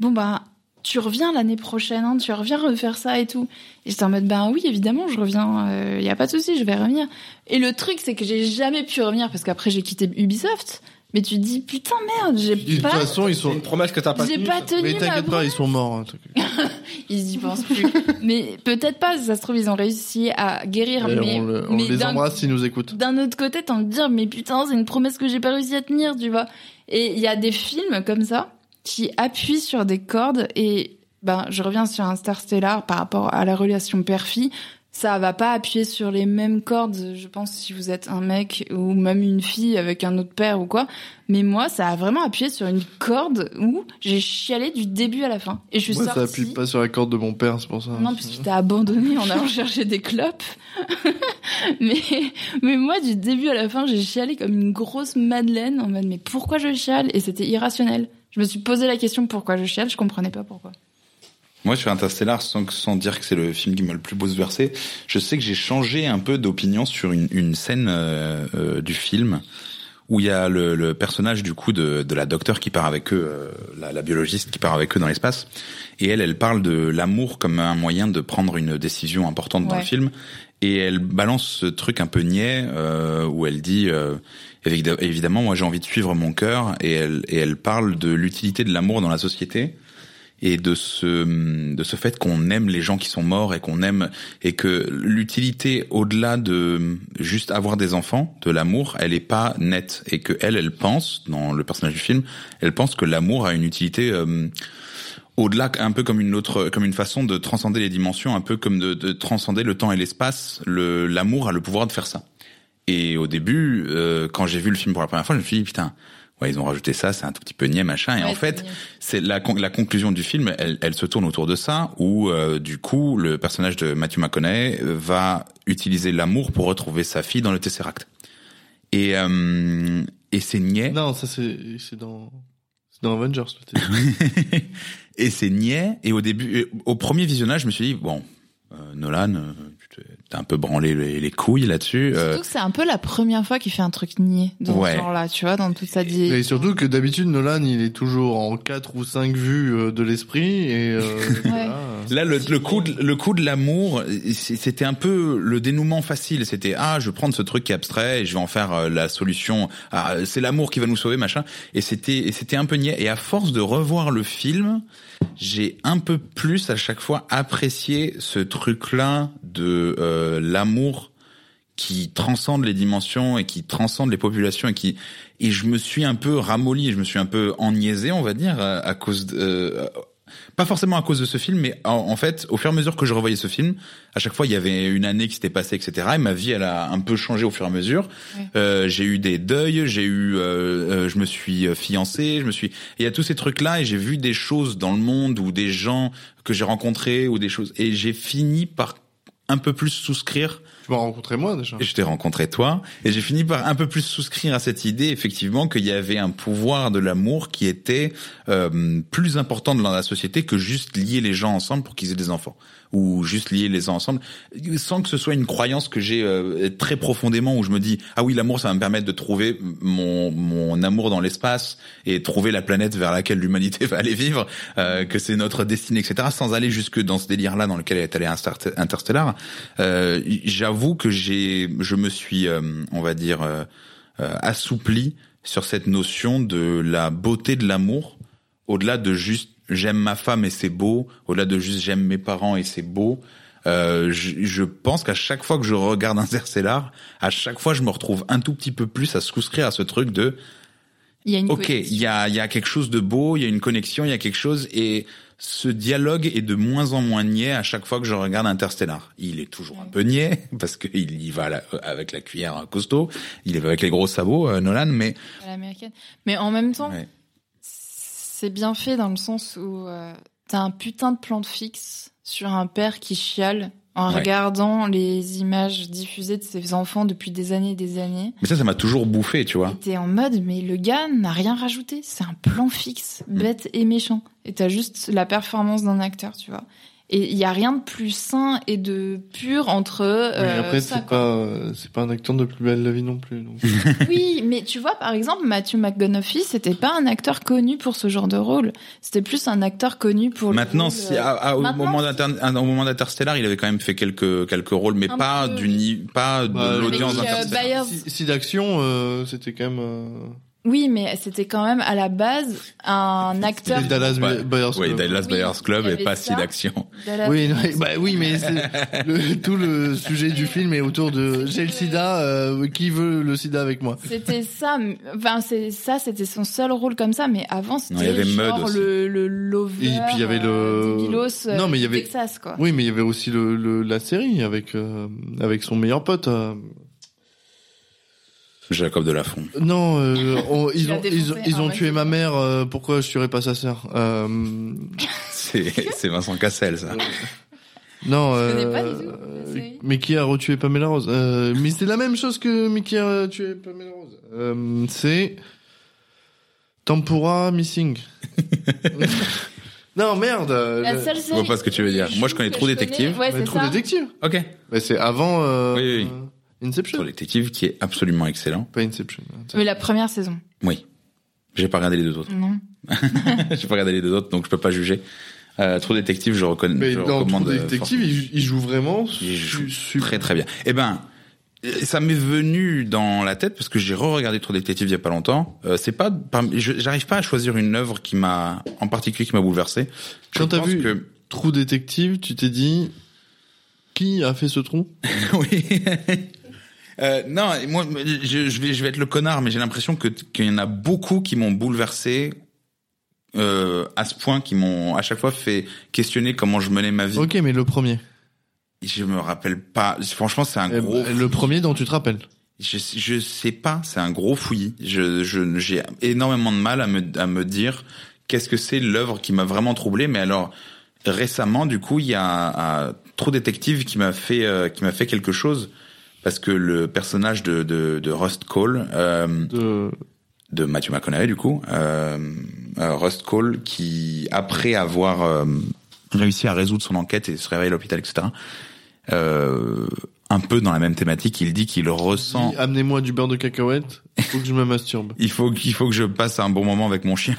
D: bon bah. Tu reviens l'année prochaine, hein, tu reviens refaire ça et tout. Et j'étais en mode, ben oui, évidemment, je reviens, il y a pas de souci, je vais revenir. Et le truc, c'est que j'ai jamais pu revenir parce qu'après j'ai quitté Ubisoft. Mais tu te dis, putain merde, j'ai
B: De toute
D: pas,
B: façon, ils
A: C'est une
B: sont.
A: promesse que t'as pas
D: j'ai
A: tenue,
D: pas
A: ça.
D: tenu
B: Mais
D: ma
B: t'inquiète pas, ils sont morts. hein, t'inquiète.
D: ils y pensent plus. mais peut-être pas, ça se trouve, ils ont réussi à guérir.
B: Et
D: mais
B: on le- on
D: mais
B: les
D: d'un-
B: embrasse s'ils nous écoutent.
D: D'un autre côté, t'as envie de dire, mais putain, c'est une promesse que j'ai pas réussi à tenir, tu vois. Et il y a des films comme ça qui appuient sur des cordes et ben, je reviens sur Interstellar par rapport à la relation père-fille. Ça va pas appuyer sur les mêmes cordes, je pense, si vous êtes un mec ou même une fille avec un autre père ou quoi. Mais moi, ça a vraiment appuyé sur une corde où j'ai chialé du début à la fin. Et je suis
B: Moi, ça
D: sortie.
B: appuie pas sur la corde de mon père, c'est pour ça.
D: Non, puisque t'as abandonné en allant chercher des clopes. mais, mais moi, du début à la fin, j'ai chialé comme une grosse madeleine en mode, mais pourquoi je chiale Et c'était irrationnel. Je me suis posé la question pourquoi je chiale, je comprenais pas pourquoi.
C: Moi, sur Interstellar, sans, sans dire que c'est le film qui m'a le plus bouleversé, je sais que j'ai changé un peu d'opinion sur une, une scène euh, euh, du film où il y a le, le personnage du coup de, de la docteur qui part avec eux, euh, la, la biologiste qui part avec eux dans l'espace, et elle, elle parle de l'amour comme un moyen de prendre une décision importante dans
D: Ouais.
C: le film, et elle balance ce truc un peu niais euh, où elle dit euh, Évi- Évidemment, moi j'ai envie de suivre mon cœur et elle, et elle parle de l'utilité de l'amour dans la société et de ce de ce fait qu'on aime les gens qui sont morts et qu'on aime et que l'utilité au-delà de juste avoir des enfants de l'amour elle est pas nette et que elle elle pense dans le personnage du film elle pense que l'amour a une utilité euh, au-delà un peu comme une autre comme une façon de transcender les dimensions un peu comme de, de transcender le temps et l'espace le l'amour a le pouvoir de faire ça et au début euh, quand j'ai vu le film pour la première fois je me suis dit putain ouais ils ont rajouté ça c'est un tout petit peu niais machin et
D: Ouais,
C: en fait
D: c'est niais.
C: c'est la con- la conclusion du film elle, elle se tourne autour de ça où euh, du coup le personnage de Matthew McConaughey euh, va utiliser l'amour pour retrouver sa fille dans le Tesseract et euh, et c'est niais
B: Non, ça c'est c'est dans c'est dans Avengers. peut-être.
C: et c'est niais. Et au début, et au premier visionnage, je me suis dit bon, euh, Nolan, euh, tu t'es- t'as un peu branlé les, les couilles là-dessus. euh,
D: Surtout que c'est un peu la première fois qu'il fait un truc niais dans
C: Ouais.
D: ce genre-là, tu vois, dans toute sa vie.
B: Et surtout que d'habitude Nolan, il est toujours en quatre ou cinq vues euh, de l'esprit et euh, voilà.
C: Là, le, le coup de, le coup de l'amour, c'est- c'était un peu le dénouement facile. C'était ah, je vais prendre ce truc qui est abstrait et je vais en faire euh, la solution. Ah, c'est l'amour qui va nous sauver, machin. Et c'était, et c'était un peu niais. Et à force de revoir le film, j'ai un peu plus à chaque fois apprécié ce truc-là de euh, l'amour qui transcende les dimensions et qui transcende les populations et qui et je me suis un peu ramolli, je me suis un peu enniaisé, on va dire, à, à cause de, euh, pas forcément à cause de ce film, mais en, en fait, au fur et à mesure que je revoyais ce film, à chaque fois, il y avait une année qui s'était passée, etc. Et ma vie, elle a un peu changé au fur et à mesure.
D: Ouais.
C: Euh, j'ai eu des deuils, j'ai eu, euh, euh, je me suis euh, fiancé, je me suis, et il y a tous ces trucs-là, et j'ai vu des choses dans le monde ou des gens que j'ai rencontrés ou des choses, et j'ai fini par un peu plus souscrire
B: Tu Tu m'as rencontré moi déjà.
C: Et je t'ai rencontré toi, et j'ai fini par un peu plus souscrire à cette idée, effectivement, qu'il y avait un pouvoir de l'amour qui était euh, plus important dans la société que juste lier les gens ensemble pour qu'ils aient des enfants, ou juste lier les gens ensemble, sans que ce soit une croyance que j'ai euh, très profondément, où je me dis, ah oui, l'amour, ça va me permettre de trouver mon, mon amour dans l'espace, et trouver la planète vers laquelle l'humanité va aller vivre, euh, que c'est notre destinée, etc., sans aller jusque dans ce délire-là dans lequel est allé Interst- Interstellar. Euh, J'avoue que j'ai, je me suis, euh, on va dire, euh, euh, assoupli sur cette notion de la beauté de l'amour, au-delà de juste j'aime ma femme et c'est beau, au-delà de juste j'aime mes parents et c'est beau. Euh, je, je pense qu'à chaque fois que je regarde Interstellar, à chaque fois je me retrouve un tout petit peu plus à souscrire à ce truc de
D: Il y a une
C: Ok,
D: cohésion.
C: il y a, il y a quelque chose de beau, il y a une connexion, il y a quelque chose, et ce dialogue est de moins en moins niais à chaque fois que je regarde Interstellar. Il est toujours un peu niais, parce qu'il y va à la- avec la cuillère costaud, il y va avec les gros sabots, euh, Nolan, mais...
D: à l'américaine. Mais en même temps,
C: Ouais.
D: c'est bien fait dans le sens où euh, t'as un putain de plan de fixe sur un père qui chiale en
C: Ouais.
D: regardant les images diffusées de ses enfants depuis des années et des années.
C: Mais ça, ça m'a toujours bouffé, tu vois.
D: Et t'es en mode, mais le gars n'a rien rajouté. C'est un plan fixe,
C: Mm.
D: bête et méchant. Et t'as juste la performance d'un acteur, tu vois. Et il y a rien de plus sain et de pur entre.
B: Mais
D: euh,
B: après,
D: ça,
B: c'est
D: quoi.
B: pas, euh, c'est pas un acteur de plus belle la vie non plus. donc.
D: Oui, mais tu vois, par exemple, Matthew McConaughey, c'était pas un acteur connu pour ce genre de rôle. C'était plus un acteur connu pour. le
C: Maintenant,
D: rôle,
C: si,
D: euh,
C: à- à- au,
D: Maintenant,
C: moment
D: si-
C: d'Inter- à- au moment d'Interstellar, il avait quand même fait quelques quelques rôles, mais
D: Un
C: pas
D: peu,
C: du
D: oui.
C: ni- pas de
B: Bah,
C: l'audience
D: avec, euh,
C: d'Interstellar.
D: Byers.
B: Si, si d'action, euh, c'était quand même. euh,
D: Oui, mais c'était quand même à la base un acteur.
B: les Dallas euh,
C: Ouais.
B: Buyers
C: Oui,
B: Club.
C: Dallas
D: Oui,
C: Buyers Club
D: il y
C: et
D: avait
C: pas
D: ça.
C: si d'action.
D: Dallas-
B: Oui, non, mais- bah oui, mais c'est- le- tout le sujet du film est autour de j'ai le sida, euh, qui veut le sida avec moi
D: C'était ça, mais- enfin c'est ça, c'était son seul rôle comme ça. Mais avant,
C: Non, il y
D: c'était
C: avait Mudd
D: genre
C: aussi.
D: le le lover.
B: Et puis, il y avait le-
D: euh, des Bilos, euh,
B: Non, mais il y
D: du
B: avait-
D: Texas quoi.
B: Oui, mais il y avait aussi le, le- la série avec euh, avec son meilleur pote. euh,
C: Jacob Delafont.
B: Non, euh, on-
D: Tu
B: ils
D: l'as
B: ont ils, ont-
D: défoncé,
B: ils
D: ah
B: ont
D: ouais.
B: tué ma mère. euh, pourquoi je tuerais pas sa sœur Euh,
C: C'est c'est Vincent Cassel, ça.
B: Non.
D: Je connais
B: euh,
D: pas du tout, la série.
B: mais qui a retué Pamela Rose Euh, Mais c'est la même chose que mais qui a tué Pamela Rose. Euh, c'est Tempora Missing. non merde. euh,
D: La
B: le-
D: seule
C: Je vois pas ce que tu veux dire. Moi, je connais True Detective.
D: Ouais,
B: Mais
D: c'est
B: trop
D: ça.
B: détective.
C: Ok.
B: Mais c'est avant euh,
C: Oui, oui, oui.
B: euh, Inception.
C: Sur détective qui est absolument excellent.
B: Pas Inception. hein,
D: Mais la première saison,
C: Oui. J'ai pas regardé les deux autres.
D: non.
C: J'ai pas regardé les deux autres, donc je peux pas juger. Euh, Trop détective, je reconnais.
B: Mais
C: je
B: dans True
C: recommande, euh,
B: Detective,
C: fortement.
B: il, il joue vraiment
C: Il joue
B: su- super.
C: très très bien. Eh ben, euh, ça m'est venu dans la tête parce que j'ai re-regardé Trop détective il y a pas longtemps. Euh, c'est pas, parmi- je- j'arrive pas à choisir une œuvre qui m'a, en particulier qui m'a bouleversé. Je
B: Quand t'as
C: pense
B: vu-
C: que
B: Trou détective, tu t'es dit qui a fait ce trou
C: Oui. Euh, non, et moi, je, je vais, je vais être le connard, mais j'ai l'impression que qu'il y en a beaucoup qui m'ont bouleversé euh, à ce point, qui m'ont à chaque fois fait questionner comment je menais ma vie.
B: Ok, mais le premier.
C: Je me rappelle pas. Franchement, c'est un
B: Eh
C: gros.
B: ben, le premier dont tu te rappelles.
C: Je, je sais pas. C'est un gros fouillis. Je, je, j'ai énormément de mal à me, à me dire qu'est-ce que c'est l'œuvre qui m'a vraiment troublé. Mais alors récemment, du coup, il y a un True Détective qui m'a fait, euh, qui m'a fait quelque chose parce que le personnage de de, de Rust Cole. euh,
B: De...
C: de Matthew McConaughey du coup, euh, euh, Rust Cole qui après avoir euh, réussi à résoudre son enquête et se réveiller à l'hôpital etc. Euh, un peu dans la même thématique, il dit qu'il ressent.
B: Dis, Amenez-moi du beurre de cacahuète, faut que je me masturbe.
C: Il faut qu'il faut que je passe un bon moment avec mon chien.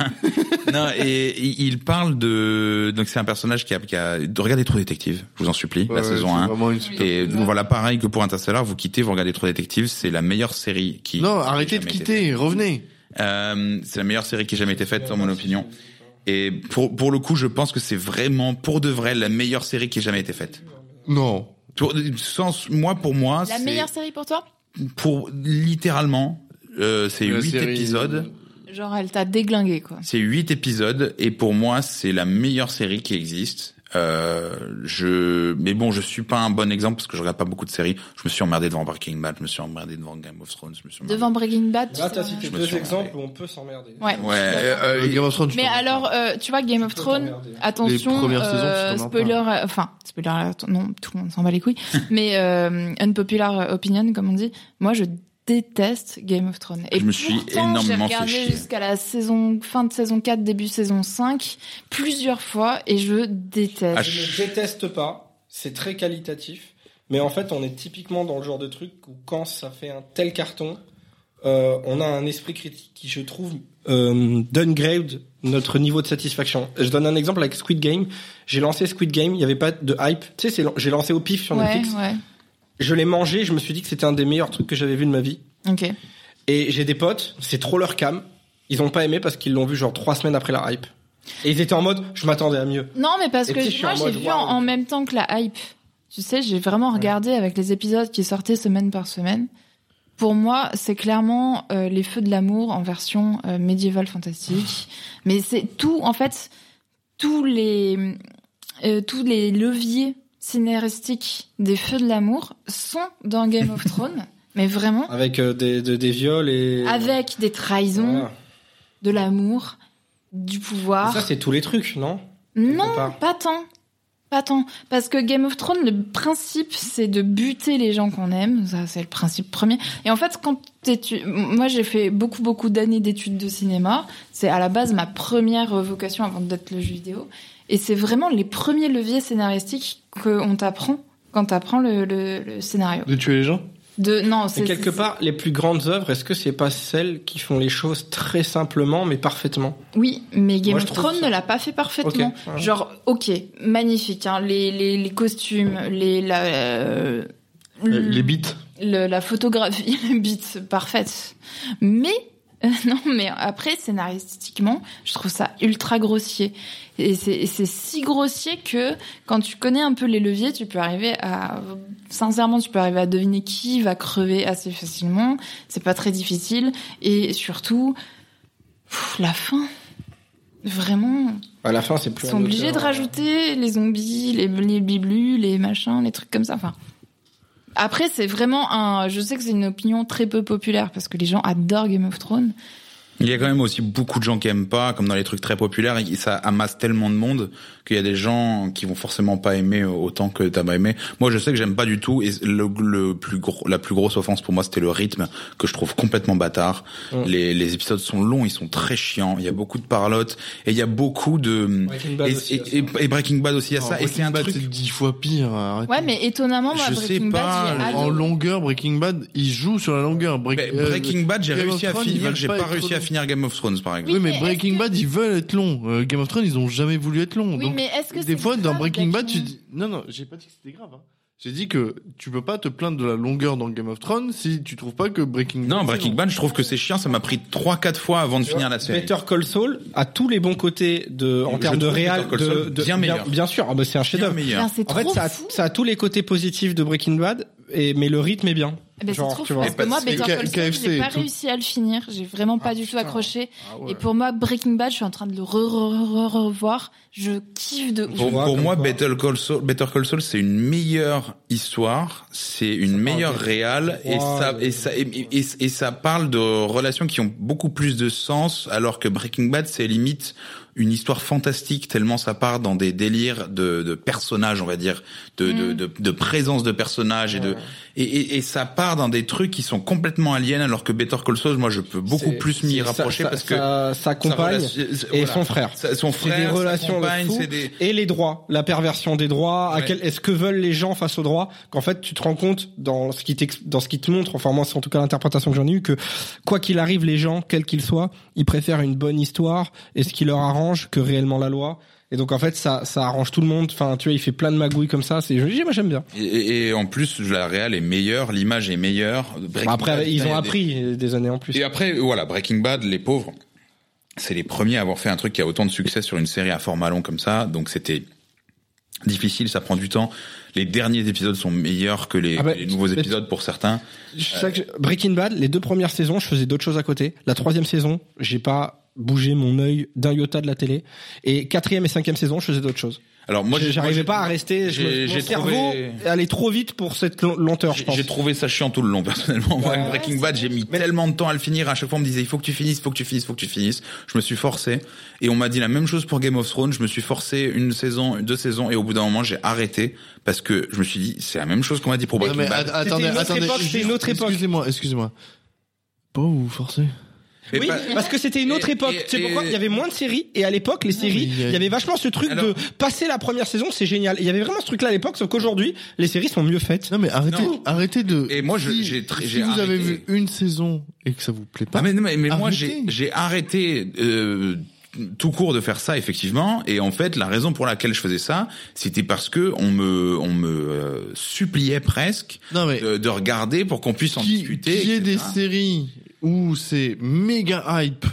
C: non et il il parle de donc c'est un personnage qui a, qui a... regardez True Détective, je vous en supplie, la
B: Ouais,
C: saison
B: c'est
C: 1.
B: vraiment une super-
C: Et donc, voilà pareil que pour Interstellar, vous quittez, vous regardez True Détective, c'est la meilleure série qui.
B: Non,
C: qui ait
B: arrêtez de
C: jamais été
B: quitter, revenez.
C: Euh, c'est la meilleure série qui ait jamais été faite, en mon opinion. Et pour, pour le coup, je pense que c'est vraiment, pour de vrai, la meilleure série qui ait jamais été faite.
B: Non.
C: Pour, sans, moi, pour
A: Ah,
C: moi,
D: La
C: c'est-
D: meilleure série pour toi
C: pour littéralement, euh, c'est
B: La
C: huit
B: série-
C: épisodes.
D: Genre, elle t'a déglingué, quoi.
C: C'est huit épisodes, et pour moi, c'est la meilleure série qui existe. Euh, je, mais bon, je suis pas un bon exemple parce que je regarde pas beaucoup de séries. Je me suis emmerdé devant Breaking Bad, je me suis emmerdé devant Game of Thrones, je me suis emmerdé-
D: Devant Breaking Bad.
A: Là,
D: tu
A: t'as
D: sais,
A: cité
C: Je me
A: deux
C: suis
A: exemples
C: emmerdé.
A: où on peut s'emmerder.
D: Ouais.
C: Ouais, euh,
B: Euh, Game of Thrones, je
D: Mais
B: t'en-
D: alors, euh, tu vois, Game of
A: Tu peux
D: Thrones,
A: t'emmerder.
D: attention,
B: Les premières saisons,
D: euh,
B: tu t'en
D: spoiler, euh, enfin, spoiler, alert, non, tout le monde s'en bat les couilles, mais euh, unpopular opinion, comme on dit, moi je déteste Game of Thrones. Et
C: Je me suis
D: pourtant, j'ai
C: énormément fait
D: regardé
C: chier.
D: jusqu'à la saison, fin de saison 4, début saison 5, plusieurs fois, et je déteste.
C: Ah,
A: Je ne déteste pas, c'est très qualitatif, mais en fait, on est typiquement dans le genre de truc où quand ça fait un tel carton, euh, on a un esprit critique qui, je trouve, euh, downgrade notre niveau de satisfaction. Je donne un exemple avec Squid Game. J'ai lancé Squid Game, il n'y avait pas de hype. Tu sais, c'est- j'ai lancé au
C: Ah,
A: pif sur
D: ouais,
A: Netflix.
D: ouais,
A: Je l'ai mangé, je me suis dit que c'était un des meilleurs trucs que j'avais vu de ma vie.
D: ok.
A: Et j'ai des potes, c'est trop leur cam. Ils ont pas aimé parce qu'ils l'ont vu genre trois semaines après la hype. Et ils étaient en mode, je m'attendais à mieux.
D: Non, mais parce
A: Et tu sais, je
D: que
A: suis
D: moi
A: en
D: j'ai
A: mode,
D: vu en,
A: waouh.
D: en même temps que la hype. Tu sais, j'ai vraiment regardé avec les épisodes qui sortaient semaine par semaine. Pour moi, c'est clairement euh, les feux de l'amour en version euh, médiévale fantastique. Mais c'est tout, en fait, tous les euh, tous les leviers scénaristiques des feux de l'amour sont dans Game of Thrones. Mais vraiment,
A: Avec euh, des, des, des viols et...
D: avec des trahisons,
A: Voilà.
D: de l'amour, du pouvoir.
A: Mais Ça, c'est tous les trucs, non
D: ah. Non,
A: Quelque
D: pas.
A: part.
D: tant. Pas tant. Parce que Game of Thrones, le principe, c'est de buter les gens qu'on aime. Ça, c'est le principe premier. Et en fait, quand t'étu- Moi, j'ai fait beaucoup, beaucoup d'années d'études de cinéma. C'est à la base ma première euh, vocation avant d'être le jeu vidéo. Et c'est vraiment les premiers leviers scénaristiques qu'on t'apprend quand t'apprends le, le, le scénario.
B: De tuer les gens
D: De... Non,
A: Et
D: c'est...
A: quelque
D: c'est-
A: part, les plus grandes œuvres, est-ce que c'est pas celles qui font les choses très simplement mais parfaitement
D: Oui, mais Game
A: Moi, je
D: of
A: trouve
D: Thrones
A: ça-
D: ne l'a pas fait parfaitement.
A: Ok, voilà.
D: Genre, ok, magnifique, hein, les, les, les costumes, les, la, euh, le-
B: Les bites.
D: le- la photographie, la beat parfaite. Mais, euh, non, mais après, scénaristiquement, je trouve ça ultra grossier. Et c'est et c'est si grossier que quand tu connais un peu les leviers, tu peux arriver à, sincèrement, tu peux arriver à deviner qui va crever assez facilement. C'est pas très difficile. Et surtout, pff, la fin. Vraiment,
A: À la fin, c'est plus.
D: ils
A: un
D: sont obligés de
A: auteur. euh,
D: rajouter les zombies, les, les biblus, les machins, les trucs comme ça. Enfin, après, c'est vraiment un. Je sais que c'est une opinion très peu populaire parce que les gens adorent Game of Thrones.
C: Il y a quand même aussi beaucoup de gens qui aiment pas, comme dans les trucs très populaires, et ça amasse tellement de monde qu'il y a des gens qui vont forcément pas aimer autant que t'as pas aimé. Moi, je sais que j'aime pas du tout, et le, le plus gros, la plus grosse offense pour moi, c'était le rythme que je trouve complètement bâtard.
A: Mm.
C: Les, les épisodes sont longs, ils sont très chiants, il y a beaucoup de parlottes, et il y a beaucoup de...
A: Breaking Bad
C: et,
A: aussi,
C: et-
A: là, ça.
C: et- et Breaking Bad aussi, il y a
B: Non,
C: ça, et
B: Breaking
C: c'est un
B: Bad,
C: truc...
B: c'est dix fois pire. arrête.
D: Ouais, mais étonnamment, moi,
C: Je sais
D: Breaking
C: pas,
D: Bad, j'ai
B: En
D: adoré.
B: longueur, Breaking Bad, il joue sur la longueur. Break-
C: Mais
B: euh,
C: Breaking Bad, j'ai
B: Game
C: réussi
B: of
C: à
B: Thrones, ils
C: finir,
B: veulent
C: j'ai
B: pas
C: pas
B: être
C: réussi à
B: trop
C: finir Game of Thrones, par exemple.
B: Oui, mais,
D: mais
B: Breaking
D: est-ce que-
B: Bad, ils veulent être longs. Euh, Game of Thrones, ils ont jamais voulu être longs.
D: Oui,
B: Donc,
D: mais est-ce que
B: des
D: c'est
B: fois, dans
D: grave
B: Breaking Bad,
D: d'être
B: tu
D: long
B: dis... Non, non, j'ai pas dit que c'était grave. hein. J'ai dit que tu peux pas te plaindre de la longueur dans Game of Thrones si tu trouves pas que Breaking Bad...
C: Non,
B: c'est
C: Breaking
B: long.
C: Bad, je trouve que c'est chiant, ça m'a pris trois, quatre fois avant de
A: Tu vois,
C: finir la série.
A: Better Call Saul a tous les bons côtés de en
C: Je
A: termes de
C: trouve
A: réal,
C: Better Call
A: de,
C: Saul
A: de-
C: bien meilleur.
A: Bien sûr, ah bah, c'est un
C: Bien
A: chef-d'œuvre.
C: meilleur.
D: Putain, Ben, C'est
A: En
D: trop
A: fait, ça a,
D: fou.
A: ça a tous les côtés positifs de Breaking Bad, et mais le rythme est bien.
D: Eh ben, c'est
A: Genre,
D: trop
A: tu
D: fou,
A: vois.
D: parce que moi,
B: Et
D: Better
B: K-
D: Call Saul,
B: KFC
D: j'ai pas
B: et tout.
D: réussi à le finir. J'ai vraiment pas du tout accroché.
B: Ah ouais.
D: Et pour moi, Breaking Bad, je suis en train de le re- re- re- re- revoir. Je kiffe de ouf.
C: Pour,
A: vois,
C: pour
A: comme
C: moi,
A: quoi.
C: Better Call Saul, Better Call Saul, c'est une meilleure histoire, c'est une meilleure réale, et
A: Oh,
C: ça,
A: le-
C: et ça, et, et- et ça parle de relations qui ont beaucoup plus de sens, alors que Breaking Bad, c'est limite une histoire fantastique tellement ça part dans des délires de, de personnages, on va dire, de, de,
D: Mm.
C: de, de présence de personnages et de, et, et, et ça part dans des trucs qui sont complètement aliens, alors que Better Call Saul, moi, je peux beaucoup
A: C'est-
C: plus m'y
A: c'est- ça-
C: rapprocher
A: ça-
C: parce que
A: ça- sa compagne
C: sa relation-
A: et
C: voilà.
A: son frère.
C: Sa- son
A: C'est
C: frère,
A: des
C: sa
A: relations de
C: compagne,
A: fous.
C: c'est des
A: Et les droits, la perversion des droits, à
C: Ouais.
A: quel, est-ce que veulent les gens face aux droits Qu'en fait, tu te rends compte dans ce qui t'ex- dans ce qui te montre, enfin moi c'est en tout cas l'interprétation que j'en ai eue, que quoi qu'il arrive, les gens, quels qu'ils soient, ils préfèrent une bonne histoire et ce qui leur arrange que réellement la loi. Et donc en fait, ça, ça arrange tout le monde. Enfin, tu vois, il fait plein de magouilles comme ça. C'est, j'ai- moi j'aime bien.
C: Et- Et, et en plus, la réal est meilleure, l'image est meilleure. Breaking Bad,
A: Bah, après, ils
C: putain, il y
A: ont
C: a des-
A: appris euh, des... années en plus.
C: Et après, voilà, Breaking Bad, les pauvres, c'est les premiers à avoir fait un truc qui a autant de succès sur une série à format long comme ça. Donc c'était difficile, ça prend du temps. Les derniers épisodes sont meilleurs que les,
A: Ah bah,
C: les nouveaux
A: mais-
C: épisodes pour certains. euh,
A: Je sais que je- Breaking Bad, les deux premières saisons, je faisais d'autres choses à côté. La troisième saison, j'ai pas bouger mon œil d'un iota de la télé. Et quatrième et cinquième saison, je faisais d'autres choses.
C: Alors moi, j'ai-
A: j'arrivais
C: moi,
A: pas à rester. je
C: j'ai-
A: me- mon
C: j'ai
A: cerveau
C: trouvé-
A: allait trop vite pour cette lo- lenteur, je
C: j'ai-
A: pense.
C: J'ai trouvé ça chiant tout le long personnellement. Moi,
A: Ouais.
C: Breaking Bad, j'ai mis tellement de temps à le finir. À chaque fois, on me disait il faut que tu finisses, il faut que tu finisses, il faut que tu finisses. Je me suis forcé et on m'a dit la même chose pour Game of Thrones. Je me suis forcé une saison, deux saisons et au bout d'un moment, j'ai arrêté parce que je me suis dit c'est la même chose qu'on m'a dit pour
B: Non,
C: Breaking
B: mais
C: Bad.
B: att- attendez,
A: une autre
B: attendez.
A: époque, c'était
B: juste-
A: une autre époque.
B: Excusez-moi, excusez-moi. Pas vous forcer.
C: Mais
A: oui,
C: pas-
A: parce que c'était une autre
C: et-
A: époque.
C: et-
A: C'est pourquoi
C: et-
A: il y avait moins de séries et à l'époque les séries,
B: mais il
A: il
B: y
A: y,
B: a-
A: avait vachement ce truc
C: Alors-
A: de passer la première saison, c'est génial. Il y avait vraiment ce truc là à l'époque, sauf qu'aujourd'hui les séries sont mieux faites.
B: Non mais arrêtez,
C: Non.
B: arrêtez de.
C: Et moi, je-
B: si,
C: j'ai tr-
B: si
C: j'ai
B: vous avez vu
C: arrêté.
B: une saison et que ça vous plaît pas.
C: Ah mais, non, mais, mais moi
B: Arrêtez.
C: j'ai j'ai arrêté euh, tout court de faire ça effectivement et en fait la raison pour laquelle je faisais ça c'était parce que on me on me euh, suppliait presque
B: non mais
C: de, de regarder pour qu'on puisse en
B: qui,
C: discuter.
B: qui est des
C: etc.
B: séries où c'est méga hype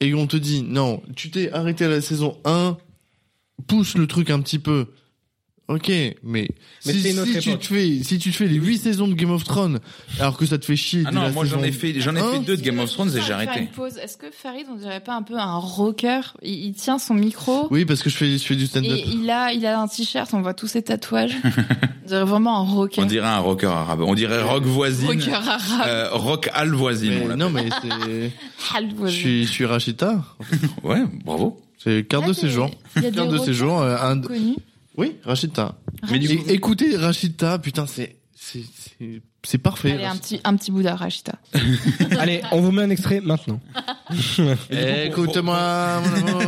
B: et on te dit non, tu t'es arrêté à la saison 1, pousse le truc un petit peu. Ok, mais, si,
A: c'est une autre
B: si tu
A: époque.
B: te fais si tu te fais les 8 saisons de Game of Thrones alors que ça te fait chier
C: Ah
B: dès la
C: non, moi j'en ai
B: saison-
C: fait j'en ai
B: Hein
D: Oh,
C: fait deux de Game of Thrones et j'ai
D: Faire
C: arrêté.
D: une pause. Est-ce que Farid, on dirait pas un peu un rocker il, il tient son micro
B: Oui, parce que je fais je fais du stand-up.
D: et il a, il a un t-shirt, on voit tous ses tatouages. on dirait vraiment un rocker.
C: On dirait un rocker arabe, on dirait rock
D: rocker
C: voisine,
D: arabe. Ah,
C: euh, rock al voisine. on
B: Mais
C: l'appelle.
B: non mais c'est je
D: halvoisé.
B: suis je suis Rachita,
C: Ouais, bravo.
B: c'est carte
D: Ah,
B: de
D: des-
B: séjour.
D: Il y a des
B: Carte de
D: rockers
B: séjour euh, un
D: connus.
B: Oui, Rachita.
C: Mais du
B: Et-
C: coup,
B: Écoutez Rachita, putain, c'est c'est c'est- c'est parfait.
D: Allez, un
B: Rachita.
D: petit, un petit bout d'arachita.
A: Allez, on vous met un extrait maintenant.
C: Et du coup, Eh, pour-
B: Écoute-moi, mon amour.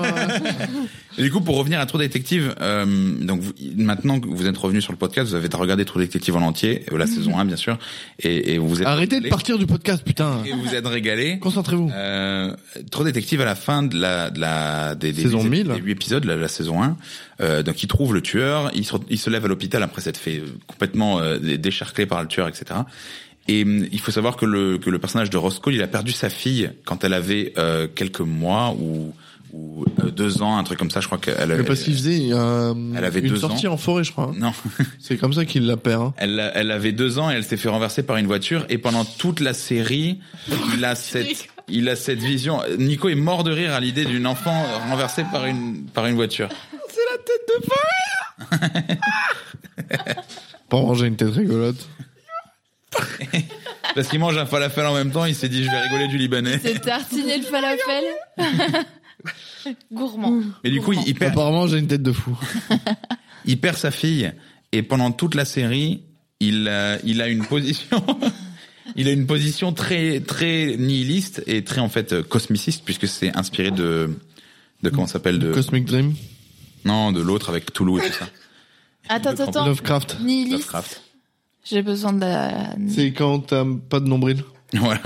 C: Et du coup, pour revenir à True Detective, euh, donc vous- maintenant que vous êtes revenu sur le podcast, vous avez regardé True Detective en entier, euh, la saison 1 bien sûr, et, et vous vous êtes
B: Arrêtez de
C: régalé.
B: partir du podcast, putain.
C: Et vous vous êtes régalé.
B: Concentrez-vous.
C: Euh, True Detective à la fin de la, de la des, des,
B: Saison
C: des-
B: 1000.
C: des huit épisodes, la, la saison 1, euh, donc il trouve le tueur, il se, re- il se lève à l'hôpital après s'être fait euh, complètement euh, dé- décharclé par le tueur, etc. Et hum, il faut savoir que le, que le personnage de Roscoe, il a perdu sa fille quand elle avait euh, quelques mois ou, ou euh, deux ans, un truc comme ça, je crois qu'elle
B: Mais
C: avait...
B: Parce qu'il faisait euh,
C: Elle avait
B: une
C: deux
B: sortie en forêt, je crois. hein.
C: Non,
B: C'est comme ça qu'il la perd. hein.
C: elle, a- elle avait deux ans et elle s'est fait renverser par une voiture et pendant toute la série, il a cette,
D: rigoles.
C: il a cette vision. Nico est mort de rire à l'idée d'une enfant renversée par une, par une voiture.
B: Pour ranger une tête rigolote.
C: Parce qu'il mange un falafel en même temps, il s'est dit je vais rigoler du Libanais.
D: C'est tartiner le falafel. Gourmand.
C: Mais du coup, il, il perd,
B: Apparemment, j'ai une tête de fou.
C: il perd sa fille et pendant toute la série, il, euh, il a une position. Il a une position très très nihiliste et très en fait euh, cosmiciste puisque c'est inspiré de de comment ça s'appelle de
B: Cosmic Dream,
C: non de l'autre avec Toulouse et tout ça.
D: Attends, attends, attends.
B: Lovecraft.
D: Nihiliste.
C: Lovecraft.
D: J'ai besoin de la...
B: C'est quand t'as pas de nombril.
C: Voilà.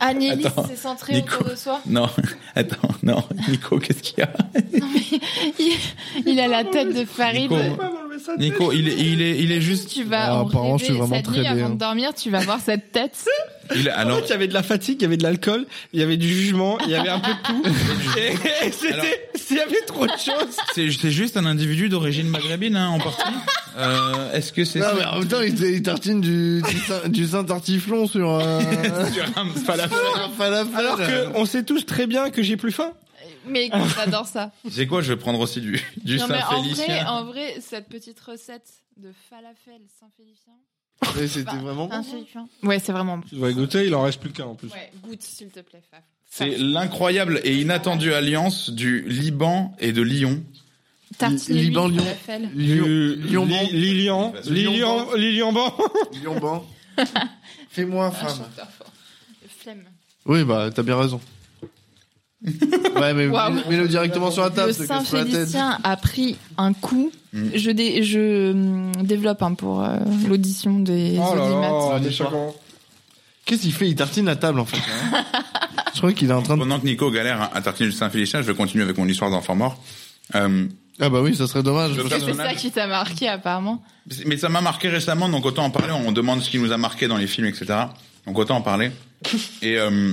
D: Ah, nihiliste,
C: Attends,
D: c'est centré
C: Nico.
D: autour de soi.
C: Non, attends, non, Nico, qu'est-ce qu'il y a
D: Il, il a la tête de Farid.
C: Nico, Nico, il est, il est, il est juste.
D: Tu vas
B: Ah,
D: en
B: apparemment, je suis
D: rêver
B: vraiment
D: cette
B: très hein.
D: nuit
B: bien.
D: avant de dormir, tu vas voir cette tête.
C: Il, alors,
A: il y avait de la fatigue, il y avait de l'alcool, il y avait du jugement, il y avait un peu de tout. Et- et
C: Alors-
A: C'était, il y avait trop de choses.
C: c'est, c'est juste un individu d'origine maghrébine, hein, en partie. Euh, est-ce que c'est
B: Non, mais en même temps, il, il tartine du, du, Saint- du Saint-Tartiflon sur euh,
C: sur un falafel
B: un falafel.
A: Alors que on sait tous très bien que j'ai plus faim.
D: Mais j'adore ça.
C: C'est quoi Je vais prendre aussi du, du
D: non, mais en vrai,
C: Saint-Félicien.
D: en vrai, cette petite recette de falafel Saint-Félicien.
B: Mais C'était vraiment
D: Ah.
B: bon.
D: Saint-Félicien. Ouais, c'est vraiment bon.
A: Tu dois goûter, il en reste plus qu'un en plus.
D: Ouais, goûte, s'il te plaît, Faf.
C: C'est l'incroyable et inattendue alliance du Liban et de Lyon.
D: Tartiner
B: Li-
D: lui
B: Liban,
D: du
B: Lyon.
D: falafel.
A: Du-
B: Lyon bon.
A: Li- Lilian, Lilian, Lilian Ban.
B: Lyon bon. Fais-moi
D: Ah,
B: femme.
D: Flemme.
B: Oui, bah, t'as bien raison. ouais, mais
D: Waouh.
B: mets-le directement sur la table,
D: Le
B: se casse pas la tête.
D: Saint-Félicien a pris un coup.
C: Mm.
D: Je, dé- je hum, développe hein, pour euh, l'audition des
A: Oh là
D: audimates.
A: là,
B: des
A: des
B: chocolats. Qu'est-ce qu'il fait Il tartine la table, en fait. hein. Je crois qu'il est en train de...
C: Pendant que Nico galère à tartiner du Saint-Félicien, je vais continuer avec mon histoire d'enfant mort. Euh,
B: Ah bah oui, ça serait dommage.
C: Je
D: C'est
C: personnage.
D: ça qui t'a marqué apparemment.
C: mais ça m'a marqué récemment, donc autant en parler. On demande ce qui nous a marqué dans les films, etc. Donc autant en parler. Et euh,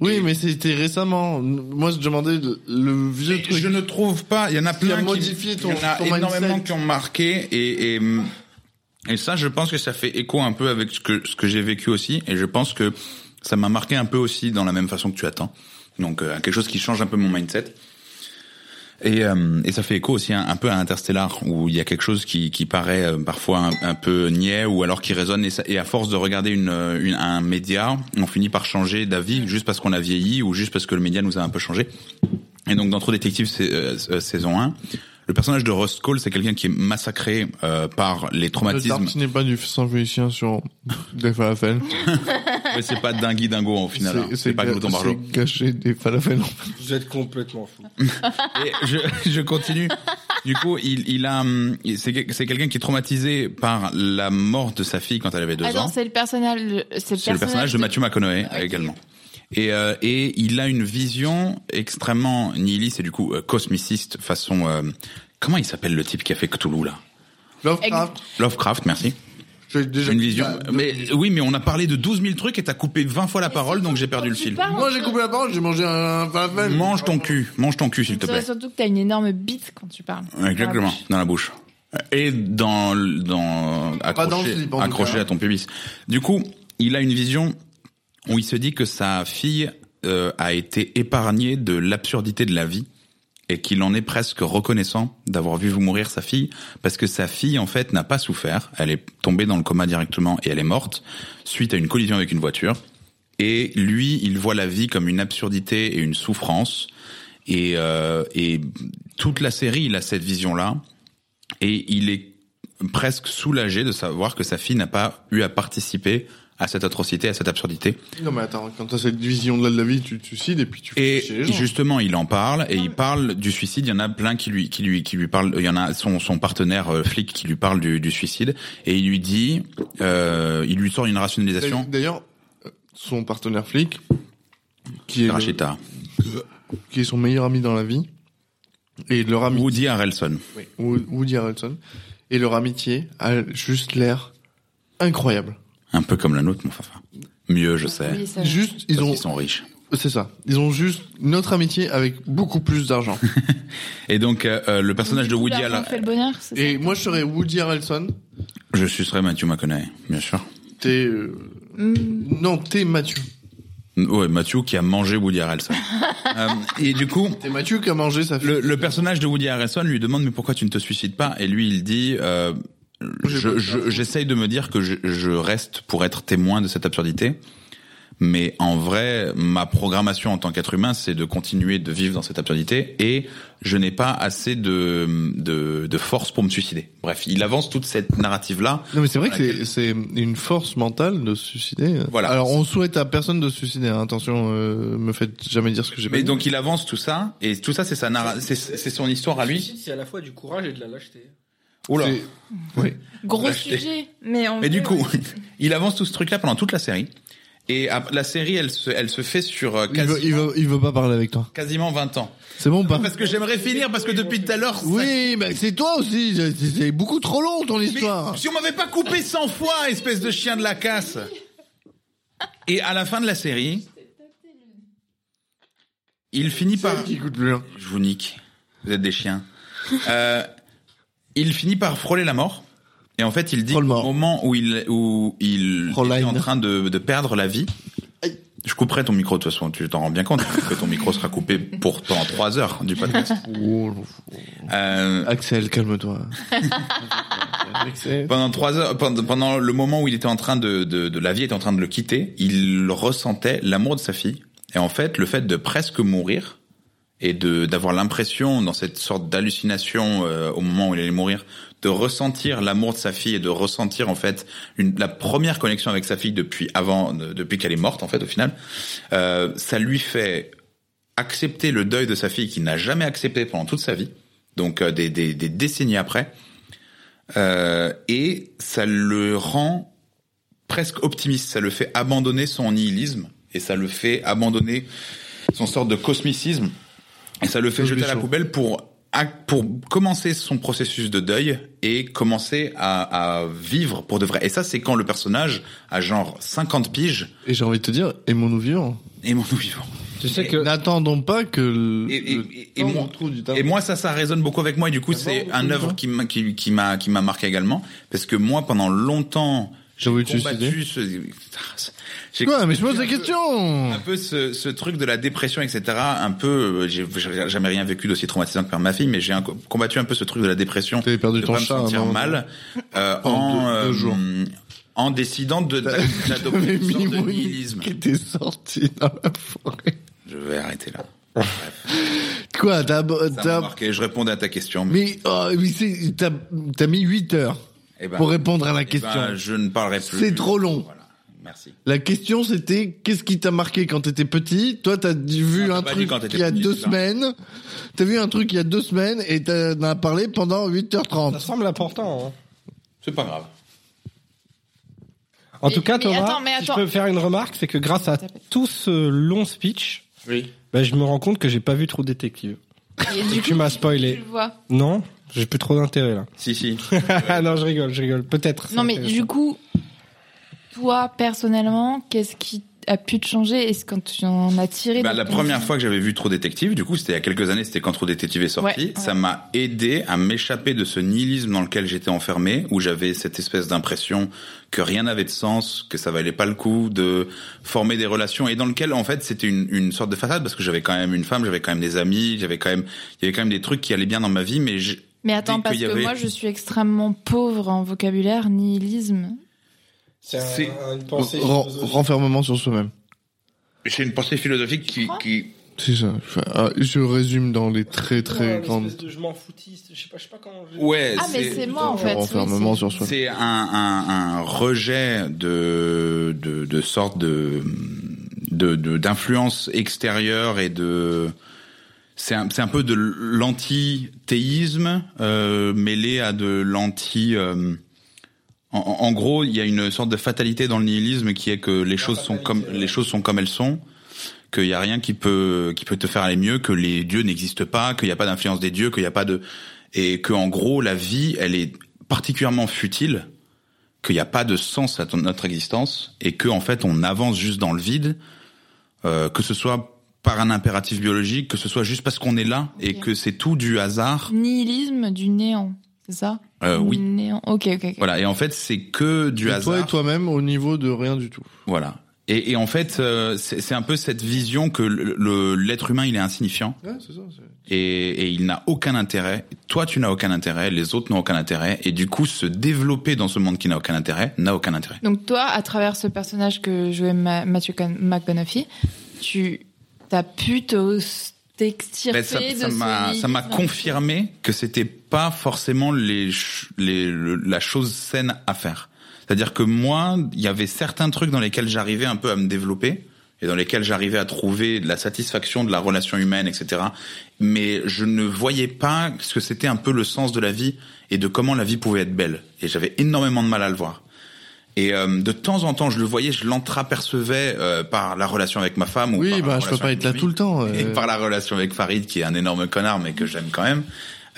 B: Oui, mais c'était récemment. Moi, je demandais le- le vieux
C: Mais
B: truc.
C: Je ne trouve pas. Il y en a
B: Qui a
C: plein qui
B: modifié ton-
C: Il y
B: ton
C: en a énormément
B: mindset.
C: qui ont marqué et, et et ça, je pense que ça fait écho un peu avec ce que ce que j'ai vécu aussi et je pense que ça m'a marqué un peu aussi dans la même façon que tu attends. Donc euh, quelque chose qui change un peu mon mindset. Et, euh, et ça fait écho aussi un, un peu à Interstellar, où il y a quelque chose qui, qui paraît euh, parfois un, un peu niais, ou alors qui résonne, et, ça- et à force de regarder une, euh, une- un média, on finit par changer d'avis juste parce qu'on a vieilli, ou juste parce que le média nous a un peu changé. Et donc dans Trop Détective c'est, euh, euh, saison 1, le personnage de Rust Cole, c'est quelqu'un qui est massacré euh, par les
B: Le
C: traumatismes.
B: tartinet pas du Saint-Félicien sur des falafels.
C: Mais c'est pas dingui dingo au final, hein. c'est pas
B: ga-
C: Glouton Barlow.
B: c'est gâcher des falafels.
A: Vous êtes complètement fou.
C: Et je, je continue. Du coup, il, il a, hum, il- c'est que- c'est quelqu'un qui est traumatisé par la mort de sa fille quand elle avait deux
D: Attends,
C: ans.
D: Ah c'est le personnage, c'est
C: C'est Ah le personnage de Matthew McConaughey
D: Ok.
C: également. Et, euh, et il a une vision extrêmement nihiliste et du coup euh, cosmiciste façon. euh, comment il s'appelle le type qui a fait Cthulhu là
B: Lovecraft,
C: Lovecraft, merci.
B: ah, j'ai déjà...
C: Une vision.
B: Bah,
C: Mais oui, mais on a parlé de 12 000 trucs et t'as coupé 20 fois la parole, donc j'ai perdu le fil.
B: Ah, Moi j'ai coupé la parole, j'ai mangé un falafel.
C: Mange ton cul, mange ton cul s'il te plaît.
D: Surtout que t'as une énorme bite quand tu parles. Ah,
C: Exactement, dans Ah, la bouche. Et dans, l- dans, accroché,
B: dans le slip, en tout
C: accroché
B: cas.
C: à ton pubis. Du coup, il a une vision où il se dit que sa fille euh, a été épargnée de l'absurdité de la vie et qu'il en est presque reconnaissant d'avoir vu vous mourir sa fille parce que sa fille en fait n'a pas souffert, elle est tombée dans le coma directement et elle est morte suite à une collision avec une voiture et lui, il voit la vie comme une absurdité et une souffrance et euh, et toute la série, il a cette vision là et il est presque soulagé de savoir que sa fille n'a pas eu à participer à cette atrocité, à cette absurdité.
B: Non mais attends, quand t'as cette vision de la, de la vie, tu te suicides et puis tu fais chier les
C: Et
B: gens.
C: justement, il en parle et il parle du suicide. Il y en a plein qui lui, qui lui, qui lui parle. Il y en a son, son partenaire euh, flic qui lui parle du, du suicide et il lui dit, euh, il lui sort une rationalisation.
B: D'ailleurs, euh, son partenaire flic, qui est, le-
C: Rachita,
B: qui est son meilleur ami dans la vie, et leur ami
C: Woody Harrelson.
B: Wood- Woody Harrelson, et leur amitié a juste l'air incroyable.
C: Un peu comme la nôtre, mon fafa. Mieux, je sais.
D: Oui, ça va.
B: Juste,
C: Ils,
B: ils ont,
C: ils sont riches.
B: c'est ça, ils ont juste notre amitié avec beaucoup plus d'argent.
C: Et donc, euh, euh, le personnage de
D: Tout
C: Woody
D: l'argent
C: Allen,
D: bah, fait le bonheur, c'est ça
B: et moi, je serais Woody Harrelson.
C: je sucerai Mathieu McConaughey, bien sûr.
B: T'es, euh,
D: Mm.
B: non, t'es Mathieu.
C: Ouais, Mathieu qui a mangé Woody Harrelson. Euh, et du coup,
B: T'es Mathieu qui a mangé sa fille.
C: le, le personnage de Woody Harrelson lui demande mais pourquoi tu ne te suicides pas Et lui, il dit, euh, je- je- j'essaye de me dire que je, je reste pour être témoin de cette absurdité. Mais en vrai, ma programmation en tant qu'être humain, c'est de continuer de vivre dans cette absurdité et je n'ai pas assez de, de, de force pour me suicider. Bref, il avance toute cette narrative-là.
B: Non mais c'est vrai que c'est- c'est une force mentale de se suicider.
C: Voilà.
B: Alors on souhaite à personne de se suicider. hein. Attention, euh, me faites jamais dire ce que j'ai pas
C: Mais
B: dit.
C: donc il avance tout ça et tout ça, c'est sa narra- c'est c'est son histoire à lui.
A: C'est à la fois du courage et de la lâcheté.
C: Oula.
B: C'est- Oui.
D: Gros
C: Lâcheté.
D: sujet, mais on.
C: Mais du coup, il avance tout ce truc-là pendant toute la série. Et ap- la série, elle se, elle se fait sur euh,
B: Il
C: quasi-
B: veut, il veut, il veut pas parler avec toi.
C: quasiment 20 ans.
B: C'est bon ou pas
C: Parce que j'aimerais finir, parce que depuis tout à l'heure... ça-
B: Oui, mais c'est toi aussi. c'est- C'est beaucoup trop long ton
C: Mais
B: histoire.
C: si on m'avait pas coupé 100 fois, espèce de chien de la casse Et à la fin de la série, il finit
B: C'est
C: par...
B: elle qui coûte plus. hein.
C: Je vous nique. Vous êtes des chiens. Euh, il finit par frôler la mort. Et en fait, il dit
B: Frôle
C: au
B: mort.
C: moment où il, où il
B: Frôle
C: est en
B: line.
C: train de, de perdre la vie.
B: Aïe.
C: Je couperai ton micro de toute façon, tu t'en rends bien compte hein, que ton micro sera coupé pourtant trois heures du podcast.
B: Oh,
C: Euh,
B: Axel, calme-toi. Axel.
C: pendant trois heures, pendant, pendant le moment où il était en train de, de, de la vie était en train de le quitter, il ressentait l'amour de sa fille. Et en fait, le fait de presque mourir et de d'avoir l'impression dans cette sorte d'hallucination euh, au moment où il allait mourir, de ressentir l'amour de sa fille et de ressentir en fait une, la première connexion avec sa fille depuis avant, de- depuis qu'elle est morte en fait au final, euh, ça lui fait accepter le deuil de sa fille qu'il n'a jamais accepté pendant toute sa vie, donc euh, des, des, des décennies après, euh, et ça le rend presque optimiste, ça le fait abandonner son nihilisme, et ça le fait abandonner son sorte de cosmicisme, et ça le fait
B: Le
C: jeter à la
B: bûcheron.
C: poubelle pour ac- pour commencer son processus de deuil et commencer à, à vivre pour de vrai. Et ça, c'est quand le personnage a genre 50 piges
B: Et j'ai envie de te dire, aimons-nous vivants.
C: et mon vivant.
A: Tu sais que
B: N'attendons pas que le,
C: Et- et-
B: le
C: et- et
B: temps
C: moi-
B: nous trouve du talent.
C: Et moi, ça, ça résonne beaucoup avec moi. Et du coup,
B: Ça va
C: c'est
B: beaucoup,
C: un
B: les
C: œuvre
B: gens
C: qui m'a, qui, qui m'a, qui m'a marqué également. Parce que moi, pendant longtemps,
B: J'ai envie de suicider.
C: combattu ce... J'ai
B: Quoi, mais je pose des questions
C: un peu ce, ce truc de la dépression, etc. Un peu, euh, j'ai j'ai jamais rien vécu d'aussi traumatisant que par ma fille, mais j'ai un- combattu un peu ce truc de la dépression.
B: T'avais perdu
C: de
B: ton
C: pas me
B: chat,
C: sentir
B: non
C: mal euh,
B: En
C: en
B: deux- deux
C: euh,
B: jours.
C: en décidant de d'a- d'adopter
B: J'avais
C: une sorte
B: mis
C: de
B: mon
C: nihilisme.
B: qui était sorti dans la forêt.
C: Je vais arrêter là.
B: Quoi, t'as,
C: Ça m'a
B: t'as-
C: marqué. Je répondais à ta question. Mais,
B: mais, oh, mais c'est- t'as, t'as mis 8 heures
C: eh ben,
B: pour répondre à la
C: eh ben,
B: question.
C: je ne parlerai plus.
B: C'est trop long.
C: Voilà. Merci.
B: La question c'était qu'est-ce qui t'a marqué quand t'étais petit Toi t'as dit- vu
C: Non, Ah, t'as
B: un
C: pas dit
B: truc
C: quand t'étais
B: il y a
C: petit,
B: deux
C: c'est ça.
B: semaines. T'as vu un truc il y a deux semaines et t'en as parlé pendant 8h30.
A: Ça semble important. hein.
C: C'est pas grave.
A: En
D: Mais-
A: tout cas,
D: mais
A: Thomas,
D: attends, mais
A: si je
D: attends.
A: peux faire une remarque, c'est que grâce à tout ce long speech,
C: Oui.
A: bah, je me rends compte que j'ai pas vu trop détective.
D: Et du
A: Tu m'as spoilé.
D: tu le vois.
A: Non, j'ai plus trop d'intérêt là.
C: Si si.
A: Ah non, je rigole, je rigole. Peut-être.
D: Non, mais
A: c'est
D: du coup, toi, personnellement, qu'est-ce qui a pu te changer Est-ce quand tu en as tiré
C: Bah,
D: de
C: la
D: ton-
C: première fois que j'avais vu Trop Détective, du coup, c'était il y a quelques années, c'était quand Trop Détective est sorti.
D: Ouais, ouais.
C: Ça m'a aidé à m'échapper de ce nihilisme dans lequel j'étais enfermé, où j'avais cette espèce d'impression que rien n'avait de sens, que ça valait pas le coup de former des relations, et dans lequel, en fait, c'était une, une sorte de façade, parce que j'avais quand même une femme, j'avais quand même des amis, j'avais quand même, il y avait quand même des trucs qui allaient bien dans ma vie, mais je-
D: Mais attends,
C: dès
D: parce
C: qu'il y
D: que
C: avait-
D: moi, je suis extrêmement pauvre en vocabulaire, nihilisme.
A: ça. C'est
C: C'est-
A: un- une pensée.
B: Ren-
A: philosophique.
B: renfermement sur soi-même.
C: j'ai une pensée philosophique qui, qui,
B: C'est ça. Enfin, ah, je résume dans les très
A: Ouais,
B: très
A: une
B: grandes.
A: espèce de je m'en foutiste. Je sais pas, je sais pas comment. je-
C: ouais,
D: Ah, mais c'est moi, en fait. oui,
B: renfermement
D: c'est-
B: sur soi.
C: C'est un, un, un rejet de, de, de sorte de, de, de- d'influence extérieure et de, c'est un, c'est un peu de l'anti-théisme, euh, mêlé à de l'anti, euh, en, en- en gros, il y a une sorte de fatalité dans le nihilisme qui est que les choses sont
A: fatalité,
C: comme,
A: ouais.
C: les choses sont comme elles sont qu'il y a rien qui peut qui peut te faire aller mieux, que les dieux n'existent pas, qu'il n'y a pas d'influence des dieux, qu'il n'y a pas de et que en gros la vie elle est particulièrement futile, qu'il n'y a pas de sens à ton- notre existence et que en fait on avance juste dans le vide, euh, que ce soit par un impératif biologique, que ce soit juste parce qu'on est là et
D: Ok.
C: que c'est tout du hasard.
D: Nihilisme du néant, c'est ça
C: Euh, oui.
D: Néant. Ok, ok, ok.
C: Voilà et en fait c'est que du
B: Et
C: hasard.
B: toi et toi-même au niveau de rien du tout.
C: Voilà. Et, et en fait euh, c'est c'est un peu cette vision que le- le- l'être humain il est insignifiant.
B: Ouais, c'est ça. c'est-
C: et, et il n'a aucun intérêt. Toi, tu n'as aucun intérêt, les autres n'ont aucun intérêt, et du coup, se développer dans ce monde qui n'a aucun intérêt n'a aucun intérêt.
D: Donc toi, à travers ce personnage que jouait Ma- Matthew Con- McConaughey, tu as pu te t'extirper
C: Ben, ça
D: de
C: ça
D: ce
C: m'a ça m'a
D: nihilisme.
C: confirmé que c'était pas forcément les ch- les le- la chose saine à faire. C'est-à-dire que moi, il y avait certains trucs dans lesquels j'arrivais un peu à me développer et dans lesquels j'arrivais à trouver de la satisfaction de la relation humaine, etc. Mais je ne voyais pas ce que c'était un peu le sens de la vie et de comment la vie pouvait être belle. Et j'avais énormément de mal à le voir. Et euh, de temps en temps, je le voyais, je l'entrapercevais euh, par la relation avec ma femme. Ou par
B: Oui,
C: la
B: bah je peux
C: relation
B: pas
C: avec
B: être là
C: mes
B: tout le temps.
C: et
B: euh.
C: par la relation avec Farid qui est un énorme connard mais que j'aime quand même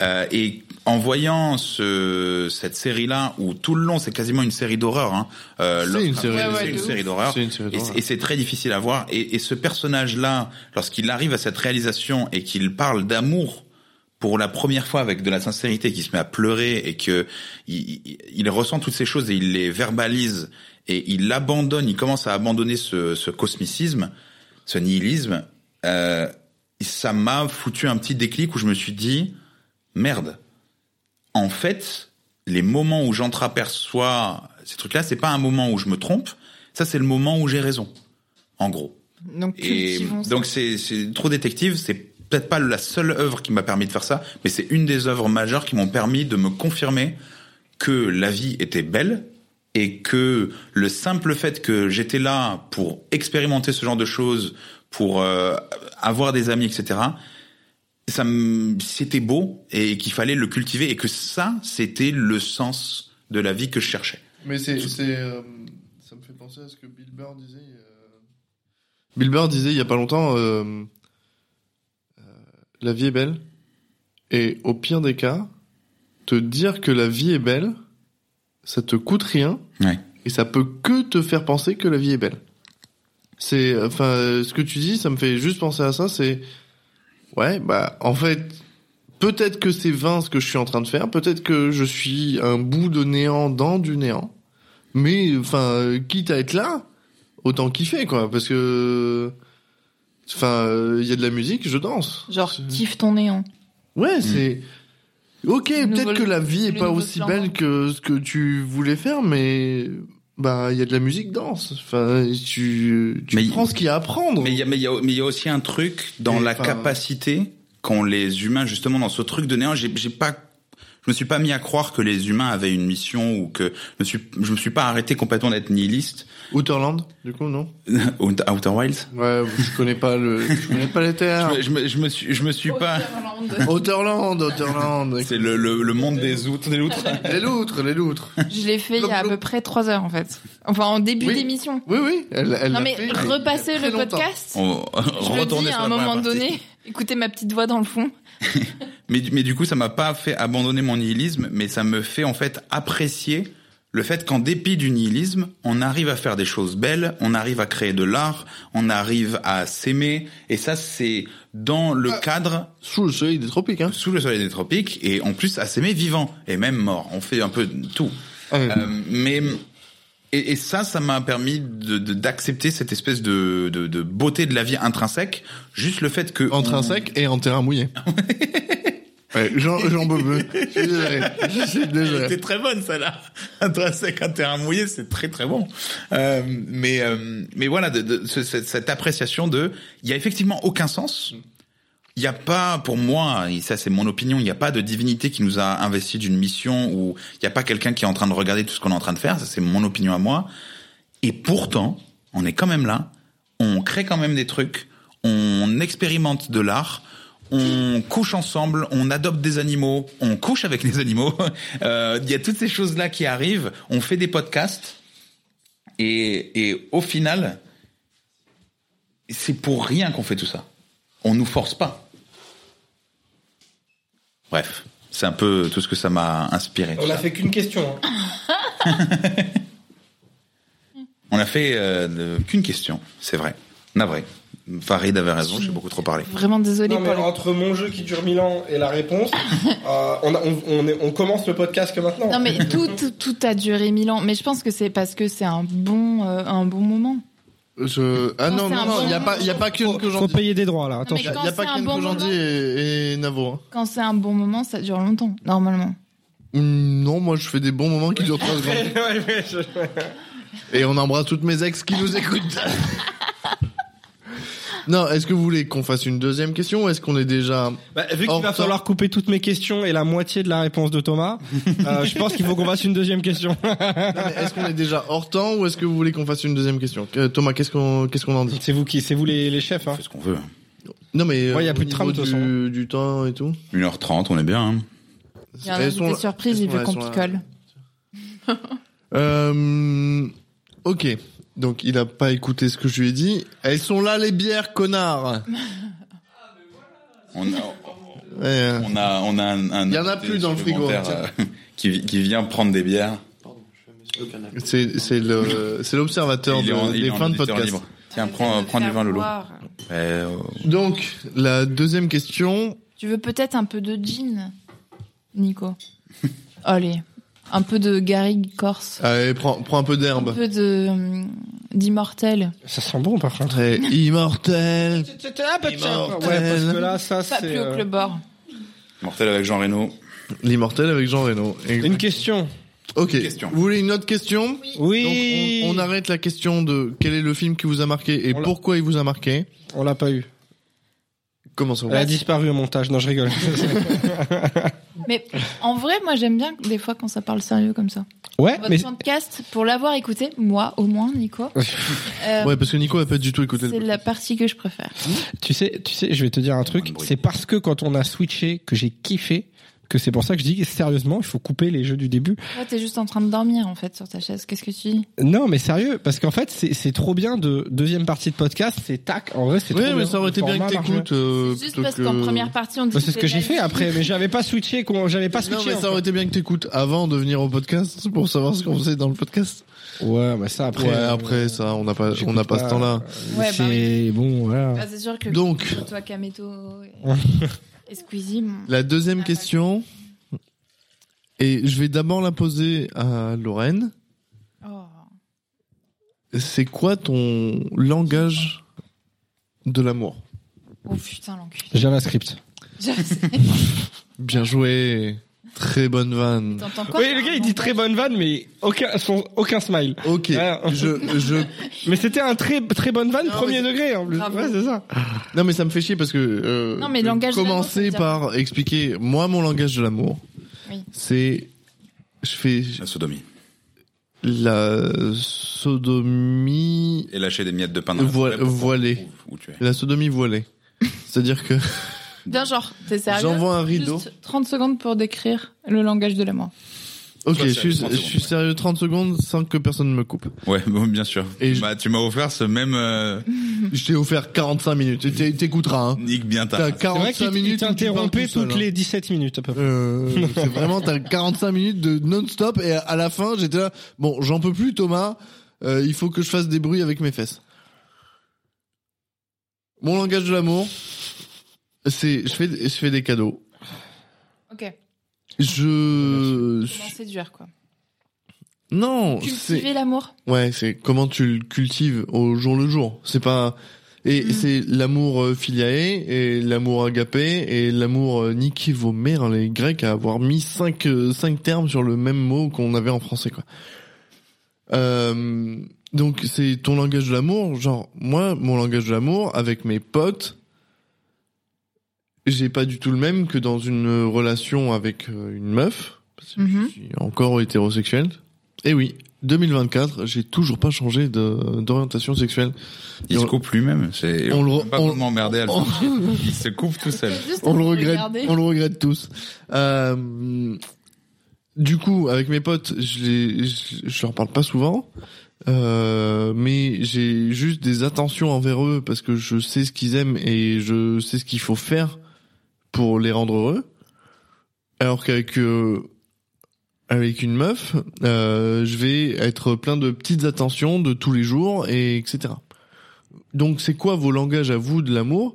C: Euh, et en voyant ce cette série là où tout le long c'est quasiment une série d'horreur hein, euh,
B: C'est
C: Lovecraft,
B: une série-
D: Ouais, ouais,
C: c'est
D: de
C: une
D: ouf.
C: série d'horreur
B: C'est une série
C: et
B: d'horreur.
C: c'est- et c'est très difficile à voir et, et ce personnage là lorsqu'il arrive à cette réalisation et qu'il parle d'amour pour la première fois avec de la sincérité qui se met à pleurer et que il, il- il ressent toutes ces choses et il les verbalise et il abandonne, il commence à abandonner ce, ce cosmicisme, ce nihilisme, euh, ça m'a foutu un petit déclic où je me suis dit merde. En fait, les moments où j'entreaperçois ces trucs-là, c'est pas un moment où je me trompe, ça c'est le moment où j'ai raison. En gros.
D: Donc
C: Et
D: cultivons ça.
C: donc c'est c'est trop détective, c'est peut-être pas la seule œuvre qui m'a permis de faire ça, mais c'est une des œuvres majeures qui m'ont permis de me confirmer que la vie était belle et que le simple fait que j'étais là pour expérimenter ce genre de choses, pour euh, avoir des amis, etc. Ça, me- c'était beau et qu'il fallait le cultiver et que ça, c'était le sens de la vie que je cherchais.
B: Mais c'est, c'est, euh, ça me fait penser à ce que Bill Burr disait. euh, Bill Burr disait il y a pas longtemps, euh, euh, la vie est belle. Et au pire des cas, te dire que la vie est belle, ça te coûte rien.
C: Ouais.
B: Et ça peut que te faire penser que la vie est belle. C'est, enfin, euh, ce que tu dis, ça me fait juste penser à ça. C'est, ouais, bah, en fait, Peut-être que c'est vain ce que je suis en train de faire, peut-être que je suis un bout de néant dans du néant, Mais enfin, euh, quitte à être là, autant kiffer quoi, parce que enfin, euh, il y a de la musique, je danse.
D: Genre, kiffe ton néant.
B: Ouais,
C: Mm.
B: c'est ok.
D: nouveau-
B: Peut-être que la vie est
D: le
B: pas
D: nouveau
B: aussi
D: slam.
B: belle que ce que tu voulais faire, mais bah il y a de la musique danse. Enfin, tu tu
C: Mais-
B: prends ce qu'il y a à prendre.
C: Mais il y a, mais il y a, mais il y a aussi un truc dans
B: Et
C: la
B: enfin-
C: capacité qu'ont les humains justement dans ce truc de néant. J'ai, j'ai pas, je me suis pas mis à croire que les humains avaient une mission ou que je me suis, je me suis pas arrêté complètement d'être nihiliste.
B: Outerland, du coup non.
C: Outer Outer Wilds.
B: Ouais, je connais pas le, je connais pas les terres.
C: Je, me- je me, je me suis, je me suis pas.
B: Outerland, Outerland.
C: C'est le, le, le monde des outres, des loutres.
B: Les loutres, les loutres.
D: Je l'ai fait il y a à peu près trois heures en fait. Enfin, en début
B: Oui.
D: d'émission.
B: Oui, oui. Elle, elle
D: Non
B: l'a
D: mais
B: fait, il
D: repassez
B: y a
D: le
B: très longtemps.
D: podcast.
C: On
D: Je le dis
C: retournez
D: à
C: sur
D: un
C: la première
D: moment
C: partie.
D: donné. Écoutez ma petite voix dans le fond.
C: Mais, du- mais du coup, ça m'a pas fait abandonner mon nihilisme, mais ça me fait en fait apprécier le fait qu'en dépit du nihilisme, on arrive à faire des choses belles, on arrive à créer de l'art, on arrive à s'aimer, et ça c'est dans le cadre
B: Sous le soleil des tropiques, hein.
C: sous le soleil des tropiques, et en plus à s'aimer vivant, et même mort, on fait un peu tout.
B: Euh,
C: Euh, mais et, et ça, ça m'a permis de- de- d'accepter cette espèce de, de, de beauté de la vie intrinsèque, juste le fait que...
B: Entre un sec et en terrain mouillé. ouais, Jean, Jean Bobeux. Je suis désolé. Je suis
C: Elle était
B: désolé.
C: très bonne, celle-là. Intrinsèque à terrain mouillé, c'est très très bon. Euh, mais euh, mais voilà, de, de- ce- cette, cette appréciation de, il y a effectivement aucun sens. Il n'y a pas, pour moi, et ça c'est mon opinion, il n'y a pas de divinité qui nous a investi d'une mission ou il n'y a pas quelqu'un qui est en train de regarder tout ce qu'on est en train de faire. Ça c'est mon opinion à moi. Et pourtant, on est quand même là. On crée quand même des trucs. On expérimente de l'art. On couche ensemble. On adopte des animaux. On couche avec les animaux. Euh, Il y a toutes ces choses là qui arrivent. On fait des podcasts. Et, et au final, c'est pour rien qu'on fait tout ça. On nous force pas. Bref, c'est un peu tout ce que ça m'a inspiré.
A: On a fait qu'une question. hein.
C: On a fait euh, le- qu'une question, c'est vrai. Navré. Farid avait raison, j'ai beaucoup trop parlé.
D: Vraiment désolé
A: Non,
D: pour
A: mais
D: la-
A: entre mon jeu qui dure mille ans et la réponse, euh, on, a- on- on est- on commence le podcast que maintenant.
D: Non mais tout, tout tout a duré mille ans. Mais je pense que c'est parce que c'est un bon euh, un bon moment.
B: Je... Ah non,
D: Non, c'est
B: non,
D: un
B: non,
D: bon
B: il n'y a
D: moment.
B: pas, il y a pas que que j'en
A: Faut
B: dis.
A: payer des droits là.
D: mais
A: Attention.
B: Il
D: Quand
B: n'y a
D: c'est
B: pas
D: un
B: que
D: bon
B: que j'en dis
D: moment.
B: et, et Navo. hein.
D: Quand c'est un bon moment, ça dure longtemps normalement.
B: Hum, Non, moi je fais des bons moments qui durent 3 secondes.
A: Ouais, mais je- ouais.
B: Et on embrasse toutes mes ex qui nous écoutent. non, est-ce que vous voulez qu'on fasse une deuxième question ou est-ce qu'on est déjà...
A: Bah, vu
B: Or,
A: qu'il va
B: ça-
A: falloir couper toutes mes questions et la moitié de la réponse de Thomas, euh, je pense qu'il faut qu'on fasse une deuxième question.
B: Non, mais Est-ce qu'on est déjà hors temps ou est-ce que vous voulez qu'on fasse une deuxième question Euh, Thomas, qu'est-ce qu'on qu'est-ce qu'on en dit
A: c'est vous qui, c'est vous les, les chefs.
C: On
A: Hein.
C: fait ce qu'on veut.
B: Non mais euh,
A: Ouais, y a plus
B: au
A: de trame,
B: niveau
A: de toute façon.
B: du, du temps et tout.
C: 1h30, on est bien. hein.
D: Il y a un
B: Elles sont
D: invité
B: là.
D: surprise,
B: Elles
D: il
B: sont
D: veut
B: là,
D: qu'on
B: elles sont là.
D: picole.
B: Euh, ok, donc il a pas écouté ce que je lui ai dit. Elles sont là les bières, connard.
C: On a,
B: Ouais, euh,
C: on a, on a un, un
B: Il y en a
C: invité
B: plus dans le frigo,
C: supplémentaire, euh, qui, vi- qui vient prendre des bières.
B: c'est c'est le c'est l'observateur
C: Il est en-
B: de,
C: il est
B: des
C: en
B: fins de
C: auditeur
B: podcast.
C: libre. Tiens, prends, prends du vin, Lolo. Euh,
B: Donc la deuxième question.
D: Tu veux peut-être un peu de gin, Nico. Allez, un peu de garrigue corse.
B: Allez, prends prends un peu
D: Un
B: d'herbe.
D: peu de hum, d'immortel.
A: Ça sent bon par contre.
B: Très immortel.
A: Ouais, parce
B: Immortel.
A: que là, ça
D: Pas
A: c'est
D: plus haut que
A: euh,
D: le bord.
C: mortel avec Jean Reno.
B: L'immortel avec Jean Reno. Et-
A: une question.
B: Ok.
C: question.
B: Vous voulez une autre question
A: Oui.
B: Donc on, on arrête la question de quel est le film qui vous a marqué et
A: On l'a-
B: pourquoi il vous a marqué.
A: On l'a pas eu.
B: Comment ça
A: Elle a disparu au montage. Non, je rigole.
D: Mais en vrai, moi j'aime bien des fois quand ça parle sérieux comme ça.
A: ouais,
D: Votre
A: mais
D: podcast, pour l'avoir écouté, moi au moins, Nico, euh,
B: Ouais, parce que Nico a pas du tout écouté
D: c'est
B: le.
D: la partie que je préfère.
A: tu sais, tu sais, je vais te dire un
C: Moins
A: truc.
C: de bruit.
A: C'est parce que quand on a switché que j'ai kiffé que c'est pour ça que je dis sérieusement, il faut couper les jeux du début.
D: Toi, t'es juste en train de dormir en fait sur ta chaise. Qu'est-ce que tu dis
A: Non, mais sérieux, parce qu'en fait, c'est c'est trop bien de deuxième partie de podcast, c'est tac. En vrai, c'est
B: Ouais,
A: trop
B: mais
A: bien.
B: ça
A: Le
B: aurait été bien
A: format
B: que
A: marche
B: t'écoutes. euh,
D: Juste
B: plutôt
D: parce
B: que-
D: qu'en première partie, on dit.
A: Bah, c'est ce que j'ai fait après, mais j'avais pas switché, qu'on- j'avais pas
B: Non,
A: switché.
B: mais ça
A: encore.
B: aurait été bien que t'écoutes avant de venir au podcast pour savoir ce qu'on faisait dans le podcast.
A: Ouais, bah ça après.
B: ouais,
A: euh,
B: après ça, on n'a pas,
A: j'écoute
B: on n'a pas,
A: pas. euh,
B: ce temps-là.
D: Ouais, bah
A: c'est
D: oui.
A: bon, voilà.
D: Ah, c'est sûr que
B: Donc
D: toi, Kameto et, et Squeezie. mon-
B: la deuxième question, et je vais d'abord la poser à Lorraine.
D: Oh.
B: c'est quoi ton langage de l'amour
E: Oh putain, l'enculé.
A: JavaScript.
B: Bien joué. Très bonne vanne.
E: T'entends quoi
A: Oui, le gars, il dit très bonne vanne, mais aucun, son- aucun smile.
B: Ok,
A: Ah.
B: je, je...
A: Mais c'était un très, très bonne vanne,
B: Non,
A: premier
B: mais
A: degré. en plus.
E: Bravo.
A: Ouais, c'est ça.
B: Non mais ça me fait chier parce que... euh,
E: Non, mais langage de
B: Commencer
E: l'amour, ça veut
B: par expliquer, moi mon langage de l'amour,
E: Oui.
B: c'est... Je fais
C: La sodomie.
B: la sodomie...
C: Et lâcher des miettes de pain dans la
B: Voi-
C: forêt pour qu'on
B: voilée.
C: trouve Où tu es.
B: La sodomie voilée. C'est-à-dire que
D: Bien genre, t'es sérieux
B: j'envoie un rideau.
D: Juste 30 secondes pour décrire le langage de l'amour.
B: Ok,
C: Sois
B: je
C: sérieux,
B: suis,
C: 30
B: je
C: secondes,
B: suis
C: ouais.
B: sérieux 30 secondes sans que personne ne me coupe.
C: Ouais, bon, bien sûr.
B: Et je-
C: Bah, tu m'as offert ce même euh,
E: Mhm.
B: Je t'ai offert 45 minutes, t'é- t'écouteras. Hein.
C: Nick bien tard.
B: T'as
A: C'est vrai
B: 45
A: qu'il
B: minutes où tu
A: t'interrompait
B: parles tout seul,
A: toutes
B: hein.
A: les 17 minutes, à peu près.
B: Euh, c'est vraiment t'as 45 minutes de non-stop et à- à la fin j'étais là bon j'en peux plus Thomas euh, il faut que je fasse des bruits avec mes fesses mon langage de l'amour c'est je fais je fais des cadeaux
D: Ok.
B: je
D: Comment séduire, quoi.
B: non c'est
D: Cultiver l'amour.
B: Ouais, c'est comment tu le cultives au jour le jour. C'est pas et
D: Mm.
B: c'est l'amour euh, filiae et l'amour agapé et l'amour euh, niquez vos mères les Grecs à avoir mis cinq euh, cinq termes sur le même mot qu'on avait en français quoi. Euh, donc c'est ton langage de l'amour, genre moi mon langage de l'amour avec mes potes, j'ai pas du tout le même que dans une relation avec euh, une meuf. Parce que
D: Mhm.
B: Je suis encore hétérosexuel. Et Eh oui, 2024, j'ai toujours pas changé de- d'orientation sexuelle.
C: Il se
B: on-
C: coupe lui-même. C'est
B: on le re-
C: pas
B: on-
C: pour m'emmerder. à le
B: on-
C: faire. Il se coupe tout seul.
D: Juste
B: on le
D: pour
B: regrette,
D: regarder.
B: on le regrette tous. Euh, du coup, avec mes potes, je, les, je, je leur parle pas souvent, euh, mais j'ai juste des attentions envers eux parce que je sais ce qu'ils aiment et je sais ce qu'il faut faire pour les rendre heureux. Alors qu'avec euh, avec une meuf, euh, je vais être plein de petites attentions de tous les jours et etc. Donc c'est quoi vos langages à vous de l'amour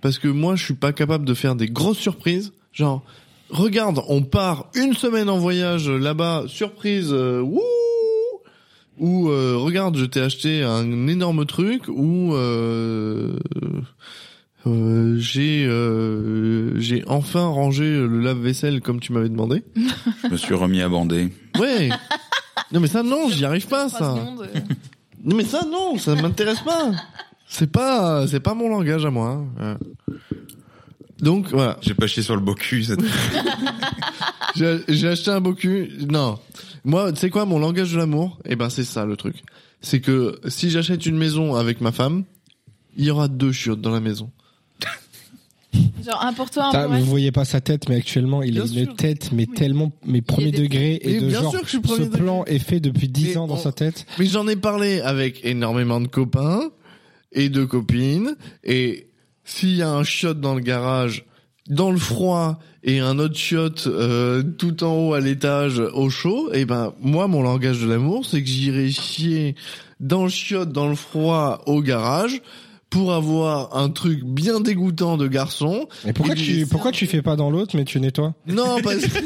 B: Parce que moi je suis pas capable de faire des grosses surprises, genre regarde on part une semaine en voyage euh, là-bas, surprise, euh, wouh ou euh, regarde je t'ai acheté un énorme truc ou euh, euh, j'ai euh, j'ai enfin rangé le lave-vaisselle comme tu m'avais demandé.
C: Je me suis remis à bander.
B: Ouais. Non mais ça non, j'y arrive pas
E: Trois
B: ça.
E: secondes, euh,
B: Non mais ça non, ça m'intéresse pas. C'est pas c'est pas mon langage à moi. hein. Ouais. Donc voilà,
C: J'ai pas chié sur le beau cul. cette-
B: j'ai j'ai acheté un beau cul. Non. Moi, tu sais quoi mon langage de l'amour Eh ben c'est ça le truc. C'est que si j'achète une maison avec ma femme, il y aura deux chiottes dans la maison.
D: Genre un pour toi, un
A: Putain,
D: pour
A: mais
D: elle.
A: vous voyez pas sa tête, mais actuellement, il
B: Bien
A: a une
B: sûr.
A: tête, mais
D: Oui.
A: tellement, mais premier
D: des-
A: degré et
B: Mais
A: de
B: bien
A: genre.
B: sûr que je suis
A: Ce
B: premier degré.
A: plan est fait depuis 10
B: Mais
A: ans dans
B: on-
A: sa tête.
B: Mais j'en ai parlé avec énormément de copains et de copines. Et s'il y a un chiotte dans le garage, dans le froid, et un autre chiotte euh, tout en haut à l'étage au chaud, et ben moi mon langage de l'amour, c'est que j'irai chier dans le chiotte, dans le froid, au garage pour avoir un truc bien dégoûtant de garçon
A: Mais pourquoi
B: Il
A: tu,
B: est-
A: pourquoi tu fais pas dans l'autre, mais tu nettoies?
B: non, parce que...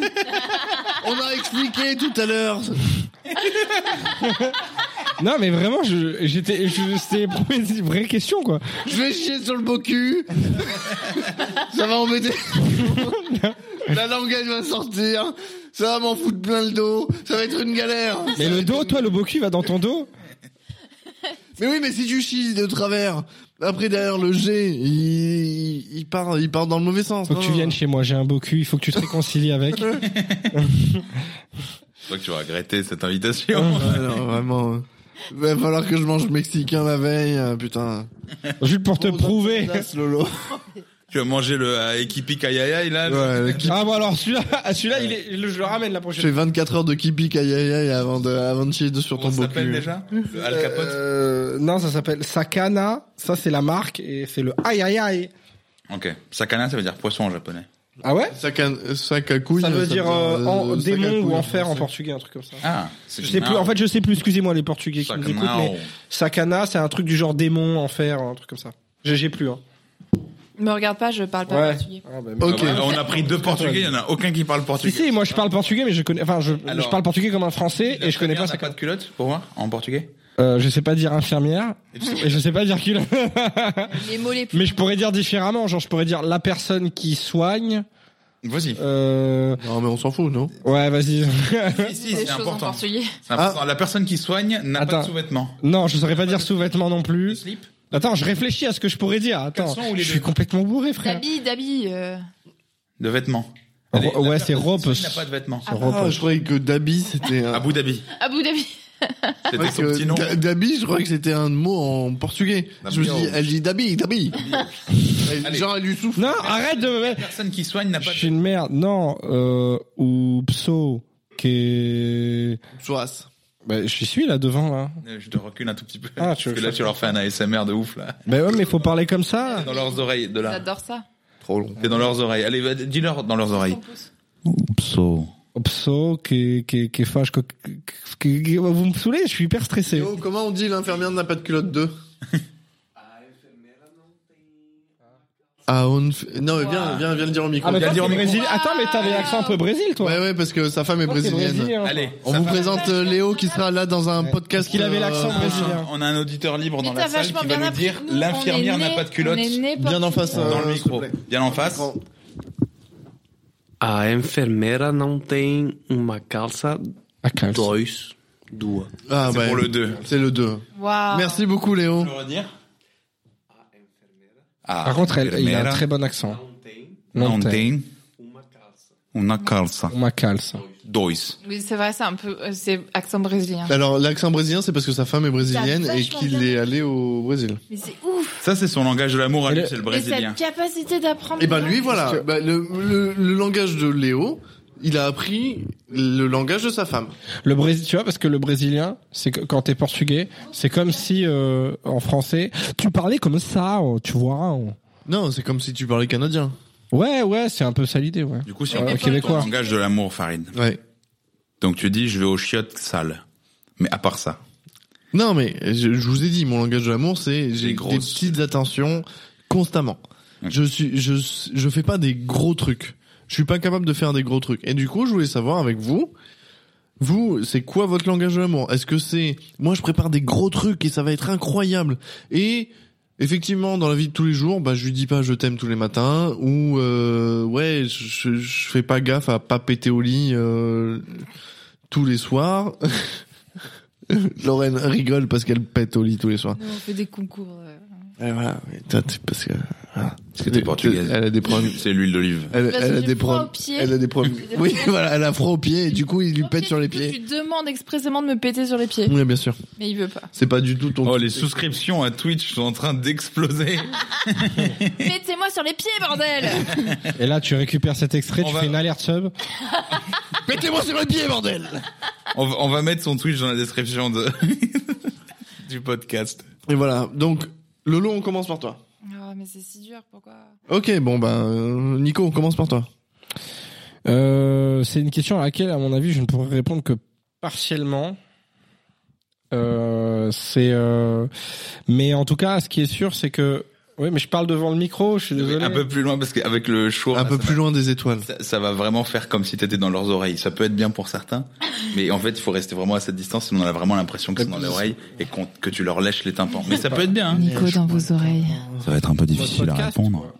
B: On a expliqué tout à l'heure.
A: Non, mais vraiment, je, j'étais, je, c'était une vraie question, quoi.
B: Je vais chier sur le beau cul. Ça va embêter. La languette va sortir. Ça va m'en foutre plein le dos. Ça va être une galère.
A: Mais le dos, toi, le beau cul va dans ton dos.
B: Mais oui, mais si tu chies de travers, après derrière le G, il, il part, il part dans le mauvais sens.
A: Faut que
B: non,
A: tu
B: non.
A: viennes chez moi, j'ai un beau cul, il faut que tu te réconcilies avec.
C: Je crois que tu vas regretter cette invitation.
B: Ouais, non, vraiment. Va falloir que je mange mexicain la veille, euh, putain.
A: Juste pour te
B: Gros
A: prouver.
B: Adidas, Lolo.
C: tu vas manger le euh, équipi kayayay là.
B: Ouais, le kipi-
A: Ah bon, alors celui-là, celui-là, il est, je le ramène la
B: Je
A: prochaine.
B: fais 24 heures de kipi aïe aïe aïe avant de, avant de chier de- sur
C: Comment
B: ton
C: ça
B: beau
C: s'appelle
B: cul.
C: déjà Le Al Capote.
A: Euh, non, ça s'appelle Sakana. Ça, c'est la marque et c'est le aïe aïe aïe.
C: Ok. Sakana, ça veut dire poisson en japonais.
A: Ah ouais
B: Sac à, sac à couilles.
A: Ça veut dire euh, en
B: euh, sac à
A: démon
B: couilles
A: ou enfer en
B: français.
A: portugais, un truc comme ça.
C: Ah.
A: Je sais plus. En fait, je sais plus. Excusez-moi les Portugais qui nous écoutent. Mais
C: Sakana. oh.
A: Sakana, c'est un truc du genre démon, enfer, un truc comme ça. J'ai j'ai plus. Hein.
D: Me regarde pas, je parle pas portugais.
A: Ah, bah, merde.
B: Ok.
C: Ah ouais, On a pris deux portugais. Il y en a aucun qui parle
A: Si
C: portugais.
A: si, moi je parle portugais, mais je connais. Enfin, je,
C: Alors,
A: je parle portugais comme un français et je connais pas
C: T'as
A: Sakana.
C: de culotte pour moi en portugais
A: euh, je sais pas dire infirmière, et je sais pas dire cul.
E: Les mots les plus.
A: Mais je pourrais dire différemment, genre je pourrais dire la personne qui soigne.
C: Vas-y.
A: Euh...
B: Non, mais on s'en fout, non
A: Ouais, vas-y.
C: Si, si,
E: Des
C: c'est
E: choses en
C: important.
E: portugais.
C: C'est important. La personne qui soigne n'a pas
A: Ah. Attends.
C: de sous-vêtements.
A: non, je saurais pas dire sous-vêtements non
C: Le
A: plus.
C: slip
A: Attends, je réfléchis à ce que je pourrais dire. Attends,
C: Caleçon ou les
A: je
C: deux
A: suis complètement bourré, frère.
D: Dabi, Dabi. euh,
C: de vêtements.
A: Ro-
C: Allez, la
A: Ah, ouais,
C: personne
A: c'est
C: qui
A: rope.
C: soigne n'a pas de vêtements.
A: Ça
B: Ah,
A: repose.
B: je croyais que Dabi, c'était... un-
C: Abu Dhabi.
D: Abu Dhabi.
C: Ah C'était
B: Parce
C: son
B: que
C: petit nom.
B: Da- Dabi, je croyais que c'était un mot en portugais.
C: Dabi,
B: Je me suis dit,
C: oh.
B: elle dit Dabi, Dabi. Elle-
C: Allez.
B: Genre, elle lui souffle.
A: Non, arrête de me
C: La
A: mettre.
C: personne qui soigne n'a
A: Je
C: pas
A: suis
C: de
A: une merde. Non, euh, ou pso, qui est...
B: Soas.
A: Bah, je suis là devant, là.
C: Euh, Je te recule un tout petit peu.
A: Ah,
C: parce
A: tu veux
C: que
A: que Ah.
C: là,
A: je
C: tu leur fais un ASMR de ouf, là.
A: Bah ouais, mais faut parler comme ça.
C: Dans leurs oreilles, de là.
D: J'adore ça.
B: Trop long.
C: T'es dans leurs oreilles. Allez, va- dis-leur dans leurs oreilles.
E: Ton pouce.
C: Pso.
A: Oh, Pso, qui, qui, qui est fâche, que- que- que- que- vous me saoulez, je suis hyper stressé.
B: Yo, comment on dit l'infirmière n'a pas de culotte 2 Ah, on... f- Non, mais viens, viens, viens le dire au micro.
A: Ah, mais
C: Il y a
A: toi,
C: le dire au
A: t'es
C: micro.
A: Brésil- Attends, mais t'avais l'accent un peu Brésil, toi.
B: Ouais, ouais, parce que sa femme est
A: Toi, t'es
B: brésilienne.
A: brésilien.
C: Allez.
B: On
C: ça
B: vous
C: va.
B: présente euh, Léo qui sera là dans un
A: Ouais.
B: podcast.
A: qu'il avait l'accent
B: euh,
A: brésilien.
C: On a un auditeur libre dans
E: Mais
C: la
E: t'as
C: salle
E: vachement
C: qui va
E: bien
C: nous
E: appris.
C: dire
E: Nous, on
C: l'infirmière
E: est
C: n'a
E: nés-
C: pas de culotte.
D: On est né
B: Bien en face.
C: Dans
B: euh,
C: le
B: s'il te
C: micro.
B: plaît.
C: Bien en face.
B: Écran.
F: A enfermeira não tem uma calça
A: Ah, calme.
F: dois, duas.
B: Ah,
C: C'est
B: bah,
C: pour le 2.
B: C'est le 2.
D: Waouh.
B: Merci beaucoup, Léo.
C: Tu le redire Ah,
A: Par contre, elle, il a un
C: mère.
A: très bon accent.
F: tem
C: Non,
A: t'es-
C: tem
F: uma calça.
C: uma calça.
A: On m'accale, ça.
C: Dois.
E: Oui, c'est vrai, c'est un peu. euh, C'est accent brésilien.
B: Alors, l'accent brésilien, c'est parce que sa femme est brésilienne
D: T'as
B: et
D: vachement
B: qu'il
D: bien.
B: est allé au Brésil.
D: Mais c'est ouf.
C: Ça, c'est son langage de l'amour à
A: Et
C: lui,
A: le-
C: c'est le
D: Et cette
C: brésilien.
D: capacité d'apprendre.
B: Et ben
A: Parce
B: lui, voilà.
A: que-
B: Bah, le, le, le langage de Léo, il a appris le langage de sa femme.
A: Le Brésil, tu vois, parce que le brésilien, c'est que quand t'es portugais, c'est comme si euh, en français, tu parlais comme ça, oh, tu vois. oh.
B: Non, c'est comme si tu parlais canadien.
A: Ouais, ouais, c'est un peu ça l'idée, ouais.
C: Du coup, si
A: Ouais,
C: on
A: au
C: parle
A: Euh, Québécois.
C: ton langage de l'amour, Farid.
B: Ouais.
C: Donc tu dis, je vais aux chiottes sales. Mais à part ça.
B: Non, mais je, je vous ai dit, mon langage de l'amour, c'est j'ai des
C: grosses-
B: petites attentions constamment.
C: Ok.
B: Je suis, je, je fais pas des gros trucs. Je suis pas capable de faire des gros trucs. Et du coup, je voulais savoir avec vous, vous, c'est quoi votre langage de l'amour Est-ce que c'est, moi, je prépare des gros trucs et ça va être incroyable. Et effectivement, dans la vie de tous les jours, bah, je lui dis pas je t'aime tous les matins ou euh, ouais, je, je- je fais pas gaffe à pas péter au lit euh, tous les soirs. Lorraine rigole parce qu'elle pète au lit tous les soirs.
E: Nous, on fait des concours. euh.
B: Et voilà, mais toi, t'es- parce que voilà.
C: Parce que t'es portugaise.
B: Elle a des problèmes.
C: C'est l'huile d'olive.
B: Elle,
E: Parce
B: elle
E: que
B: a
E: j'ai
B: des
E: froid
B: problèmes.
E: aux pieds.
B: Elle a des problèmes. Oui, voilà, elle a froid aux pieds et du coup, il lui
E: Ok,
B: pète sur les
E: du coup,
B: pieds. Mm.
E: Tu demandes expressément de me péter sur les pieds.
B: Oui, bien sûr.
E: Mais il veut pas.
B: C'est pas du tout ton.
C: Oh, les souscriptions à Twitch sont en train d'exploser.
E: Mettez-moi sur les pieds, bordel
A: Et là, tu récupères cet extrait,
C: On
A: tu
C: va-
A: fais une alerte sub.
B: Pétez-moi sur les pieds, bordel
C: on, va, on va mettre son Twitch dans la description de... du podcast.
B: Et voilà, donc, Lolo, on commence par toi.
E: Oh, mais c'est si dur, pourquoi
B: Ok, bon, bah, euh, Nico, on commence par toi.
A: Euh, c'est une question à laquelle, à mon avis, je ne pourrais répondre que partiellement. Euh, c'est, euh, mais en tout cas, ce qui est sûr, c'est que, oui, mais je parle devant le micro, je suis désolé.
C: Un peu plus loin, parce qu'avec le show,
B: Un peu plus loin des étoiles.
C: ça, ça va vraiment faire comme si t'étais dans leurs oreilles. Ça peut être bien pour certains, mais en fait, il faut rester vraiment à cette distance, sinon on a vraiment l'impression que c'est dans les oreilles et qu'on- que tu leur lèches les tympans. Mais ça peut être bien. hein.
E: Nico dans vos oreilles.
C: Ça va être un peu difficile à
A: podcast,
C: répondre.
A: quoi.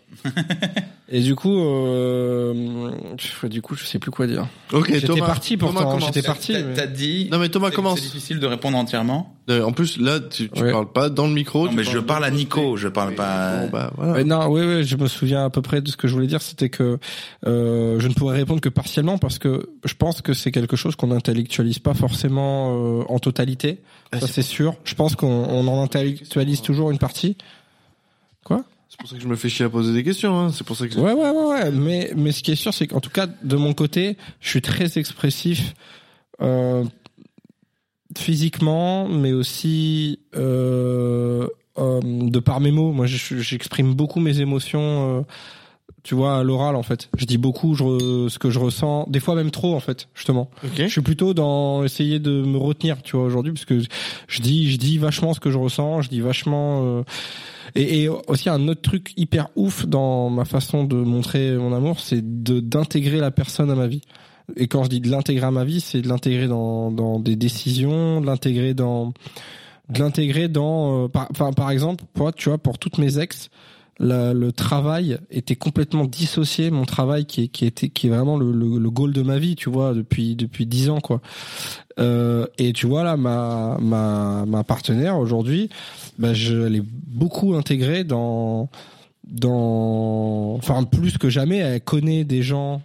A: Et du coup, euh, pff, du coup, je sais plus quoi dire.
B: Ok,
A: J'étais
B: Thomas.
A: parti
B: Thomas
A: pourtant,
B: commence.
A: j'étais parti.
C: T'as
A: mais-
C: t'as dit...
B: Non, mais Thomas,
C: c'est-
B: commence.
C: C'est difficile de répondre entièrement.
B: Euh, En plus, là, tu, tu
A: Ouais.
B: parles pas dans le micro.
C: Non,
B: tu
C: mais je parle à Nico, je parle pas...
B: Bon, bah, voilà.
A: Ouais, Euh, non, oui, oui, je me souviens à peu près de ce que je voulais dire. C'était que euh, je ne pourrais répondre que partiellement parce que je pense que c'est quelque chose qu'on n'intellectualise pas forcément euh, en totalité.
B: Ah,
A: ça,
B: c'est-
A: c'est sûr. Je pense qu'on on en intellectualise toujours une partie.
B: C'est pour ça que je me fais chier à poser des questions, hein. C'est pour ça que
A: Ouais, ouais, ouais, ouais. Mais, mais ce qui est sûr, c'est qu'en tout cas, de mon côté, je suis très expressif euh, physiquement, mais aussi euh, euh, de par mes mots. Moi, je- j'exprime beaucoup mes émotions. euh, tu vois, à l'oral, en fait. Je dis beaucoup je re- ce que je ressens. Des fois, même trop, en fait, justement.
B: Ok.
A: Je suis plutôt dans essayer de me retenir, tu vois, aujourd'hui, parce que je dis, je dis vachement ce que je ressens, je dis vachement. euh, Et, et aussi un autre truc hyper ouf dans ma façon de montrer mon amour, c'est de d'intégrer la personne à ma vie. Et quand je dis de l'intégrer à ma vie, c'est de l'intégrer dans dans des décisions, de l'intégrer dans de l'intégrer dans, euh, par, enfin, par exemple, moi, tu vois, pour toutes mes ex, la- le travail était complètement dissocié, mon travail qui, est- qui était, qui est vraiment le, le, le goal de ma vie, tu vois, depuis depuis dix ans, quoi. Euh, et tu vois là, ma ma ma partenaire aujourd'hui, bah, je l'ai beaucoup intégrée dans dans, enfin plus que jamais, elle connaît des gens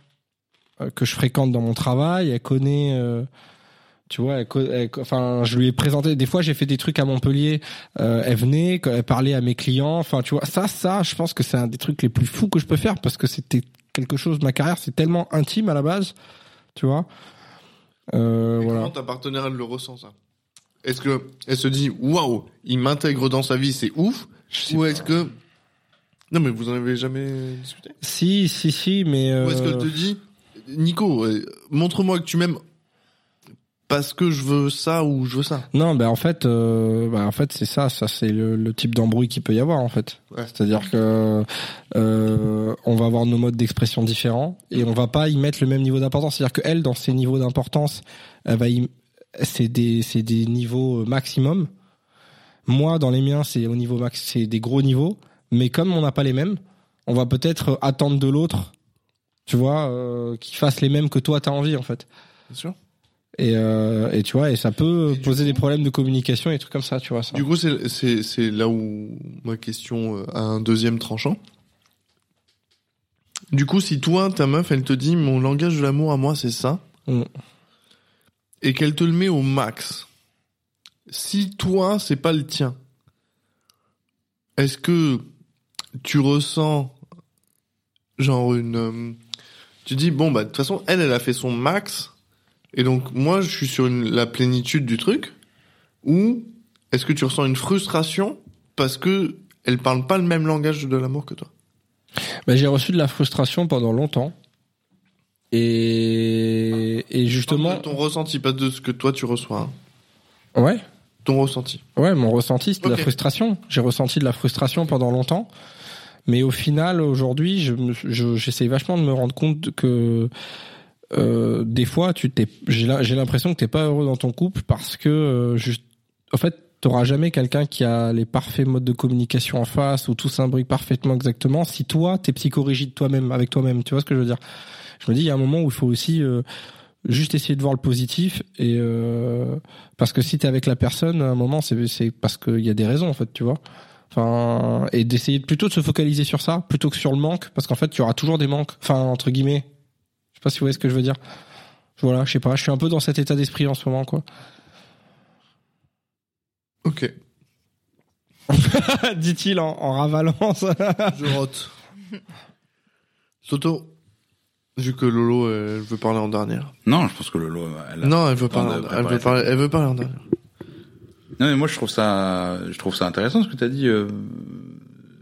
A: euh, que je fréquente dans mon travail, elle connaît. euh, tu vois, elle co- elle co- enfin, je lui ai présenté. Des fois, j'ai fait des trucs à Montpellier. euh, elle venait, elle parlait à mes clients. Enfin, tu vois, ça, ça, je pense que c'est un des trucs les plus fous que je peux faire parce que c'était quelque chose. Ma carrière, c'est tellement intime à la base, tu vois. Euh,
B: Comment
A: voilà.
B: ta partenaire elle le ressent ça Est-ce que elle se dit waouh, il m'intègre dans sa vie, c'est ouf Ou est-ce que non mais vous en avez jamais discuté
A: Si, si, si, mais euh,
B: Ou est-ce qu'elle te dit Nico, euh, montre-moi que tu m'aimes parce que je veux ça ou je veux ça
A: non, ben en fait, euh, ben, en fait, c'est ça, ça c'est le, le type d'embrouille qu'il peut y avoir en fait.
B: Ouais.
A: C'est-à-dire que euh, on va avoir nos modes d'expression différents et on va pas y mettre le même niveau d'importance. C'est-à-dire que elle, dans ses niveaux d'importance, elle va y... c'est des c'est des niveaux euh, maximum. Moi, dans les miens, c'est au niveau max, c'est des gros niveaux. Mais comme on n'a pas les mêmes, on va peut-être attendre de l'autre, tu vois, euh, qu'il fasse les mêmes que toi t'as envie en fait.
B: Bien sûr.
A: Et, euh, et tu vois, et ça peut
B: Et du
A: poser
B: coup-
A: des problèmes de communication et des trucs comme ça, tu vois. Ça.
B: Du coup, c'est- c'est c'est là où ma question euh, a un deuxième tranchant. Du coup, si toi, ta meuf, elle te dit mon langage de l'amour à moi, c'est ça,
A: Mm.
B: et qu'elle te le met au max, si toi, c'est pas le tien, est-ce que tu ressens genre une. euh, tu dis, bon, bah, de toute façon, elle, elle a fait son max, et donc moi, je suis sur une- la plénitude du truc, ou est-ce que tu ressens une frustration parce que elle parle pas le même langage de l'amour que toi
A: Bah, j'ai reçu de la frustration pendant longtemps. Et, et
B: Ah, Parle
A: justement,
B: de ton ressenti, pas de ce que toi tu reçois. hein.
A: ouais,
B: Ton ressenti.
A: ouais, mon ressenti, c'était de
B: Ok.
A: la frustration. J'ai ressenti de la frustration pendant longtemps. Mais au final, aujourd'hui, je me- je- j'essaie vachement de me rendre compte que euh, des fois, tu t'es, j'ai la- j'ai l'impression que t'es pas heureux dans ton couple parce que, euh, juste, en fait, t'auras jamais quelqu'un qui a les parfaits modes de communication en face ou tout s'imbrique parfaitement exactement. Si toi, t'es psychorigide toi-même avec toi-même, tu vois ce que je veux dire Je me dis, il y a un moment où il faut aussi euh, juste essayer de voir le positif et euh, parce que si t'es avec la personne, à un moment, c'est c'est parce qu'il y a des raisons en fait, tu vois. Enfin, et d'essayer de- plutôt de se focaliser sur ça plutôt que sur le manque, parce qu'en fait, il y aura toujours des manques. Enfin, entre guillemets. Je sais pas si vous voyez ce que je veux dire. Voilà, je sais pas. Je suis un peu dans cet état d'esprit en ce moment, quoi.
B: Ok.
A: Dit-il en, en ravalant ça.
B: Je rote. Soto, vu que Lolo elle veut parler en dernière.
C: Non, je pense que Lolo, elle a-
B: non, elle veut
C: temps
B: parler.
C: de
B: en- Elle
C: préparer
B: veut
C: ça.
B: parler. Elle veut parler en dernière.
C: Non, mais moi, je trouve ça, je trouve ça intéressant ce que tu as dit euh,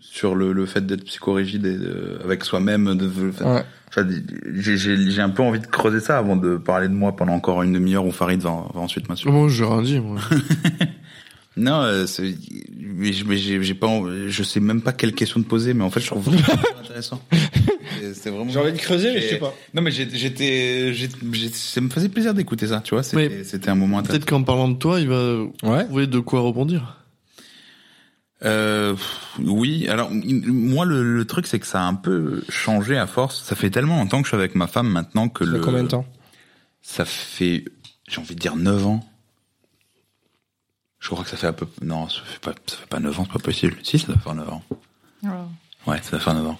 C: sur le, le fait d'être psychorigide et, euh, avec soi-même. De, enfin,
A: Ouais.
C: ça, j'ai- J'ai j'ai un peu envie de creuser ça avant de parler de moi pendant encore une demi-heure ou Farid va, va ensuite m'insulter.
B: Moi, j'ai rien dit. Moi.
C: Non, euh, c'est- mais je- mais j'ai j'ai pas, en- je sais même pas quelle question de poser, mais en fait, je trouve vraiment intéressant. C'est- C'est vraiment.
A: J'ai envie de creuser, mais je sais pas.
C: Non, mais j'ai- j'étais, j'ai- j'ai- ça me faisait plaisir d'écouter ça, tu vois. C'était
B: Mais-
C: c'était un moment intéressant.
B: Peut-être qu'en parlant de toi, il va
A: Ouais.
B: trouver de quoi rebondir.
C: Euh, pff, oui, alors il- moi le, le truc c'est que ça a un peu changé à force. Ça fait tellement longtemps que je suis avec ma femme maintenant que
A: Ça fait
C: le
A: combien de temps
C: ça fait j'ai envie de dire 9 ans. Je crois que ça fait un peu non, ça fait pas ça fait pas 9 ans, c'est pas possible. Si ça doit faire 9 ans.
E: Oh.
C: Ouais, ça va faire 9 ans.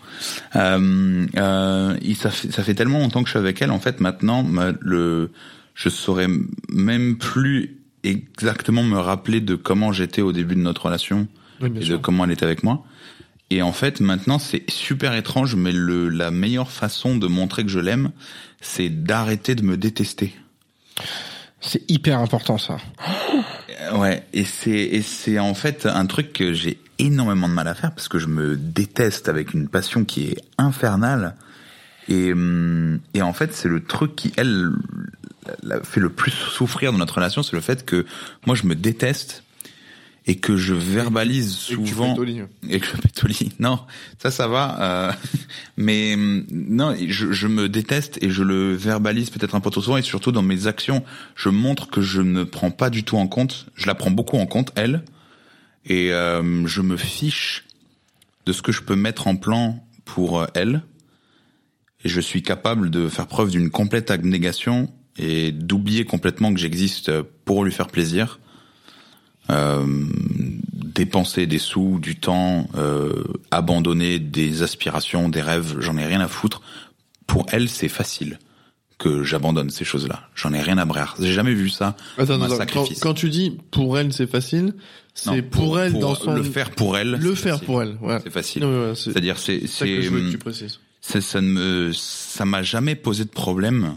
C: Euh, euh, il- ça, fait, ça fait tellement longtemps que je suis avec elle, en fait, maintenant, ma- le, je saurais même plus exactement me rappeler de comment j'étais au début de notre relation
B: Oui, bien
C: et de
B: sûr.
C: comment elle était avec moi. Et en fait, maintenant, c'est super étrange, mais le, la meilleure façon de montrer que je l'aime, c'est d'arrêter de me détester.
A: C'est hyper important ça.
C: Euh, Ouais, et c'est et c'est en fait un truc que j'ai énormément de mal à faire parce que je me déteste avec une passion qui est infernale. Et hum, et en fait, c'est le truc qui elle la- la fait le plus souffrir dans notre relation, c'est le fait que moi je me déteste et que je verbalise
B: Et que tu
C: souvent
B: pètes au lit.
C: et que je pète au lit. Non, ça, ça va. euh, mais hum, non, je, je me déteste et je le verbalise peut-être un peu trop souvent et surtout dans mes actions, je montre que je ne prends pas du tout en compte. Je la prends beaucoup en compte, elle, et euh, je me fiche de ce que je peux mettre en plan pour euh, elle. Et je suis capable de faire preuve d'une complète abnégation et d'oublier complètement que j'existe euh, pour lui faire plaisir. Euh, dépenser des sous, du temps, euh, abandonner des aspirations, des rêves, j'en ai rien à foutre. Pour elle, c'est facile que j'abandonne ces choses-là. J'en ai rien à brer. J'ai jamais vu ça.
B: Attends,
C: comme un
B: attends, quand,
C: sacrifice.
B: quand tu dis pour elle c'est facile,
C: Non,
B: c'est pour, elle dans son
C: le faire pour elle.
B: le
C: c'est
B: faire
C: facile.
B: pour elle. Ouais.
C: C'est facile.
B: Non, mais voilà, c'est
C: C'est-à-dire, c'est,
B: ça que
C: c'est,
B: je voulais que tu précises.
C: c'est- ça ne me, ça m'a jamais posé de problème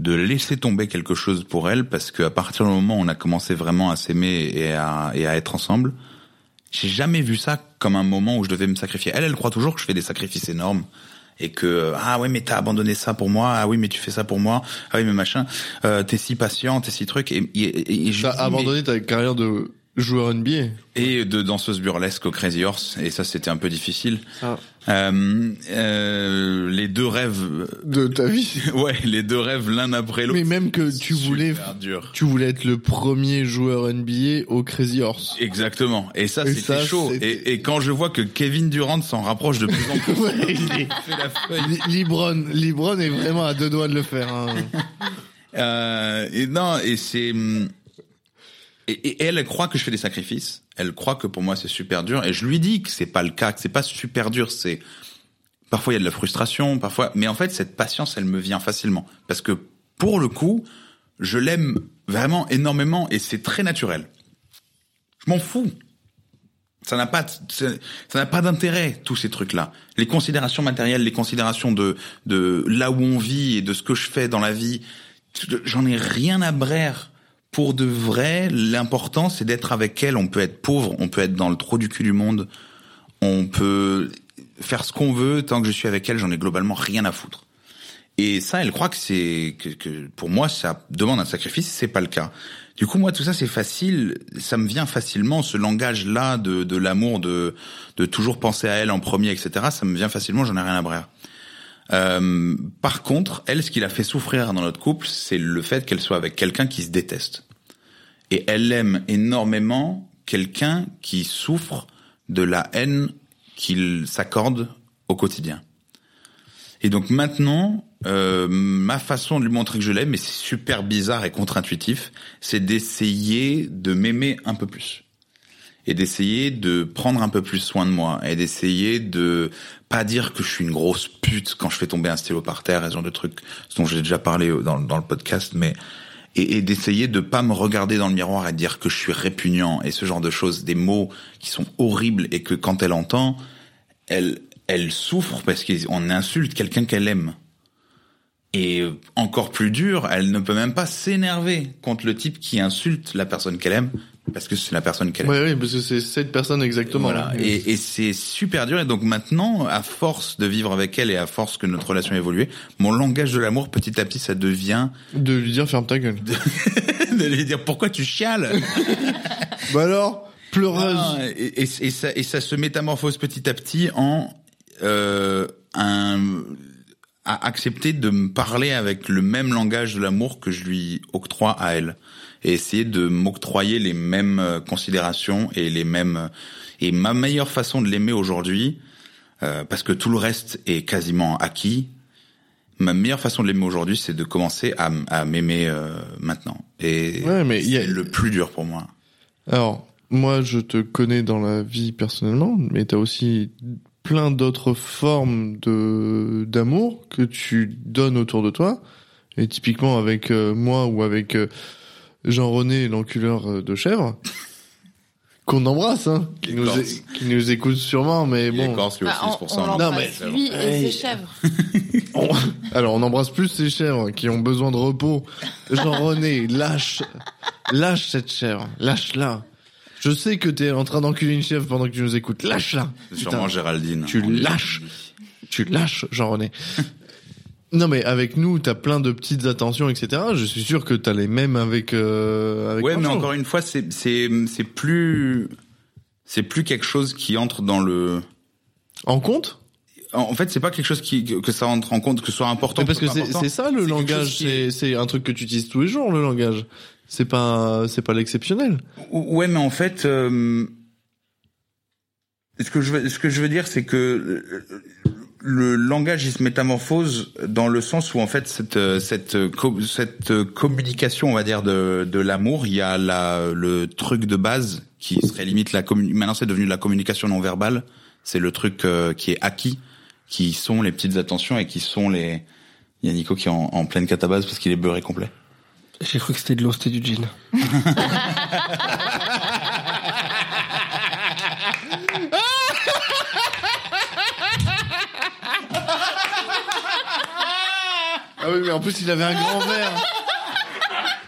C: de laisser tomber quelque chose pour elle parce que à partir du moment où on a commencé vraiment à s'aimer et à, et à être ensemble, j'ai jamais vu ça comme un moment où je devais me sacrifier. Elle, elle croit toujours que je fais des sacrifices énormes et que ah ouais mais t'as abandonné ça pour moi ah oui mais tu fais ça pour moi ah oui mais machin euh, t'es si patient t'es si truc et, et, et- et je
B: T'as
C: dis, mais-
B: abandonné ta carrière de joueur NBA.
C: et de danseuse burlesque au Crazy Horse et ça c'était un peu difficile
F: Ah.
C: Euh, euh, les deux rêves
B: de ta vie.
C: ouais les deux rêves l'un après l'autre
B: Mais même que tu
C: Super
B: voulais,
C: dur
B: tu voulais être le premier joueur NBA au Crazy Horse.
C: exactement et ça
B: Et
C: c'était
B: ça,
C: chaud
B: c'était-
C: et, et quand je vois que Kevin Durant s'en rapproche de plus en plus
B: Ouais, il est-
C: c'est la feuille.
B: Li- Libron, Libron est vraiment à deux doigts de le faire. hein.
C: Euh, et non, et c'est. hum, Et, et elle, elle croit que je fais des sacrifices. Elle croit que pour moi c'est super dur. Et je lui dis que c'est pas le cas, que c'est pas super dur. C'est parfois il y a de la frustration, parfois. Mais en fait, cette patience, elle me vient facilement parce que pour le coup, je l'aime vraiment énormément et c'est très naturel. Je m'en fous. Ça n'a pas, de- ça ça n'a pas d'intérêt tous ces trucs-là. Les considérations matérielles, les considérations de de là où on vit et de ce que je fais dans la vie, j'en ai rien à brère. Pour de vrai, l'important c'est d'être avec elle. On peut être pauvre, on peut être dans le trou du cul du monde, on peut faire ce qu'on veut. Tant que je suis avec elle, j'en ai globalement rien à foutre. Et ça, elle croit que c'est que, que pour moi, ça demande un sacrifice. C'est pas le cas. Du coup, moi, tout ça, c'est facile. Ça me vient facilement. Ce langage-là de, de l'amour, de, de toujours penser à elle en premier, etc. Ça me vient facilement. J'en ai rien à brer. Euh, par contre, elle, ce qui l'a fait souffrir dans notre couple, c'est le fait qu'elle soit avec quelqu'un qui se déteste. Et elle aime énormément quelqu'un qui souffre de la haine qu'il s'accorde au quotidien. Et donc maintenant, euh, ma façon de lui montrer que je l'aime, et c'est super bizarre et contre-intuitif, c'est d'essayer de m'aimer un peu plus. Et d'essayer de prendre un peu plus soin de moi. Et d'essayer de pas dire que je suis une grosse pute quand je fais tomber un stylo par terre, et ce genre de trucs dont j'ai déjà parlé dans, dans le podcast, mais et, et d'essayer de pas me regarder dans le miroir et de dire que je suis répugnant et ce genre de choses, des mots qui sont horribles et que quand elle entend, elle, elle souffre parce qu'on insulte quelqu'un qu'elle aime. Et encore plus dur, elle ne peut même pas s'énerver contre le type qui insulte la personne qu'elle aime parce que c'est la personne qu'elle aime.
B: Ouais, oui, parce que c'est cette personne exactement.
C: Voilà. Et, et c'est super dur. Et donc maintenant, à force de vivre avec elle et à force que notre relation évolue, mon langage de l'amour, petit à petit, ça devient
B: de lui dire ferme ta gueule.
C: de lui dire pourquoi tu chiales.
B: Bah alors, pleureuse.
C: Ah, et, et, et ça, et ça se métamorphose petit à petit en euh, un, à accepter de me parler avec le même langage de l'amour que je lui octroie à elle et essayer de m'octroyer les mêmes euh, considérations et les mêmes euh, et ma meilleure façon de l'aimer aujourd'hui euh, parce que tout le reste est quasiment acquis ma meilleure façon de l'aimer aujourd'hui c'est de commencer à, m- à m'aimer euh, maintenant et
B: Ouais, mais il y a-
C: c'est le plus dur pour moi
B: Alors, moi, je te connais dans la vie personnellement, mais t'as aussi plein d'autres formes de d'amour que tu donnes autour de toi. Et typiquement avec euh, moi ou avec euh, Jean-René, l'enculeur euh, de chèvre, qu'on embrasse, hein, qui
C: Les
B: nous,
C: Corses.
B: é- qui nous écoute sûrement, mais
C: Il est
B: bon.
C: corse, lui
E: Bah,
C: aussi, c'est
E: on
C: pour
E: on
C: ça, hein. on
E: l'embrasse
C: l'embrasse.
E: lui et ses chèvres.
B: Alors, on embrasse plus ces chèvres qui ont besoin de repos. Jean-René, lâche, lâche cette chèvre, lâche-la. Je sais que t'es en train d'enculer une chèvre pendant que tu nous écoutes. Lâche-la.
C: C'est Sûrement
B: Putain,
C: Géraldine.
B: Tu lâches. Tu lâches, Jean-René. Non mais avec nous, t'as plein de petites attentions, etc. Je suis sûr que t'as les mêmes avec. Euh, avec
C: Ouais, mais
B: Marceau.
C: encore une fois, c'est c'est c'est plus c'est plus quelque chose qui entre dans le.
B: En compte
C: En en fait, c'est pas quelque chose qui que que ça entre en compte, que ce soit important.
B: Mais Parce
C: ou
B: que
C: pas
B: c'est
C: important.
B: c'est ça le
C: quelque
B: langage.
C: chose qui-
B: C'est c'est un truc que tu utilises tous les jours, le langage. C'est pas c'est pas l'exceptionnel.
C: Ou- Ouais, mais en fait, euh, ce que je veux, ce que je veux dire, c'est que euh, le langage il se métamorphose dans le sens où en fait cette euh, cette euh, co- cette euh, communication, on va dire de de l'amour, il y a la le truc de base qui serait limite la communi- maintenant c'est devenu de la communication non verbale, c'est le truc euh, qui est acquis, qui sont les petites attentions et qui sont les il y a Nico qui est en, en pleine catabase parce qu'il est beurré complet.
A: J'ai cru que c'était de l'eau, c'était du gin.
B: Ah oui, mais en plus, il avait un grand verre.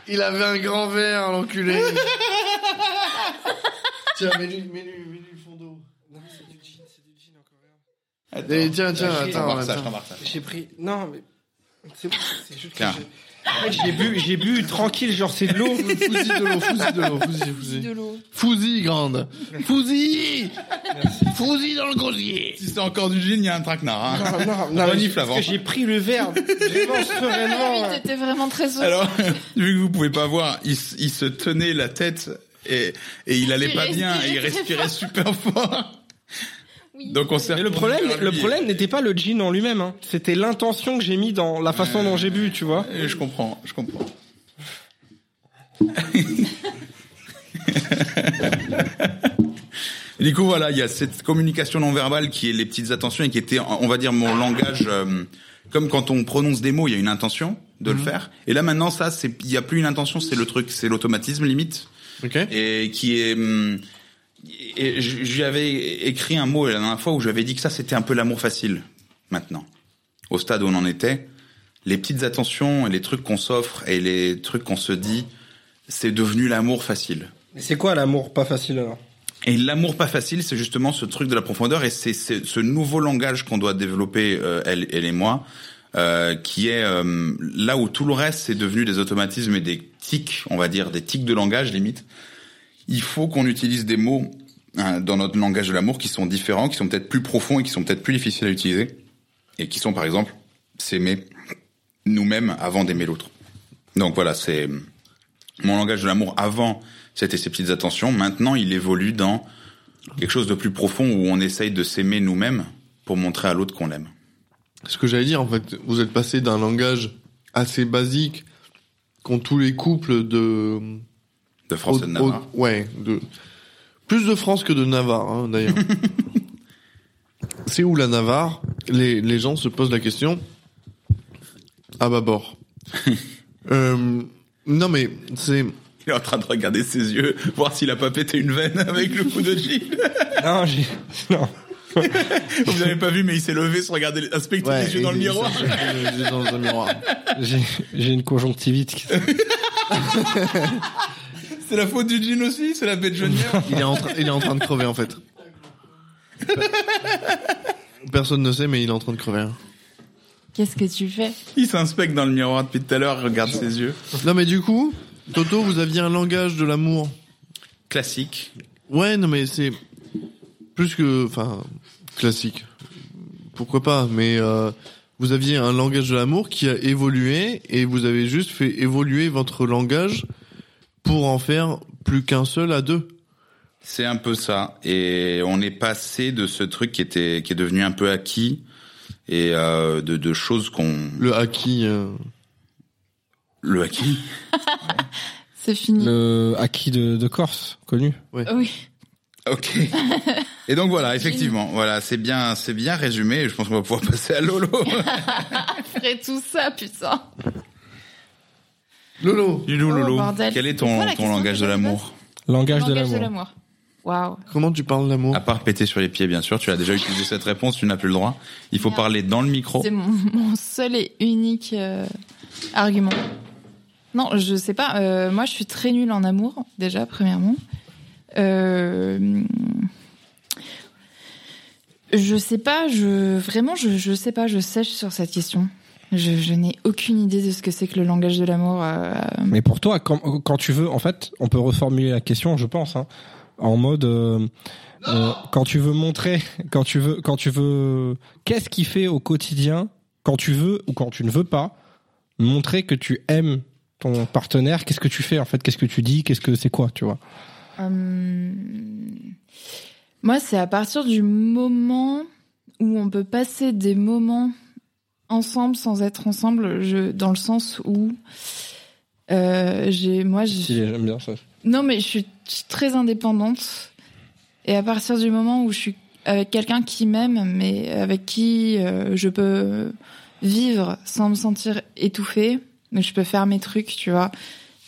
B: Il avait
A: Ah,
B: un grand verre, l'enculé. Tiens, mets-lui, mets-lui, mets-lui le fond d'eau. Et tiens, tiens,
A: Lâchez.
B: attends,
C: ça, Ah, je
B: attends.
C: t'embarque ça.
A: J'ai pris. Non, mais. C'est bon, c'est juste que
C: Tiens.
A: j'ai- Mec, j'ai bu, j'ai bu tranquille, genre c'est de l'eau.
B: Fousi de l'eau, fousi de l'eau, fousi, fousi. Fousi, grande. Fousi Fousi dans le gosier
C: Si c'est encore du gin, il y a un traquenard. hein.
A: Non, non, non,
C: Renifle
A: mais parce
C: avant.
A: que j'ai pris le verre vraiment euh, sereinement.
E: Ah Oui, t'étais vraiment très sauce.
C: Alors, vu que vous pouvez pas voir, il, s- il se tenait la tête et, et il allait
E: Il
C: pas bien, et il
E: respirait
C: respirait super fort.
E: Oui.
C: Donc on s'est
A: Mais le
C: retourné
A: problème,
C: vers
A: le
C: lui.
A: problème n'était pas le gin en lui-même. hein. C'était l'intention que j'ai mis dans la façon dont j'ai bu, tu vois.
C: Et Je comprends, je comprends. Et du coup, voilà, il y a cette communication non verbale qui est les petites attentions et qui était, on va dire, mon langage. euh, comme quand on prononce des mots, il y a une intention de le faire. Et là, maintenant, ça, c'est, il n'y a plus une intention, c'est le truc, c'est l'automatisme limite
B: Ok.
C: et qui est hum, et je je lui avais écrit un mot la dernière fois où j'avais dit que ça c'était un peu l'amour facile maintenant au stade où on en était les petites attentions et les trucs qu'on s'offre et les trucs qu'on se dit c'est devenu l'amour facile
A: Mais c'est quoi l'amour pas facile alors
C: et l'amour pas facile, c'est justement ce truc de la profondeur et c'est c'est ce nouveau langage qu'on doit développer euh, elle, elle et moi, euh, qui est euh, là où tout le reste c'est devenu des automatismes et des tics, on va dire des tics de langage limite. Il faut qu'on utilise des mots hein, dans notre langage de l'amour qui sont différents, qui sont peut-être plus profonds et qui sont peut-être plus difficiles à utiliser et qui sont par exemple s'aimer nous-mêmes avant d'aimer l'autre. Donc voilà, c'est mon langage de l'amour avant, c'était ces petites attentions. Maintenant, il évolue dans quelque chose de plus profond où on essaye de s'aimer nous-mêmes pour montrer à l'autre qu'on l'aime.
B: Ce que j'allais dire, en fait, vous êtes passé d'un langage assez basique qu'ont tous les couples de...
C: De France et de
B: au- au-
C: Navarre.
B: Ouais, de... plus de France que de Navarre, hein, d'ailleurs. c'est où la Navarre les, les gens se posent la question à bâbord. euh, non mais c'est...
C: Il est en train de regarder ses yeux, voir s'il a pas pété une veine avec le coup de G.
A: Non, j'ai. Non.
C: Vous n'avez pas vu, mais il s'est levé, se regarder, inspecter les yeux dans le
B: et-
C: miroir.
B: Les yeux dans un miroir.
A: J'ai j'ai une conjonctivite. qui-
C: C'est la faute du jean aussi, c'est la bête jaunière.
B: Il est, en train- il est en train de crever en fait. Personne ne sait mais il est en train de crever. hein.
D: Qu'est-ce que tu fais
C: Il s'inspecte dans le miroir depuis tout à l'heure, regarde ses yeux.
B: Non mais du coup, Toto, vous aviez un langage de l'amour.
C: Classique.
B: Ouais, non, mais c'est plus que, enfin, classique. Pourquoi pas Mais euh, vous aviez un langage de l'amour qui a évolué et vous avez juste fait évoluer votre langage pour en faire plus qu'un seul à deux.
C: C'est un peu ça. Et on est passé de ce truc qui était, qui est devenu un peu acquis et euh, de, de choses qu'on.
B: Le acquis. euh,
C: Le acquis.
D: C'est fini.
A: Le euh, acquis de, de Corse, connu.
D: Oui.
C: Ok. Et donc voilà, effectivement, voilà, c'est bien, c'est bien résumé. Je pense qu'on va pouvoir passer à Lolo.
E: Après tout ça, putain.
B: Lolo,
C: Lolo,
D: Oh,
C: Lolo.
D: bordel.
C: Quel est
D: C'est
C: ton,
D: quoi la
C: ton
D: question
C: langage de
D: que je me
C: l'amour
A: Langage de
E: Langage de
A: l'amour.
E: l'amour.
D: Waouh.
B: comment tu parles de l'amour
C: À part péter sur les pieds, bien sûr. Tu as déjà utilisé cette réponse, tu n'as plus le droit. Il faut
E: Merde.
C: parler dans le micro.
D: C'est mon, mon seul et unique euh, argument. Non, je sais pas. euh, moi, je suis très nulle en amour, déjà, premièrement. Euh, je sais pas, je, vraiment, je, je sais pas, je sèche sur cette question. Je, je n'ai aucune idée de ce que c'est que le langage de l'amour. euh,
A: Mais pour toi, quand, quand tu veux, en fait, on peut reformuler la question, je pense, hein, en mode euh, euh, quand tu veux montrer, quand tu veux, quand tu veux, qu'est-ce qui fait au quotidien quand tu veux ou quand tu ne veux pas montrer que tu aimes ton partenaire Qu'est-ce que tu fais en fait Qu'est-ce que tu dis Qu'est-ce que c'est quoi Tu vois
D: euh, Moi, c'est à partir du moment où on peut passer des moments ensemble sans être ensemble, je, dans le sens où euh, j'ai, moi, je,
A: Si, j'aime bien ça.
D: Non, mais je suis je suis très indépendante. Et à partir du moment où je suis avec quelqu'un qui m'aime, mais avec qui euh, je peux vivre sans me sentir étouffée, mais je peux faire mes trucs, tu vois.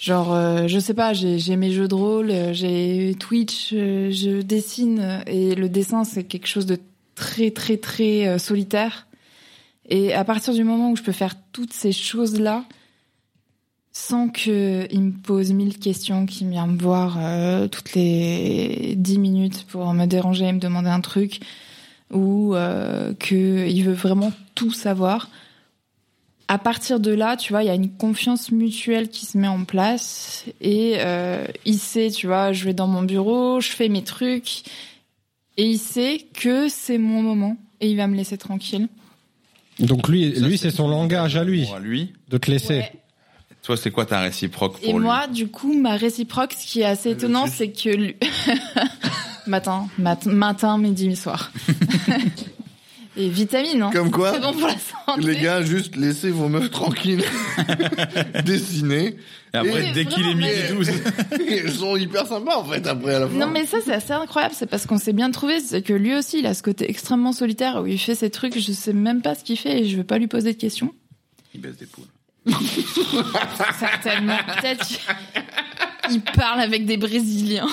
D: Genre, euh, je sais pas, j'ai j'ai mes jeux de rôle, euh, j'ai Twitch, euh, je dessine. Et le dessin, c'est quelque chose de très, très, très euh, solitaire. Et à partir du moment où je peux faire toutes ces choses-là, sans que il me pose mille questions, qu'il vient me voir euh, toutes les dix minutes pour me déranger et me demander un truc, ou euh, que il veut vraiment tout savoir. À partir de là, tu vois, il y a une confiance mutuelle qui se met en place et euh, il sait, tu vois, je vais dans mon bureau, je fais mes trucs et il sait que c'est mon moment et il va me laisser tranquille.
A: Donc lui,
C: Ça,
A: lui, c'est son langage à lui
C: Pour lui.
A: de te laisser.
D: Ouais.
C: Toi, c'est quoi ta réciproque
D: Et
C: pour lui
D: moi, du coup, ma réciproque, ce qui est assez
F: Elle
D: étonnant,
F: aussi.
D: c'est que lui... matin, mat- matin, midi, soir. Et vitamine, hein.
B: Comme quoi,
D: C'est bon pour la santé.
B: les gars, juste laissez vos meufs tranquilles dessiner.
C: Et après,
D: Et
C: dès qu'il est
D: vraiment,
C: midi
B: mais-
C: 12.
B: Et elles sont hyper sympas en fait après à la fin.
D: Non mais ça c'est assez incroyable, c'est parce qu'on s'est bien trouvé, c'est que lui aussi il a ce côté extrêmement solitaire où il fait ses trucs, je sais même pas ce qu'il fait et je veux pas lui poser de questions.
C: Il baisse des poules.
D: Certainement, peut-être il parle avec des Brésiliens,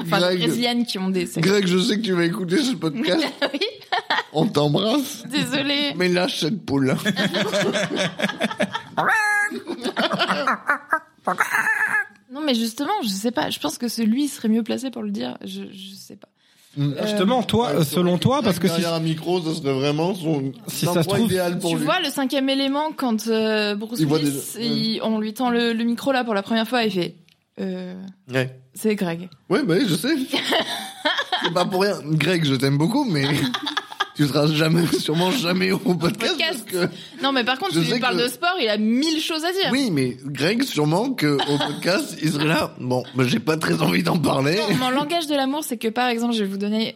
D: enfin des
B: Greg,
D: Brésiliennes qui ont des...
B: Greg, je sais que tu vas écouter ce podcast.
D: Oui.
B: On t'embrasse.
D: Désolée.
B: Mais lâche cette poule.
D: Non, mais justement, je sais pas. Je pense que celui il serait mieux placé pour le dire. Je, je sais pas.
A: Hum, Justement, toi, euh,
B: Ouais,
A: selon toi, parce que si
B: derrière un micro, ça serait vraiment son
A: Si
B: son
A: ça se
B: endroit
A: trouve,
B: idéal pour
D: tu
B: lui.
D: vois le cinquième élément quand euh, Bruce
B: Il voit
D: Willis,
B: des- ouais.
D: il- on lui tend le, le micro là pour la première fois, il fait. Euh,
B: Ouais.
D: c'est Greg.
B: Ouais, bah, je sais. C'est pas pour rien. Greg, je t'aime beaucoup, mais tu seras jamais, sûrement jamais au podcast.
D: Podcast.
B: parce que-
D: Non, mais par contre,
B: Je
D: tu
B: sais
D: lui parles
B: que-
D: de sport, il a mille choses à dire.
B: Oui, mais Greg, sûrement que au podcast, il serait là. Bon, bah, j'ai pas très envie d'en parler.
D: Non, mon langage de l'amour, c'est que par exemple, je vais vous donner,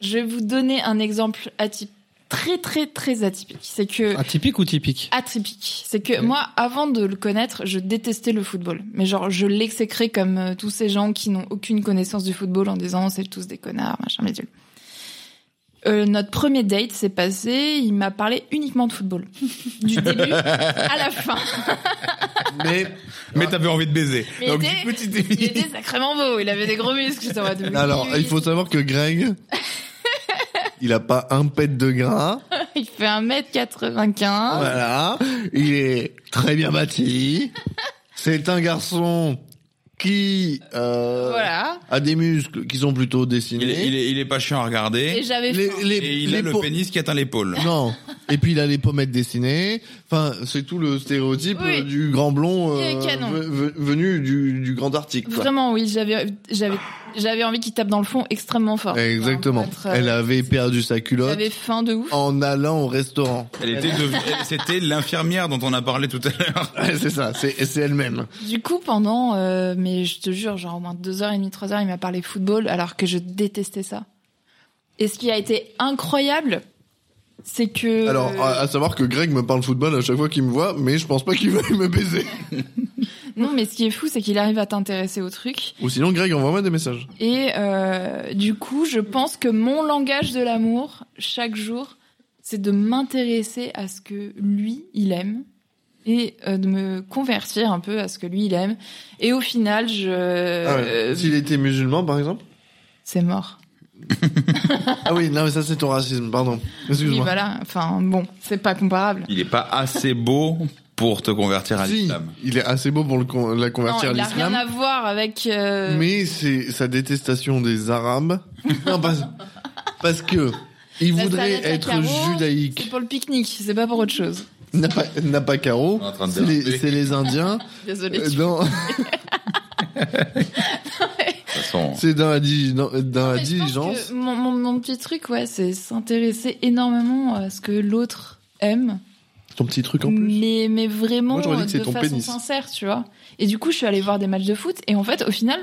D: je vais vous donner un exemple atypique, très très très atypique. C'est que
A: atypique ou typique
D: atypique. C'est que moi, avant de le connaître, je détestais le football. Mais genre, je l'exécrais comme euh, tous ces gens qui n'ont aucune connaissance du football en disant c'est tous des connards, machin, mes Euh, notre premier date s'est passé, il m'a parlé uniquement de football. Du début à la fin.
B: Mais
C: Mais t'avais envie de baiser.
D: Mais
C: Donc,
D: il
C: du coup,
D: était-
C: tu t'es
D: Il
C: mis-
D: était sacrément beau, il avait des gros muscles, j'étais en mode, oui,
B: alors,
D: oui,
B: il faut savoir que Greg, il a pas un pet de gras.
D: Il fait 1m95.
B: Voilà, il est très bien bâti. C'est un garçon qui euh,
D: Voilà.
B: a des muscles qui sont plutôt dessinés.
C: Il est, il est- il est pas chiant à
D: Et
C: regarder.
D: j'avais faim.
B: Les- les-
C: Et il a
B: les
C: le
B: po-
C: pénis qui atteint l'épaule.
B: Non. Et puis il a les pommettes dessinées. Enfin, c'est tout le stéréotype
D: Oui.
B: euh, du grand blond
D: Il est
B: euh,
D: canon.
B: ve- ve- venu du, du grand Arctique. quoi.
D: Vraiment, oui, j'avais, j'avais, j'avais envie qu'il tape dans le fond extrêmement fort.
B: Exactement.
D: Enfin, pour être, euh,
B: Elle avait perdu sa culotte
D: J'avais faim de ouf.
B: en allant au restaurant.
C: Elle était devenue- elle- c'était l'infirmière dont on a parlé tout à l'heure.
B: Ouais, c'est ça, c'est et c'est elle-même.
D: Du coup, pendant, euh, mais je te jure, genre au moins deux heures et demie, trois heures, il m'a parlé football alors que je détestais ça. Et ce qui a été incroyable, c'est que.
B: Alors, euh, à, à savoir que Greg me parle football à chaque fois qu'il me voit, mais je pense pas qu'il veuille me baiser. euh,
D: Non, mais ce qui est fou, c'est qu'il arrive à t'intéresser au truc.
B: Ou sinon, Greg, envoie-moi des messages.
D: Et euh, du coup, je pense que mon langage de l'amour, chaque jour, c'est de m'intéresser à ce que lui, il aime. Et euh, de me convertir un peu à ce que lui, il aime. Et au final, je.
B: Ah ouais.
D: euh,
B: S'il était musulman, par exemple
D: c'est mort.
B: Ah oui, non, mais ça, c'est ton racisme, pardon.
D: Oui,
B: Excuse-moi.
D: voilà. Enfin, bon, c'est pas comparable.
C: Il est pas assez beau pour te convertir à
B: Si,
C: Ah, l'islam.
B: il est assez beau pour le con- la
D: Non,
B: convertir
D: il
B: à
D: a rien
B: l'islam.
D: à voir avec. euh,
B: Mais c'est sa détestation des Arabes. non, parce, parce que il
D: La
B: voudrait
D: serviette à
B: être
D: carreaux, C'est
B: judaïque.
D: pour le pique-nique, c'est pas pour autre chose.
B: Napa, Napa Caro,
C: On est en train de
B: c'est les,
C: déraper.
B: c'est les Indiens.
D: Désolé.
B: Euh, dans-
C: De toute façon,
B: c'est dans la, digi- dans- euh, dans la
D: Mais je pense
B: diligence.
D: que Mon, mon- mon petit truc, ouais, c'est s'intéresser énormément à ce que l'autre aime,
B: Ton petit truc en plus.
D: mais, mais vraiment
B: Moi, j'aurais dit que c'est
D: de
B: ton
D: façon
B: pénis.
D: sincère, tu vois. Et du coup, je suis allée voir des matchs de foot, et en fait, au final,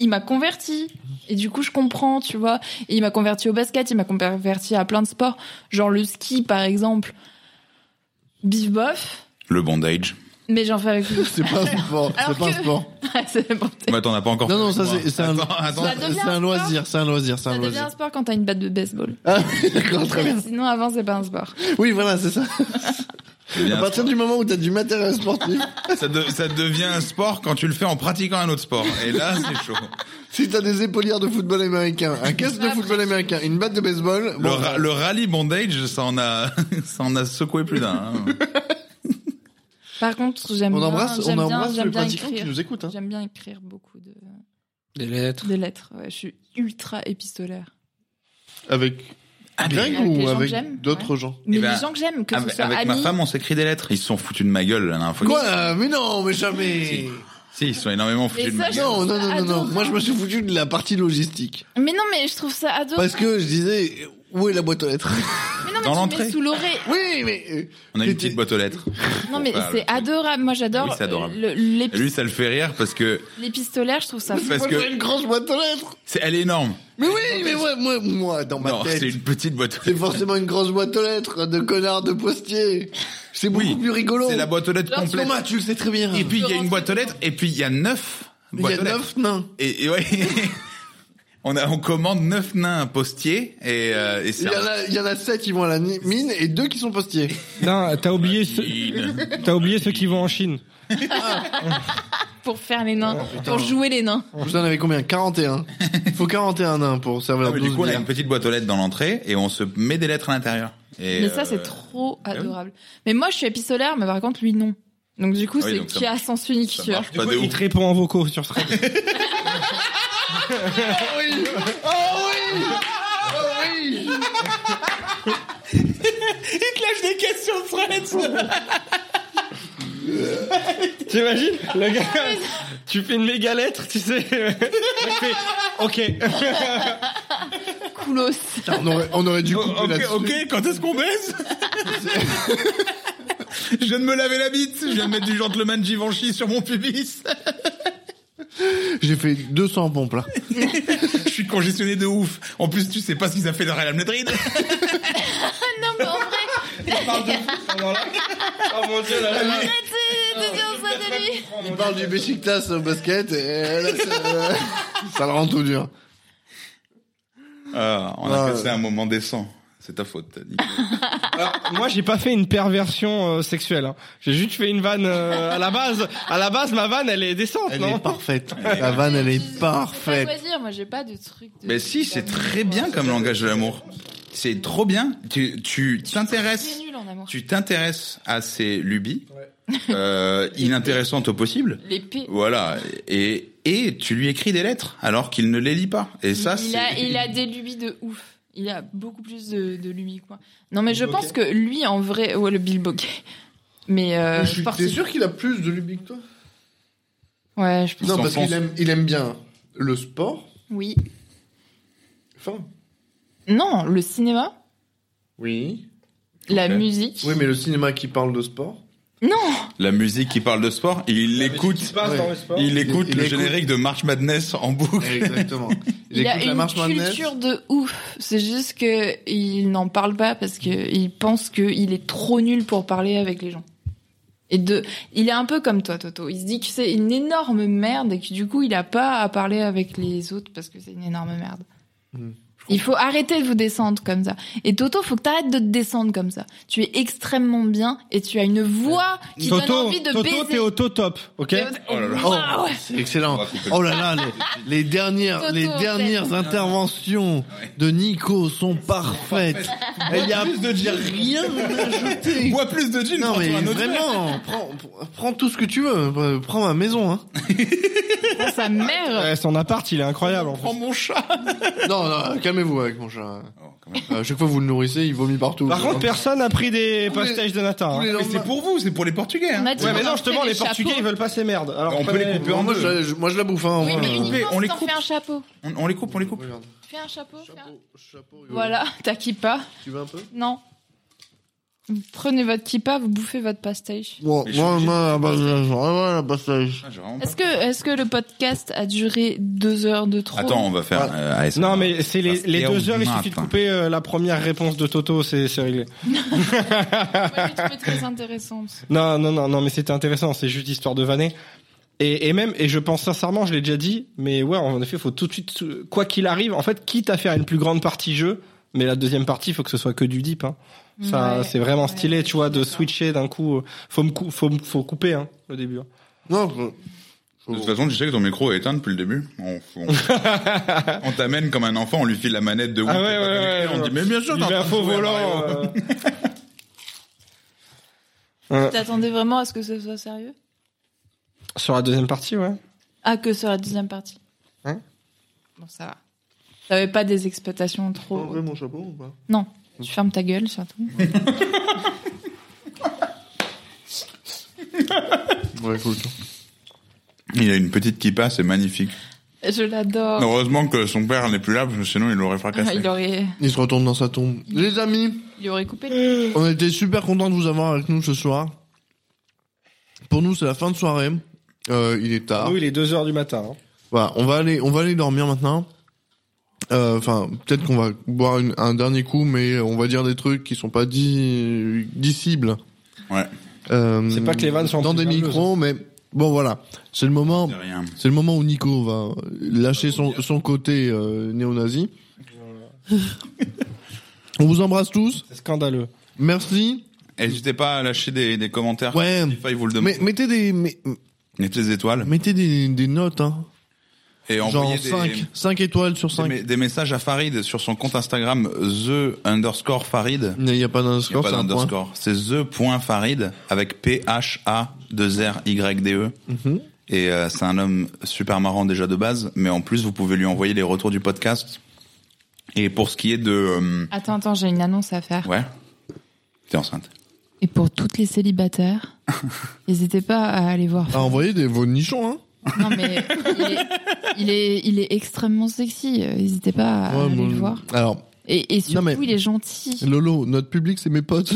D: il m'a converti. Et du coup, je comprends, tu vois. Et il m'a converti au basket, il m'a converti à plein de sports, genre le ski, par exemple. Bif bof,
C: le bondage.
D: mais j'en fais avec lui.
B: C'est pas un sport.
D: Alors
B: C'est pas un
D: que-
B: sport.
D: C'est bon.
C: Mais attends, on n'a pas encore.
B: Non, non, ça,
C: Moi.
B: c'est- c'est un-
C: Attends, attends.
D: Ça devient
B: C'est
D: un
B: un
D: sport.
B: loisir, c'est un loisir, c'est
D: Ça
B: un
D: devient
B: loisir.
D: un sport quand t'as une batte de baseball.
B: Ah oui, d'accord, très bien.
D: Sinon, avant, c'est pas un sport.
B: Oui, voilà, c'est ça.
C: Ça devient
B: À
C: un
B: partir du moment où t'as du matériel sportif,
C: Ça, de- ça devient un sport quand tu le fais en pratiquant un autre sport. Et là, c'est chaud.
B: si t'as des épaulières de football américain, un casque de football américain, une batte de baseball,
C: Le,
B: bon,
C: ra- le rallye bondage, ça en a, ça en a secoué plus d'un. hein.
D: Par contre, j'aime
B: on
D: bien,
B: embrasse, on
D: j'aime bien-
B: embrasse
D: j'aime
B: le
D: bien
B: pratiquant qui
D: écrire.
B: nous écoute. Hein.
D: J'aime bien écrire beaucoup de,
F: Des lettres.
D: de lettres. ouais, je suis ultra épistolaire.
B: Ah, Avec
C: Avec-
B: Greg
D: avec les gens
B: ou
D: que j'aime,
B: avec d'autres gens
D: Mais
C: ben,
D: les gens que j'aime, que ce
C: Avec,
D: soit
C: avec
D: Annie,
C: ma femme, on s'écrit des lettres. Ils se sont foutus de ma gueule la dernière fois.
B: Quoi Mais non, mais jamais
C: Si, ils se sont énormément foutus
D: Mais
C: de
D: ça,
C: ma
D: je-
C: gueule.
B: Non, non, non, non, non.
D: Adorable.
B: Moi, je me suis foutu de la partie logistique.
D: Mais non, mais je trouve ça adorable.
B: Parce que je disais, où est la boîte aux lettres
D: Mais non, mais
C: Dans
D: tu
C: l'entrée.
D: mets sous l'oreille.
B: Oui, mais... euh,
C: On a une
B: c'était-
C: petite boîte aux lettres.
D: Non, mais
C: Voilà, le
D: c'est
C: truc.
D: adorable. Moi, j'adore
C: Oui, c'est adorable.
D: euh, le-
C: Et
D: l'épi-
C: lui, ça le fait rire parce que,
D: l'épistolaire. Je trouve ça.
C: parce
B: Moi,
C: que,
B: j'aurais une grosse boîte aux lettres
C: c'est, elle est énorme.
B: Mais oui, mais moi, moi, moi dans ma
C: Non,
B: tête...
C: c'est une petite boîte aux
B: C'est
C: lettres.
B: forcément une grosse boîte aux lettres de connard de postier. C'est beaucoup
C: Oui,
B: plus rigolo.
C: C'est la boîte aux lettres
D: Genre,
C: complète.
B: Thomas, tu le sais très bien.
C: Et puis, il y a une boîte aux lettres. Et puis, il y a neuf
B: il y
C: boîtes
B: a
C: aux lettres.
B: neuf nains.
C: Et, et ouais. on a, on commande neuf nains postiers et, euh, et
B: Il y,
C: ça.
B: en a, il y en a sept qui vont à la ni- mine et deux qui sont postiers.
A: Non, t'as oublié, ceux- t'as oublié ceux qui vont en Chine.
D: Pour faire les
C: Oh,
D: nains, pour jouer les nains.
B: Vous en avez combien 41. Il faut 41 nains pour
C: Ah,
B: servir
C: mais
B: 12
C: du coup, on a
B: bières.
C: une petite boîte aux lettres dans l'entrée et on se met des lettres à l'intérieur. Et,
D: Mais ça,
C: euh,
D: c'est trop
C: oui.
D: adorable. Mais moi, je suis épistolaire, mais par contre, lui, non. Donc, du coup,
C: Ah oui,
D: c'est
C: donc ça
D: qui a sens unique,
C: ça
D: tu vois.
C: marche pas
A: Du
C: de
A: coup, il
C: ouf.
A: te répond en vocaux sur Skype.
B: oui Oh oui Oh oui
A: T'imagines Le gars,
D: Ah,
A: tu fais une méga lettre, tu sais. Il fait, ok.
D: Coolos.
B: Putain, on, aurait, on aurait dû couper
C: Oh, Ok,
B: là-dessus.
C: ok, quand est-ce qu'on baise Je viens de me laver la bite, je viens de mettre du gentleman Givenchy sur mon pubis.
B: J'ai fait 200 pompes là.
C: Je suis congestionné de ouf. En plus, tu sais pas ce qu'ils ont fait derrière la menetrine.
D: Non, mais en vrai,
A: Il parle de foot pendant la- Oh mon dieu,
D: Ah,
A: la la-
D: arrêtez de dire ça de lui.
B: Il parle du Besiktas au basket et là, ça, euh, ça le rend tout dur.
C: Ah, on
B: Ah,
C: a
B: ouais.
C: passé un moment décent. C'est ta faute, Nico.
A: Alors, moi, j'ai pas fait une perversion euh, sexuelle. hein. J'ai juste fait une vanne euh, à la base. À la base, ma vanne, elle est décente,
B: Elle
A: non
B: est parfaite. La vanne, elle est parfaite.
D: Je sais pas quoi dire, moi j'ai pas de truc. De...
C: Mais si, c'est très bien comme langage de l'amour. C'est trop bien. Tu tu
D: Je
C: t'intéresses
D: suis nulle en amour.
C: tu t'intéresses à ces lubies euh, inintéressantes au possible.
D: L'épée.
C: Voilà. Et, et tu lui écris des lettres alors qu'il ne les lit pas. Et ça,
D: il,
C: c'est-
D: a, il a des lubies de ouf. Il a beaucoup plus de, de lubies quoi. Non mais je pense que lui en vrai, ouais le Bill Bokeh. Mais euh,
B: Je suis- T'es
D: sportif.
B: sûr qu'il a plus de lubies que toi
D: Ouais, je pense.
B: Non,
C: s'en
B: parce
C: pense.
B: qu'il aime, il aime bien le sport.
D: Oui.
B: Enfin.
D: Non, le cinéma,
B: Oui.
D: la
C: Ok.
D: musique.
B: Oui, mais le cinéma qui parle de sport.
D: Non,
C: la musique qui parle de sport, il écoute.
A: passe
B: Ouais.
A: dans le sport.
C: Il écoute
B: il
C: le
B: écoute.
C: générique de March Madness en boucle.
B: Exactement.
D: il a
B: J'écoute la
D: une
B: marche Madness.
D: culture de ouf. C'est juste que il n'en parle pas parce que il pense que il est trop nul pour parler avec les gens. Et de, il est un peu comme toi, Toto. Il se dit que c'est une énorme merde et que du coup, il a pas à parler avec les autres parce que c'est une énorme merde.
B: Hmm,
D: Il faut arrêter de vous descendre comme ça. Et Toto, faut que t'arrêtes de te descendre comme ça. Tu es extrêmement bien et tu as une voix qui donne
A: Toto,
D: envie de
A: Toto, t'es
D: baiser.
A: au top top, ok
D: T'es au-
C: Oh là là.
B: Oh,
D: Waouh.
B: c'est excellent.
C: On va couper.
B: Oh là là, les, les dernières,
D: Toto,
B: les
D: en fait.
B: dernières interventions de Nico sont parfaites. Il y a, il y a rien à ajouter.
C: Bois plus de gin,
B: Non
C: prends-toi
B: mais
C: un autre verre.
B: vraiment, prends, prends tout ce que tu veux. Euh, Prends ma maison. Hein.
D: Sa mère.
A: Ouais, Son appart, il est incroyable en fait.
C: Prends mon chat.
B: Non, non, calmez-vous avec mon chat. Euh,
C: Oh, quand même.
B: À chaque fois que vous le nourrissez, il vomit partout.
A: Par contre, personne n'a pris des
B: Tous les-
A: pastéis de Nata. hein.
B: Tous les
C: Mais c'est
B: lendemains-
C: pour vous, c'est pour les Portugais. hein.
E: On a dit
A: Ouais,
E: qu'on
A: mais non,
E: en
A: justement,
E: fait
A: les
E: des
A: Portugais,
E: chapeaux.
A: ils veulent pas ces merdes. Alors,
C: On peut
A: prenez-
C: les couper en
B: Moi,
C: deux.
B: je, je- moi, je la bouffe. Hein,
E: Oui,
B: moi,
E: mais
B: euh,
E: uniquement
C: on les
E: si on
C: coupe.
E: fait un chapeau.
C: On, on les coupe, on les coupe.
B: regarde.
E: Fais un chapeau. fais un-
B: Chapeau, chapeau, et
D: Voilà, ta kippa.
B: voilà. Tu veux un peu
D: Non. Vous Prenez votre kippa, vous bouffez votre pastiche.
B: Bon,
C: Mais je suis
B: moi,
C: obligé de-
B: moi, la passage. Ouais, la passage.
C: Ah, j'ai vraiment pas-
D: Est-ce que, est-ce que le podcast a duré deux heures de trop
C: Attends, on va faire.
B: Ah.
C: euh, ASMR.
A: Non, mais c'est les,
C: Parce
A: les
C: qu'il y a
A: deux heures, il
C: un
A: suffit de
C: matin.
A: couper euh, la première réponse de Toto, c'est c'est réglé.
D: Moi, j'ai trouvé très intéressante.
A: Non, non, non, non, mais c'était intéressant, c'est juste histoire de vanner. Et, et même, et je pense sincèrement, je l'ai déjà dit, mais ouais, en effet, faut tout de suite, sou- quoi qu'il arrive, en fait, quitte à faire une plus grande partie jeu, mais la deuxième partie, faut que ce soit que du deep. Hein. Ça,
D: Ouais.
A: c'est vraiment
D: Ouais,
A: stylé,
D: ouais,
A: tu vois, de
D: d'accord.
A: switcher d'un coup. euh, Faut me cou- faut, me- faut couper hein, au début. hein.
B: Non, faut- faut-
C: De toute façon, tu sais que ton micro est éteint depuis le début. On, on- on t'amène comme un enfant, on lui file la manette de Wii,
A: Ah
C: t'es
A: ouais,
C: pas
A: ouais,
C: connecté,
A: ouais,
C: on
A: ouais.
C: dit mais bien sûr,
A: Il
C: t'es en
A: met un
C: train de
A: faux
C: jouer à Mario.
A: volant. euh. Ouais.
D: T'attendais vraiment à ce que ce soit sérieux
A: Sur la deuxième partie, ouais.
D: Ah, que sur la deuxième partie.
A: Hein
D: Bon, ça va. T'avais pas des expectations
B: faut
D: trop.
B: enlever mon chapeau ou pas
D: Non, tu fermes ta gueule surtout.
B: Ouais, cool.
C: Il a une petite kippa, c'est magnifique.
D: Je l'adore.
C: Heureusement que son père n'est plus là, parce que sinon il l'aurait fracassé.
D: Oh. Ah, il aurait,
B: Il se retourne dans sa tombe. Les amis,
D: il aurait coupé. le-
B: On était super content de vous avoir avec nous ce soir. Pour nous, c'est la fin de soirée. Euh, il est tard.
C: Ah.
A: Nous, il est 2 heures du matin. hein.
B: Voilà, on va aller, on va aller dormir maintenant. Euh, Enfin, peut-être qu'on va boire une- un dernier coup, mais on va dire des trucs qui sont pas dis- dissibles.
C: Ouais.
B: Euh,
A: C'est pas que les vannes sont hein.
B: dans
A: plus
B: des
A: nerveuses.
B: micros, mais bon, voilà. C'est le moment.
C: C'est rien.
B: C'est le moment où Nico va lâcher son, son côté euh, néo-nazi. on vous embrasse tous.
A: C'est scandaleux.
B: Merci.
C: N'hésitez pas à lâcher des, des commentaires.
B: Ouais.
C: Spotify vous le demande.
B: Mais, mettez des, mais-
C: Mettez des étoiles.
B: Mettez des, des notes, hein.
C: Et
B: Genre
C: envoyez des,
B: 5,
C: des
B: 5 étoiles sur 5.
C: me- des, messages à Farid sur son compte Instagram the underscore Farid.
B: Il n'y a pas
C: Il y a
B: d'underscore,
C: pas
B: c'est un point.
C: d'underscore. C'est the.farid avec P-H-A-2-R-Y-D-E.
B: Mhm.
C: E. Et euh, c'est un homme super marrant déjà de base, mais en plus vous pouvez lui envoyer les retours du podcast. Et pour ce qui est de... euh,
D: Attends, attends, j'ai une annonce à faire.
C: ouais T'es enceinte.
D: Et pour toutes les célibataires, n'hésitez pas à aller voir.
B: Ah, envoyez des, vos nichons, hein.
D: Non mais il est, il est, il est extrêmement sexy. euh, N'hésitez pas à
B: Ouais,
D: aller
B: bon.
D: le voir.
B: Alors,
D: Et, et surtout,
B: mais-
D: il est gentil.
B: Lolo, notre public, c'est mes potes.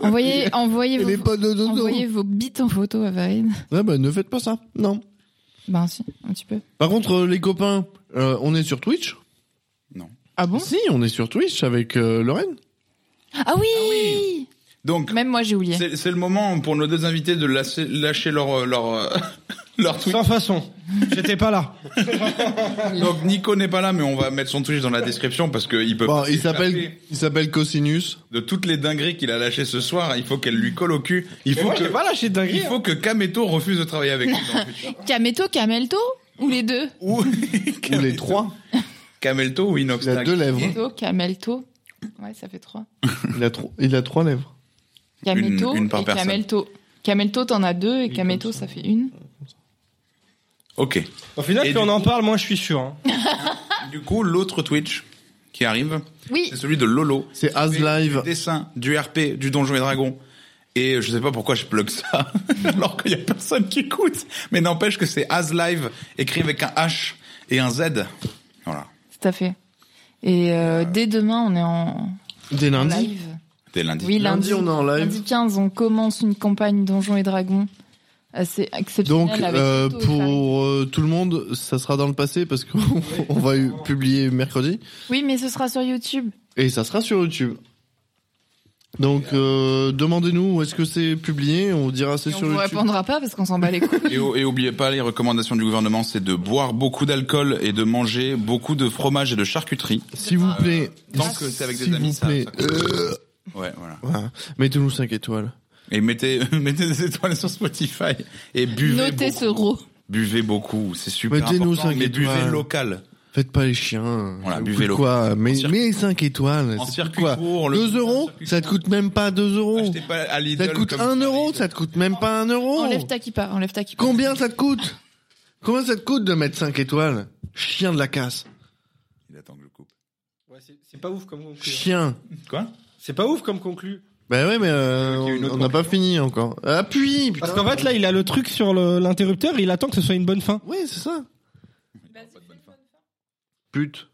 D: Envoyez, envoyez,
B: Et les
D: vos,
B: potes de Dodo.
D: envoyez vos bites en photo à Varine.
B: Ouais, bah, ne faites pas ça. Non.
D: Ben si, un petit peu.
B: Par contre, euh, les copains, euh, on est sur Twitch.
D: Ah bon
B: Si, on est sur Twitch avec euh, Lorraine.
D: Ah oui,
C: Donc
D: Même moi j'ai oublié.
C: c'est c'est le moment pour nos deux invités de lâcher, lâcher leur, euh, leur, euh, leur tweet.
A: Sans façon. J'étais pas là.
C: Donc Nico n'est pas là, mais on va mettre son Twitch dans la description parce qu'il peut...
B: Bon,
C: pas
B: il
C: s'échapper
B: s'appelle, il s'appelle Cosinus.
C: De toutes les dingueries qu'il a lâchées ce soir, il faut qu'elle lui colle au cul. Il faut,
A: Moi,
C: que,
A: j'ai pas lâché de dinguerie.
C: il faut que Kameto refuse de travailler avec nous dans le futur.
D: Cameto, Camelto ou les deux
C: Ou
B: Ou les trois.
C: Kamelto ou Inox
B: Il a deux lèvres.
D: Camelto, Camelto. Ouais, ça fait trois.
B: Il a, tro- il a trois lèvres.
D: Cameto
C: une par
D: et
C: personne.
D: Camelto. Camelto, t'en as deux et Cameto, ça fait une.
C: Ok.
A: Au final,
C: Et
A: si
C: du
A: on en parle, moi, je suis sûr. hein.
C: Du coup, l'autre Twitch qui arrive,
D: Oui.
C: c'est celui de Lolo.
B: C'est As Live.
C: Du dessin, du RP, du Donjon et Dragon. Et je sais pas pourquoi je plug ça, alors qu'il y a personne qui écoute. Mais n'empêche que c'est As Live, écrit avec un H et un Z. Voilà.
D: Tout à fait. Et euh, dès demain, on est en
B: Dès
D: en
B: lundi.
D: live.
C: Dès lundi.
D: Oui, lundi.
B: on est en live.
D: Lundi 15, on commence une campagne Donjons et Dragons assez exceptionnelle.
B: Donc,
D: avec
B: euh,
D: Toto et Farid.
B: pour euh, tout le monde, ça sera dans le passé parce qu'on on va eu- publier mercredi.
D: Oui, mais ce sera sur YouTube.
B: Et ça sera sur YouTube. Donc euh, demandez-nous où est-ce que c'est publié, on vous dira c'est
D: Et on
B: sur
D: vous
B: YouTube.
D: répondra pas parce qu'on s'en bat les couilles.
C: Et, et oubliez pas, les recommandations du gouvernement, c'est de boire beaucoup d'alcool et de manger beaucoup de fromage et de charcuterie.
B: S'il vous plaît,
C: Euh, Tant que c'est avec des
B: s'il
C: amis,
B: vous
C: ça-
B: plaît,
C: ça compte.
B: euh,
C: Ouais, voilà.
B: voilà. mettez-nous 5 étoiles.
C: Et mettez, mettez des étoiles sur Spotify et buvez
D: Notez
C: beaucoup.
D: ce row.
C: Buvez beaucoup, c'est super
B: Mettez-nous
C: important,
B: cinq
C: mais buvez
B: étoiles.
C: local.
B: Faites pas les chiens.
C: Voilà,
B: Ça vous
C: buvez
B: coûte
C: l'eau.
B: quoi Mais,
C: circuit-
B: mais 5 étoiles,
C: En
B: c'est
C: circuit
B: quoi
C: court, le-
B: 2 euros
C: en circuit
B: Ça te coûte même pas 2 euros.
C: Achetez pas à Lidl
B: Ça te coûte
C: comme
B: 1
C: ça,
B: euro,
C: Lidl.
B: ça te coûte même pas 1 euro.
D: Enlève ta kippa, enlève ta kippa.
B: Combien ça te coûte Combien ça te coûte de mettre 5 étoiles Chien de la casse.
C: Il attend que je coupe.
A: Ouais, c'est c'est pas ouf comme conclu. hein.
B: Chien.
C: Quoi
A: C'est pas ouf comme conclu.
B: Bah ouais, mais euh,
A: Il y a une autre
B: on n'a pas fini encore. Appuie putain.
A: Parce qu'en fait, là, il a le truc sur le- l'interrupteur, il attend que ce soit une bonne fin.
B: Ouais, c'est ça.
E: Vas-y,
C: bonne fin.
B: Pute.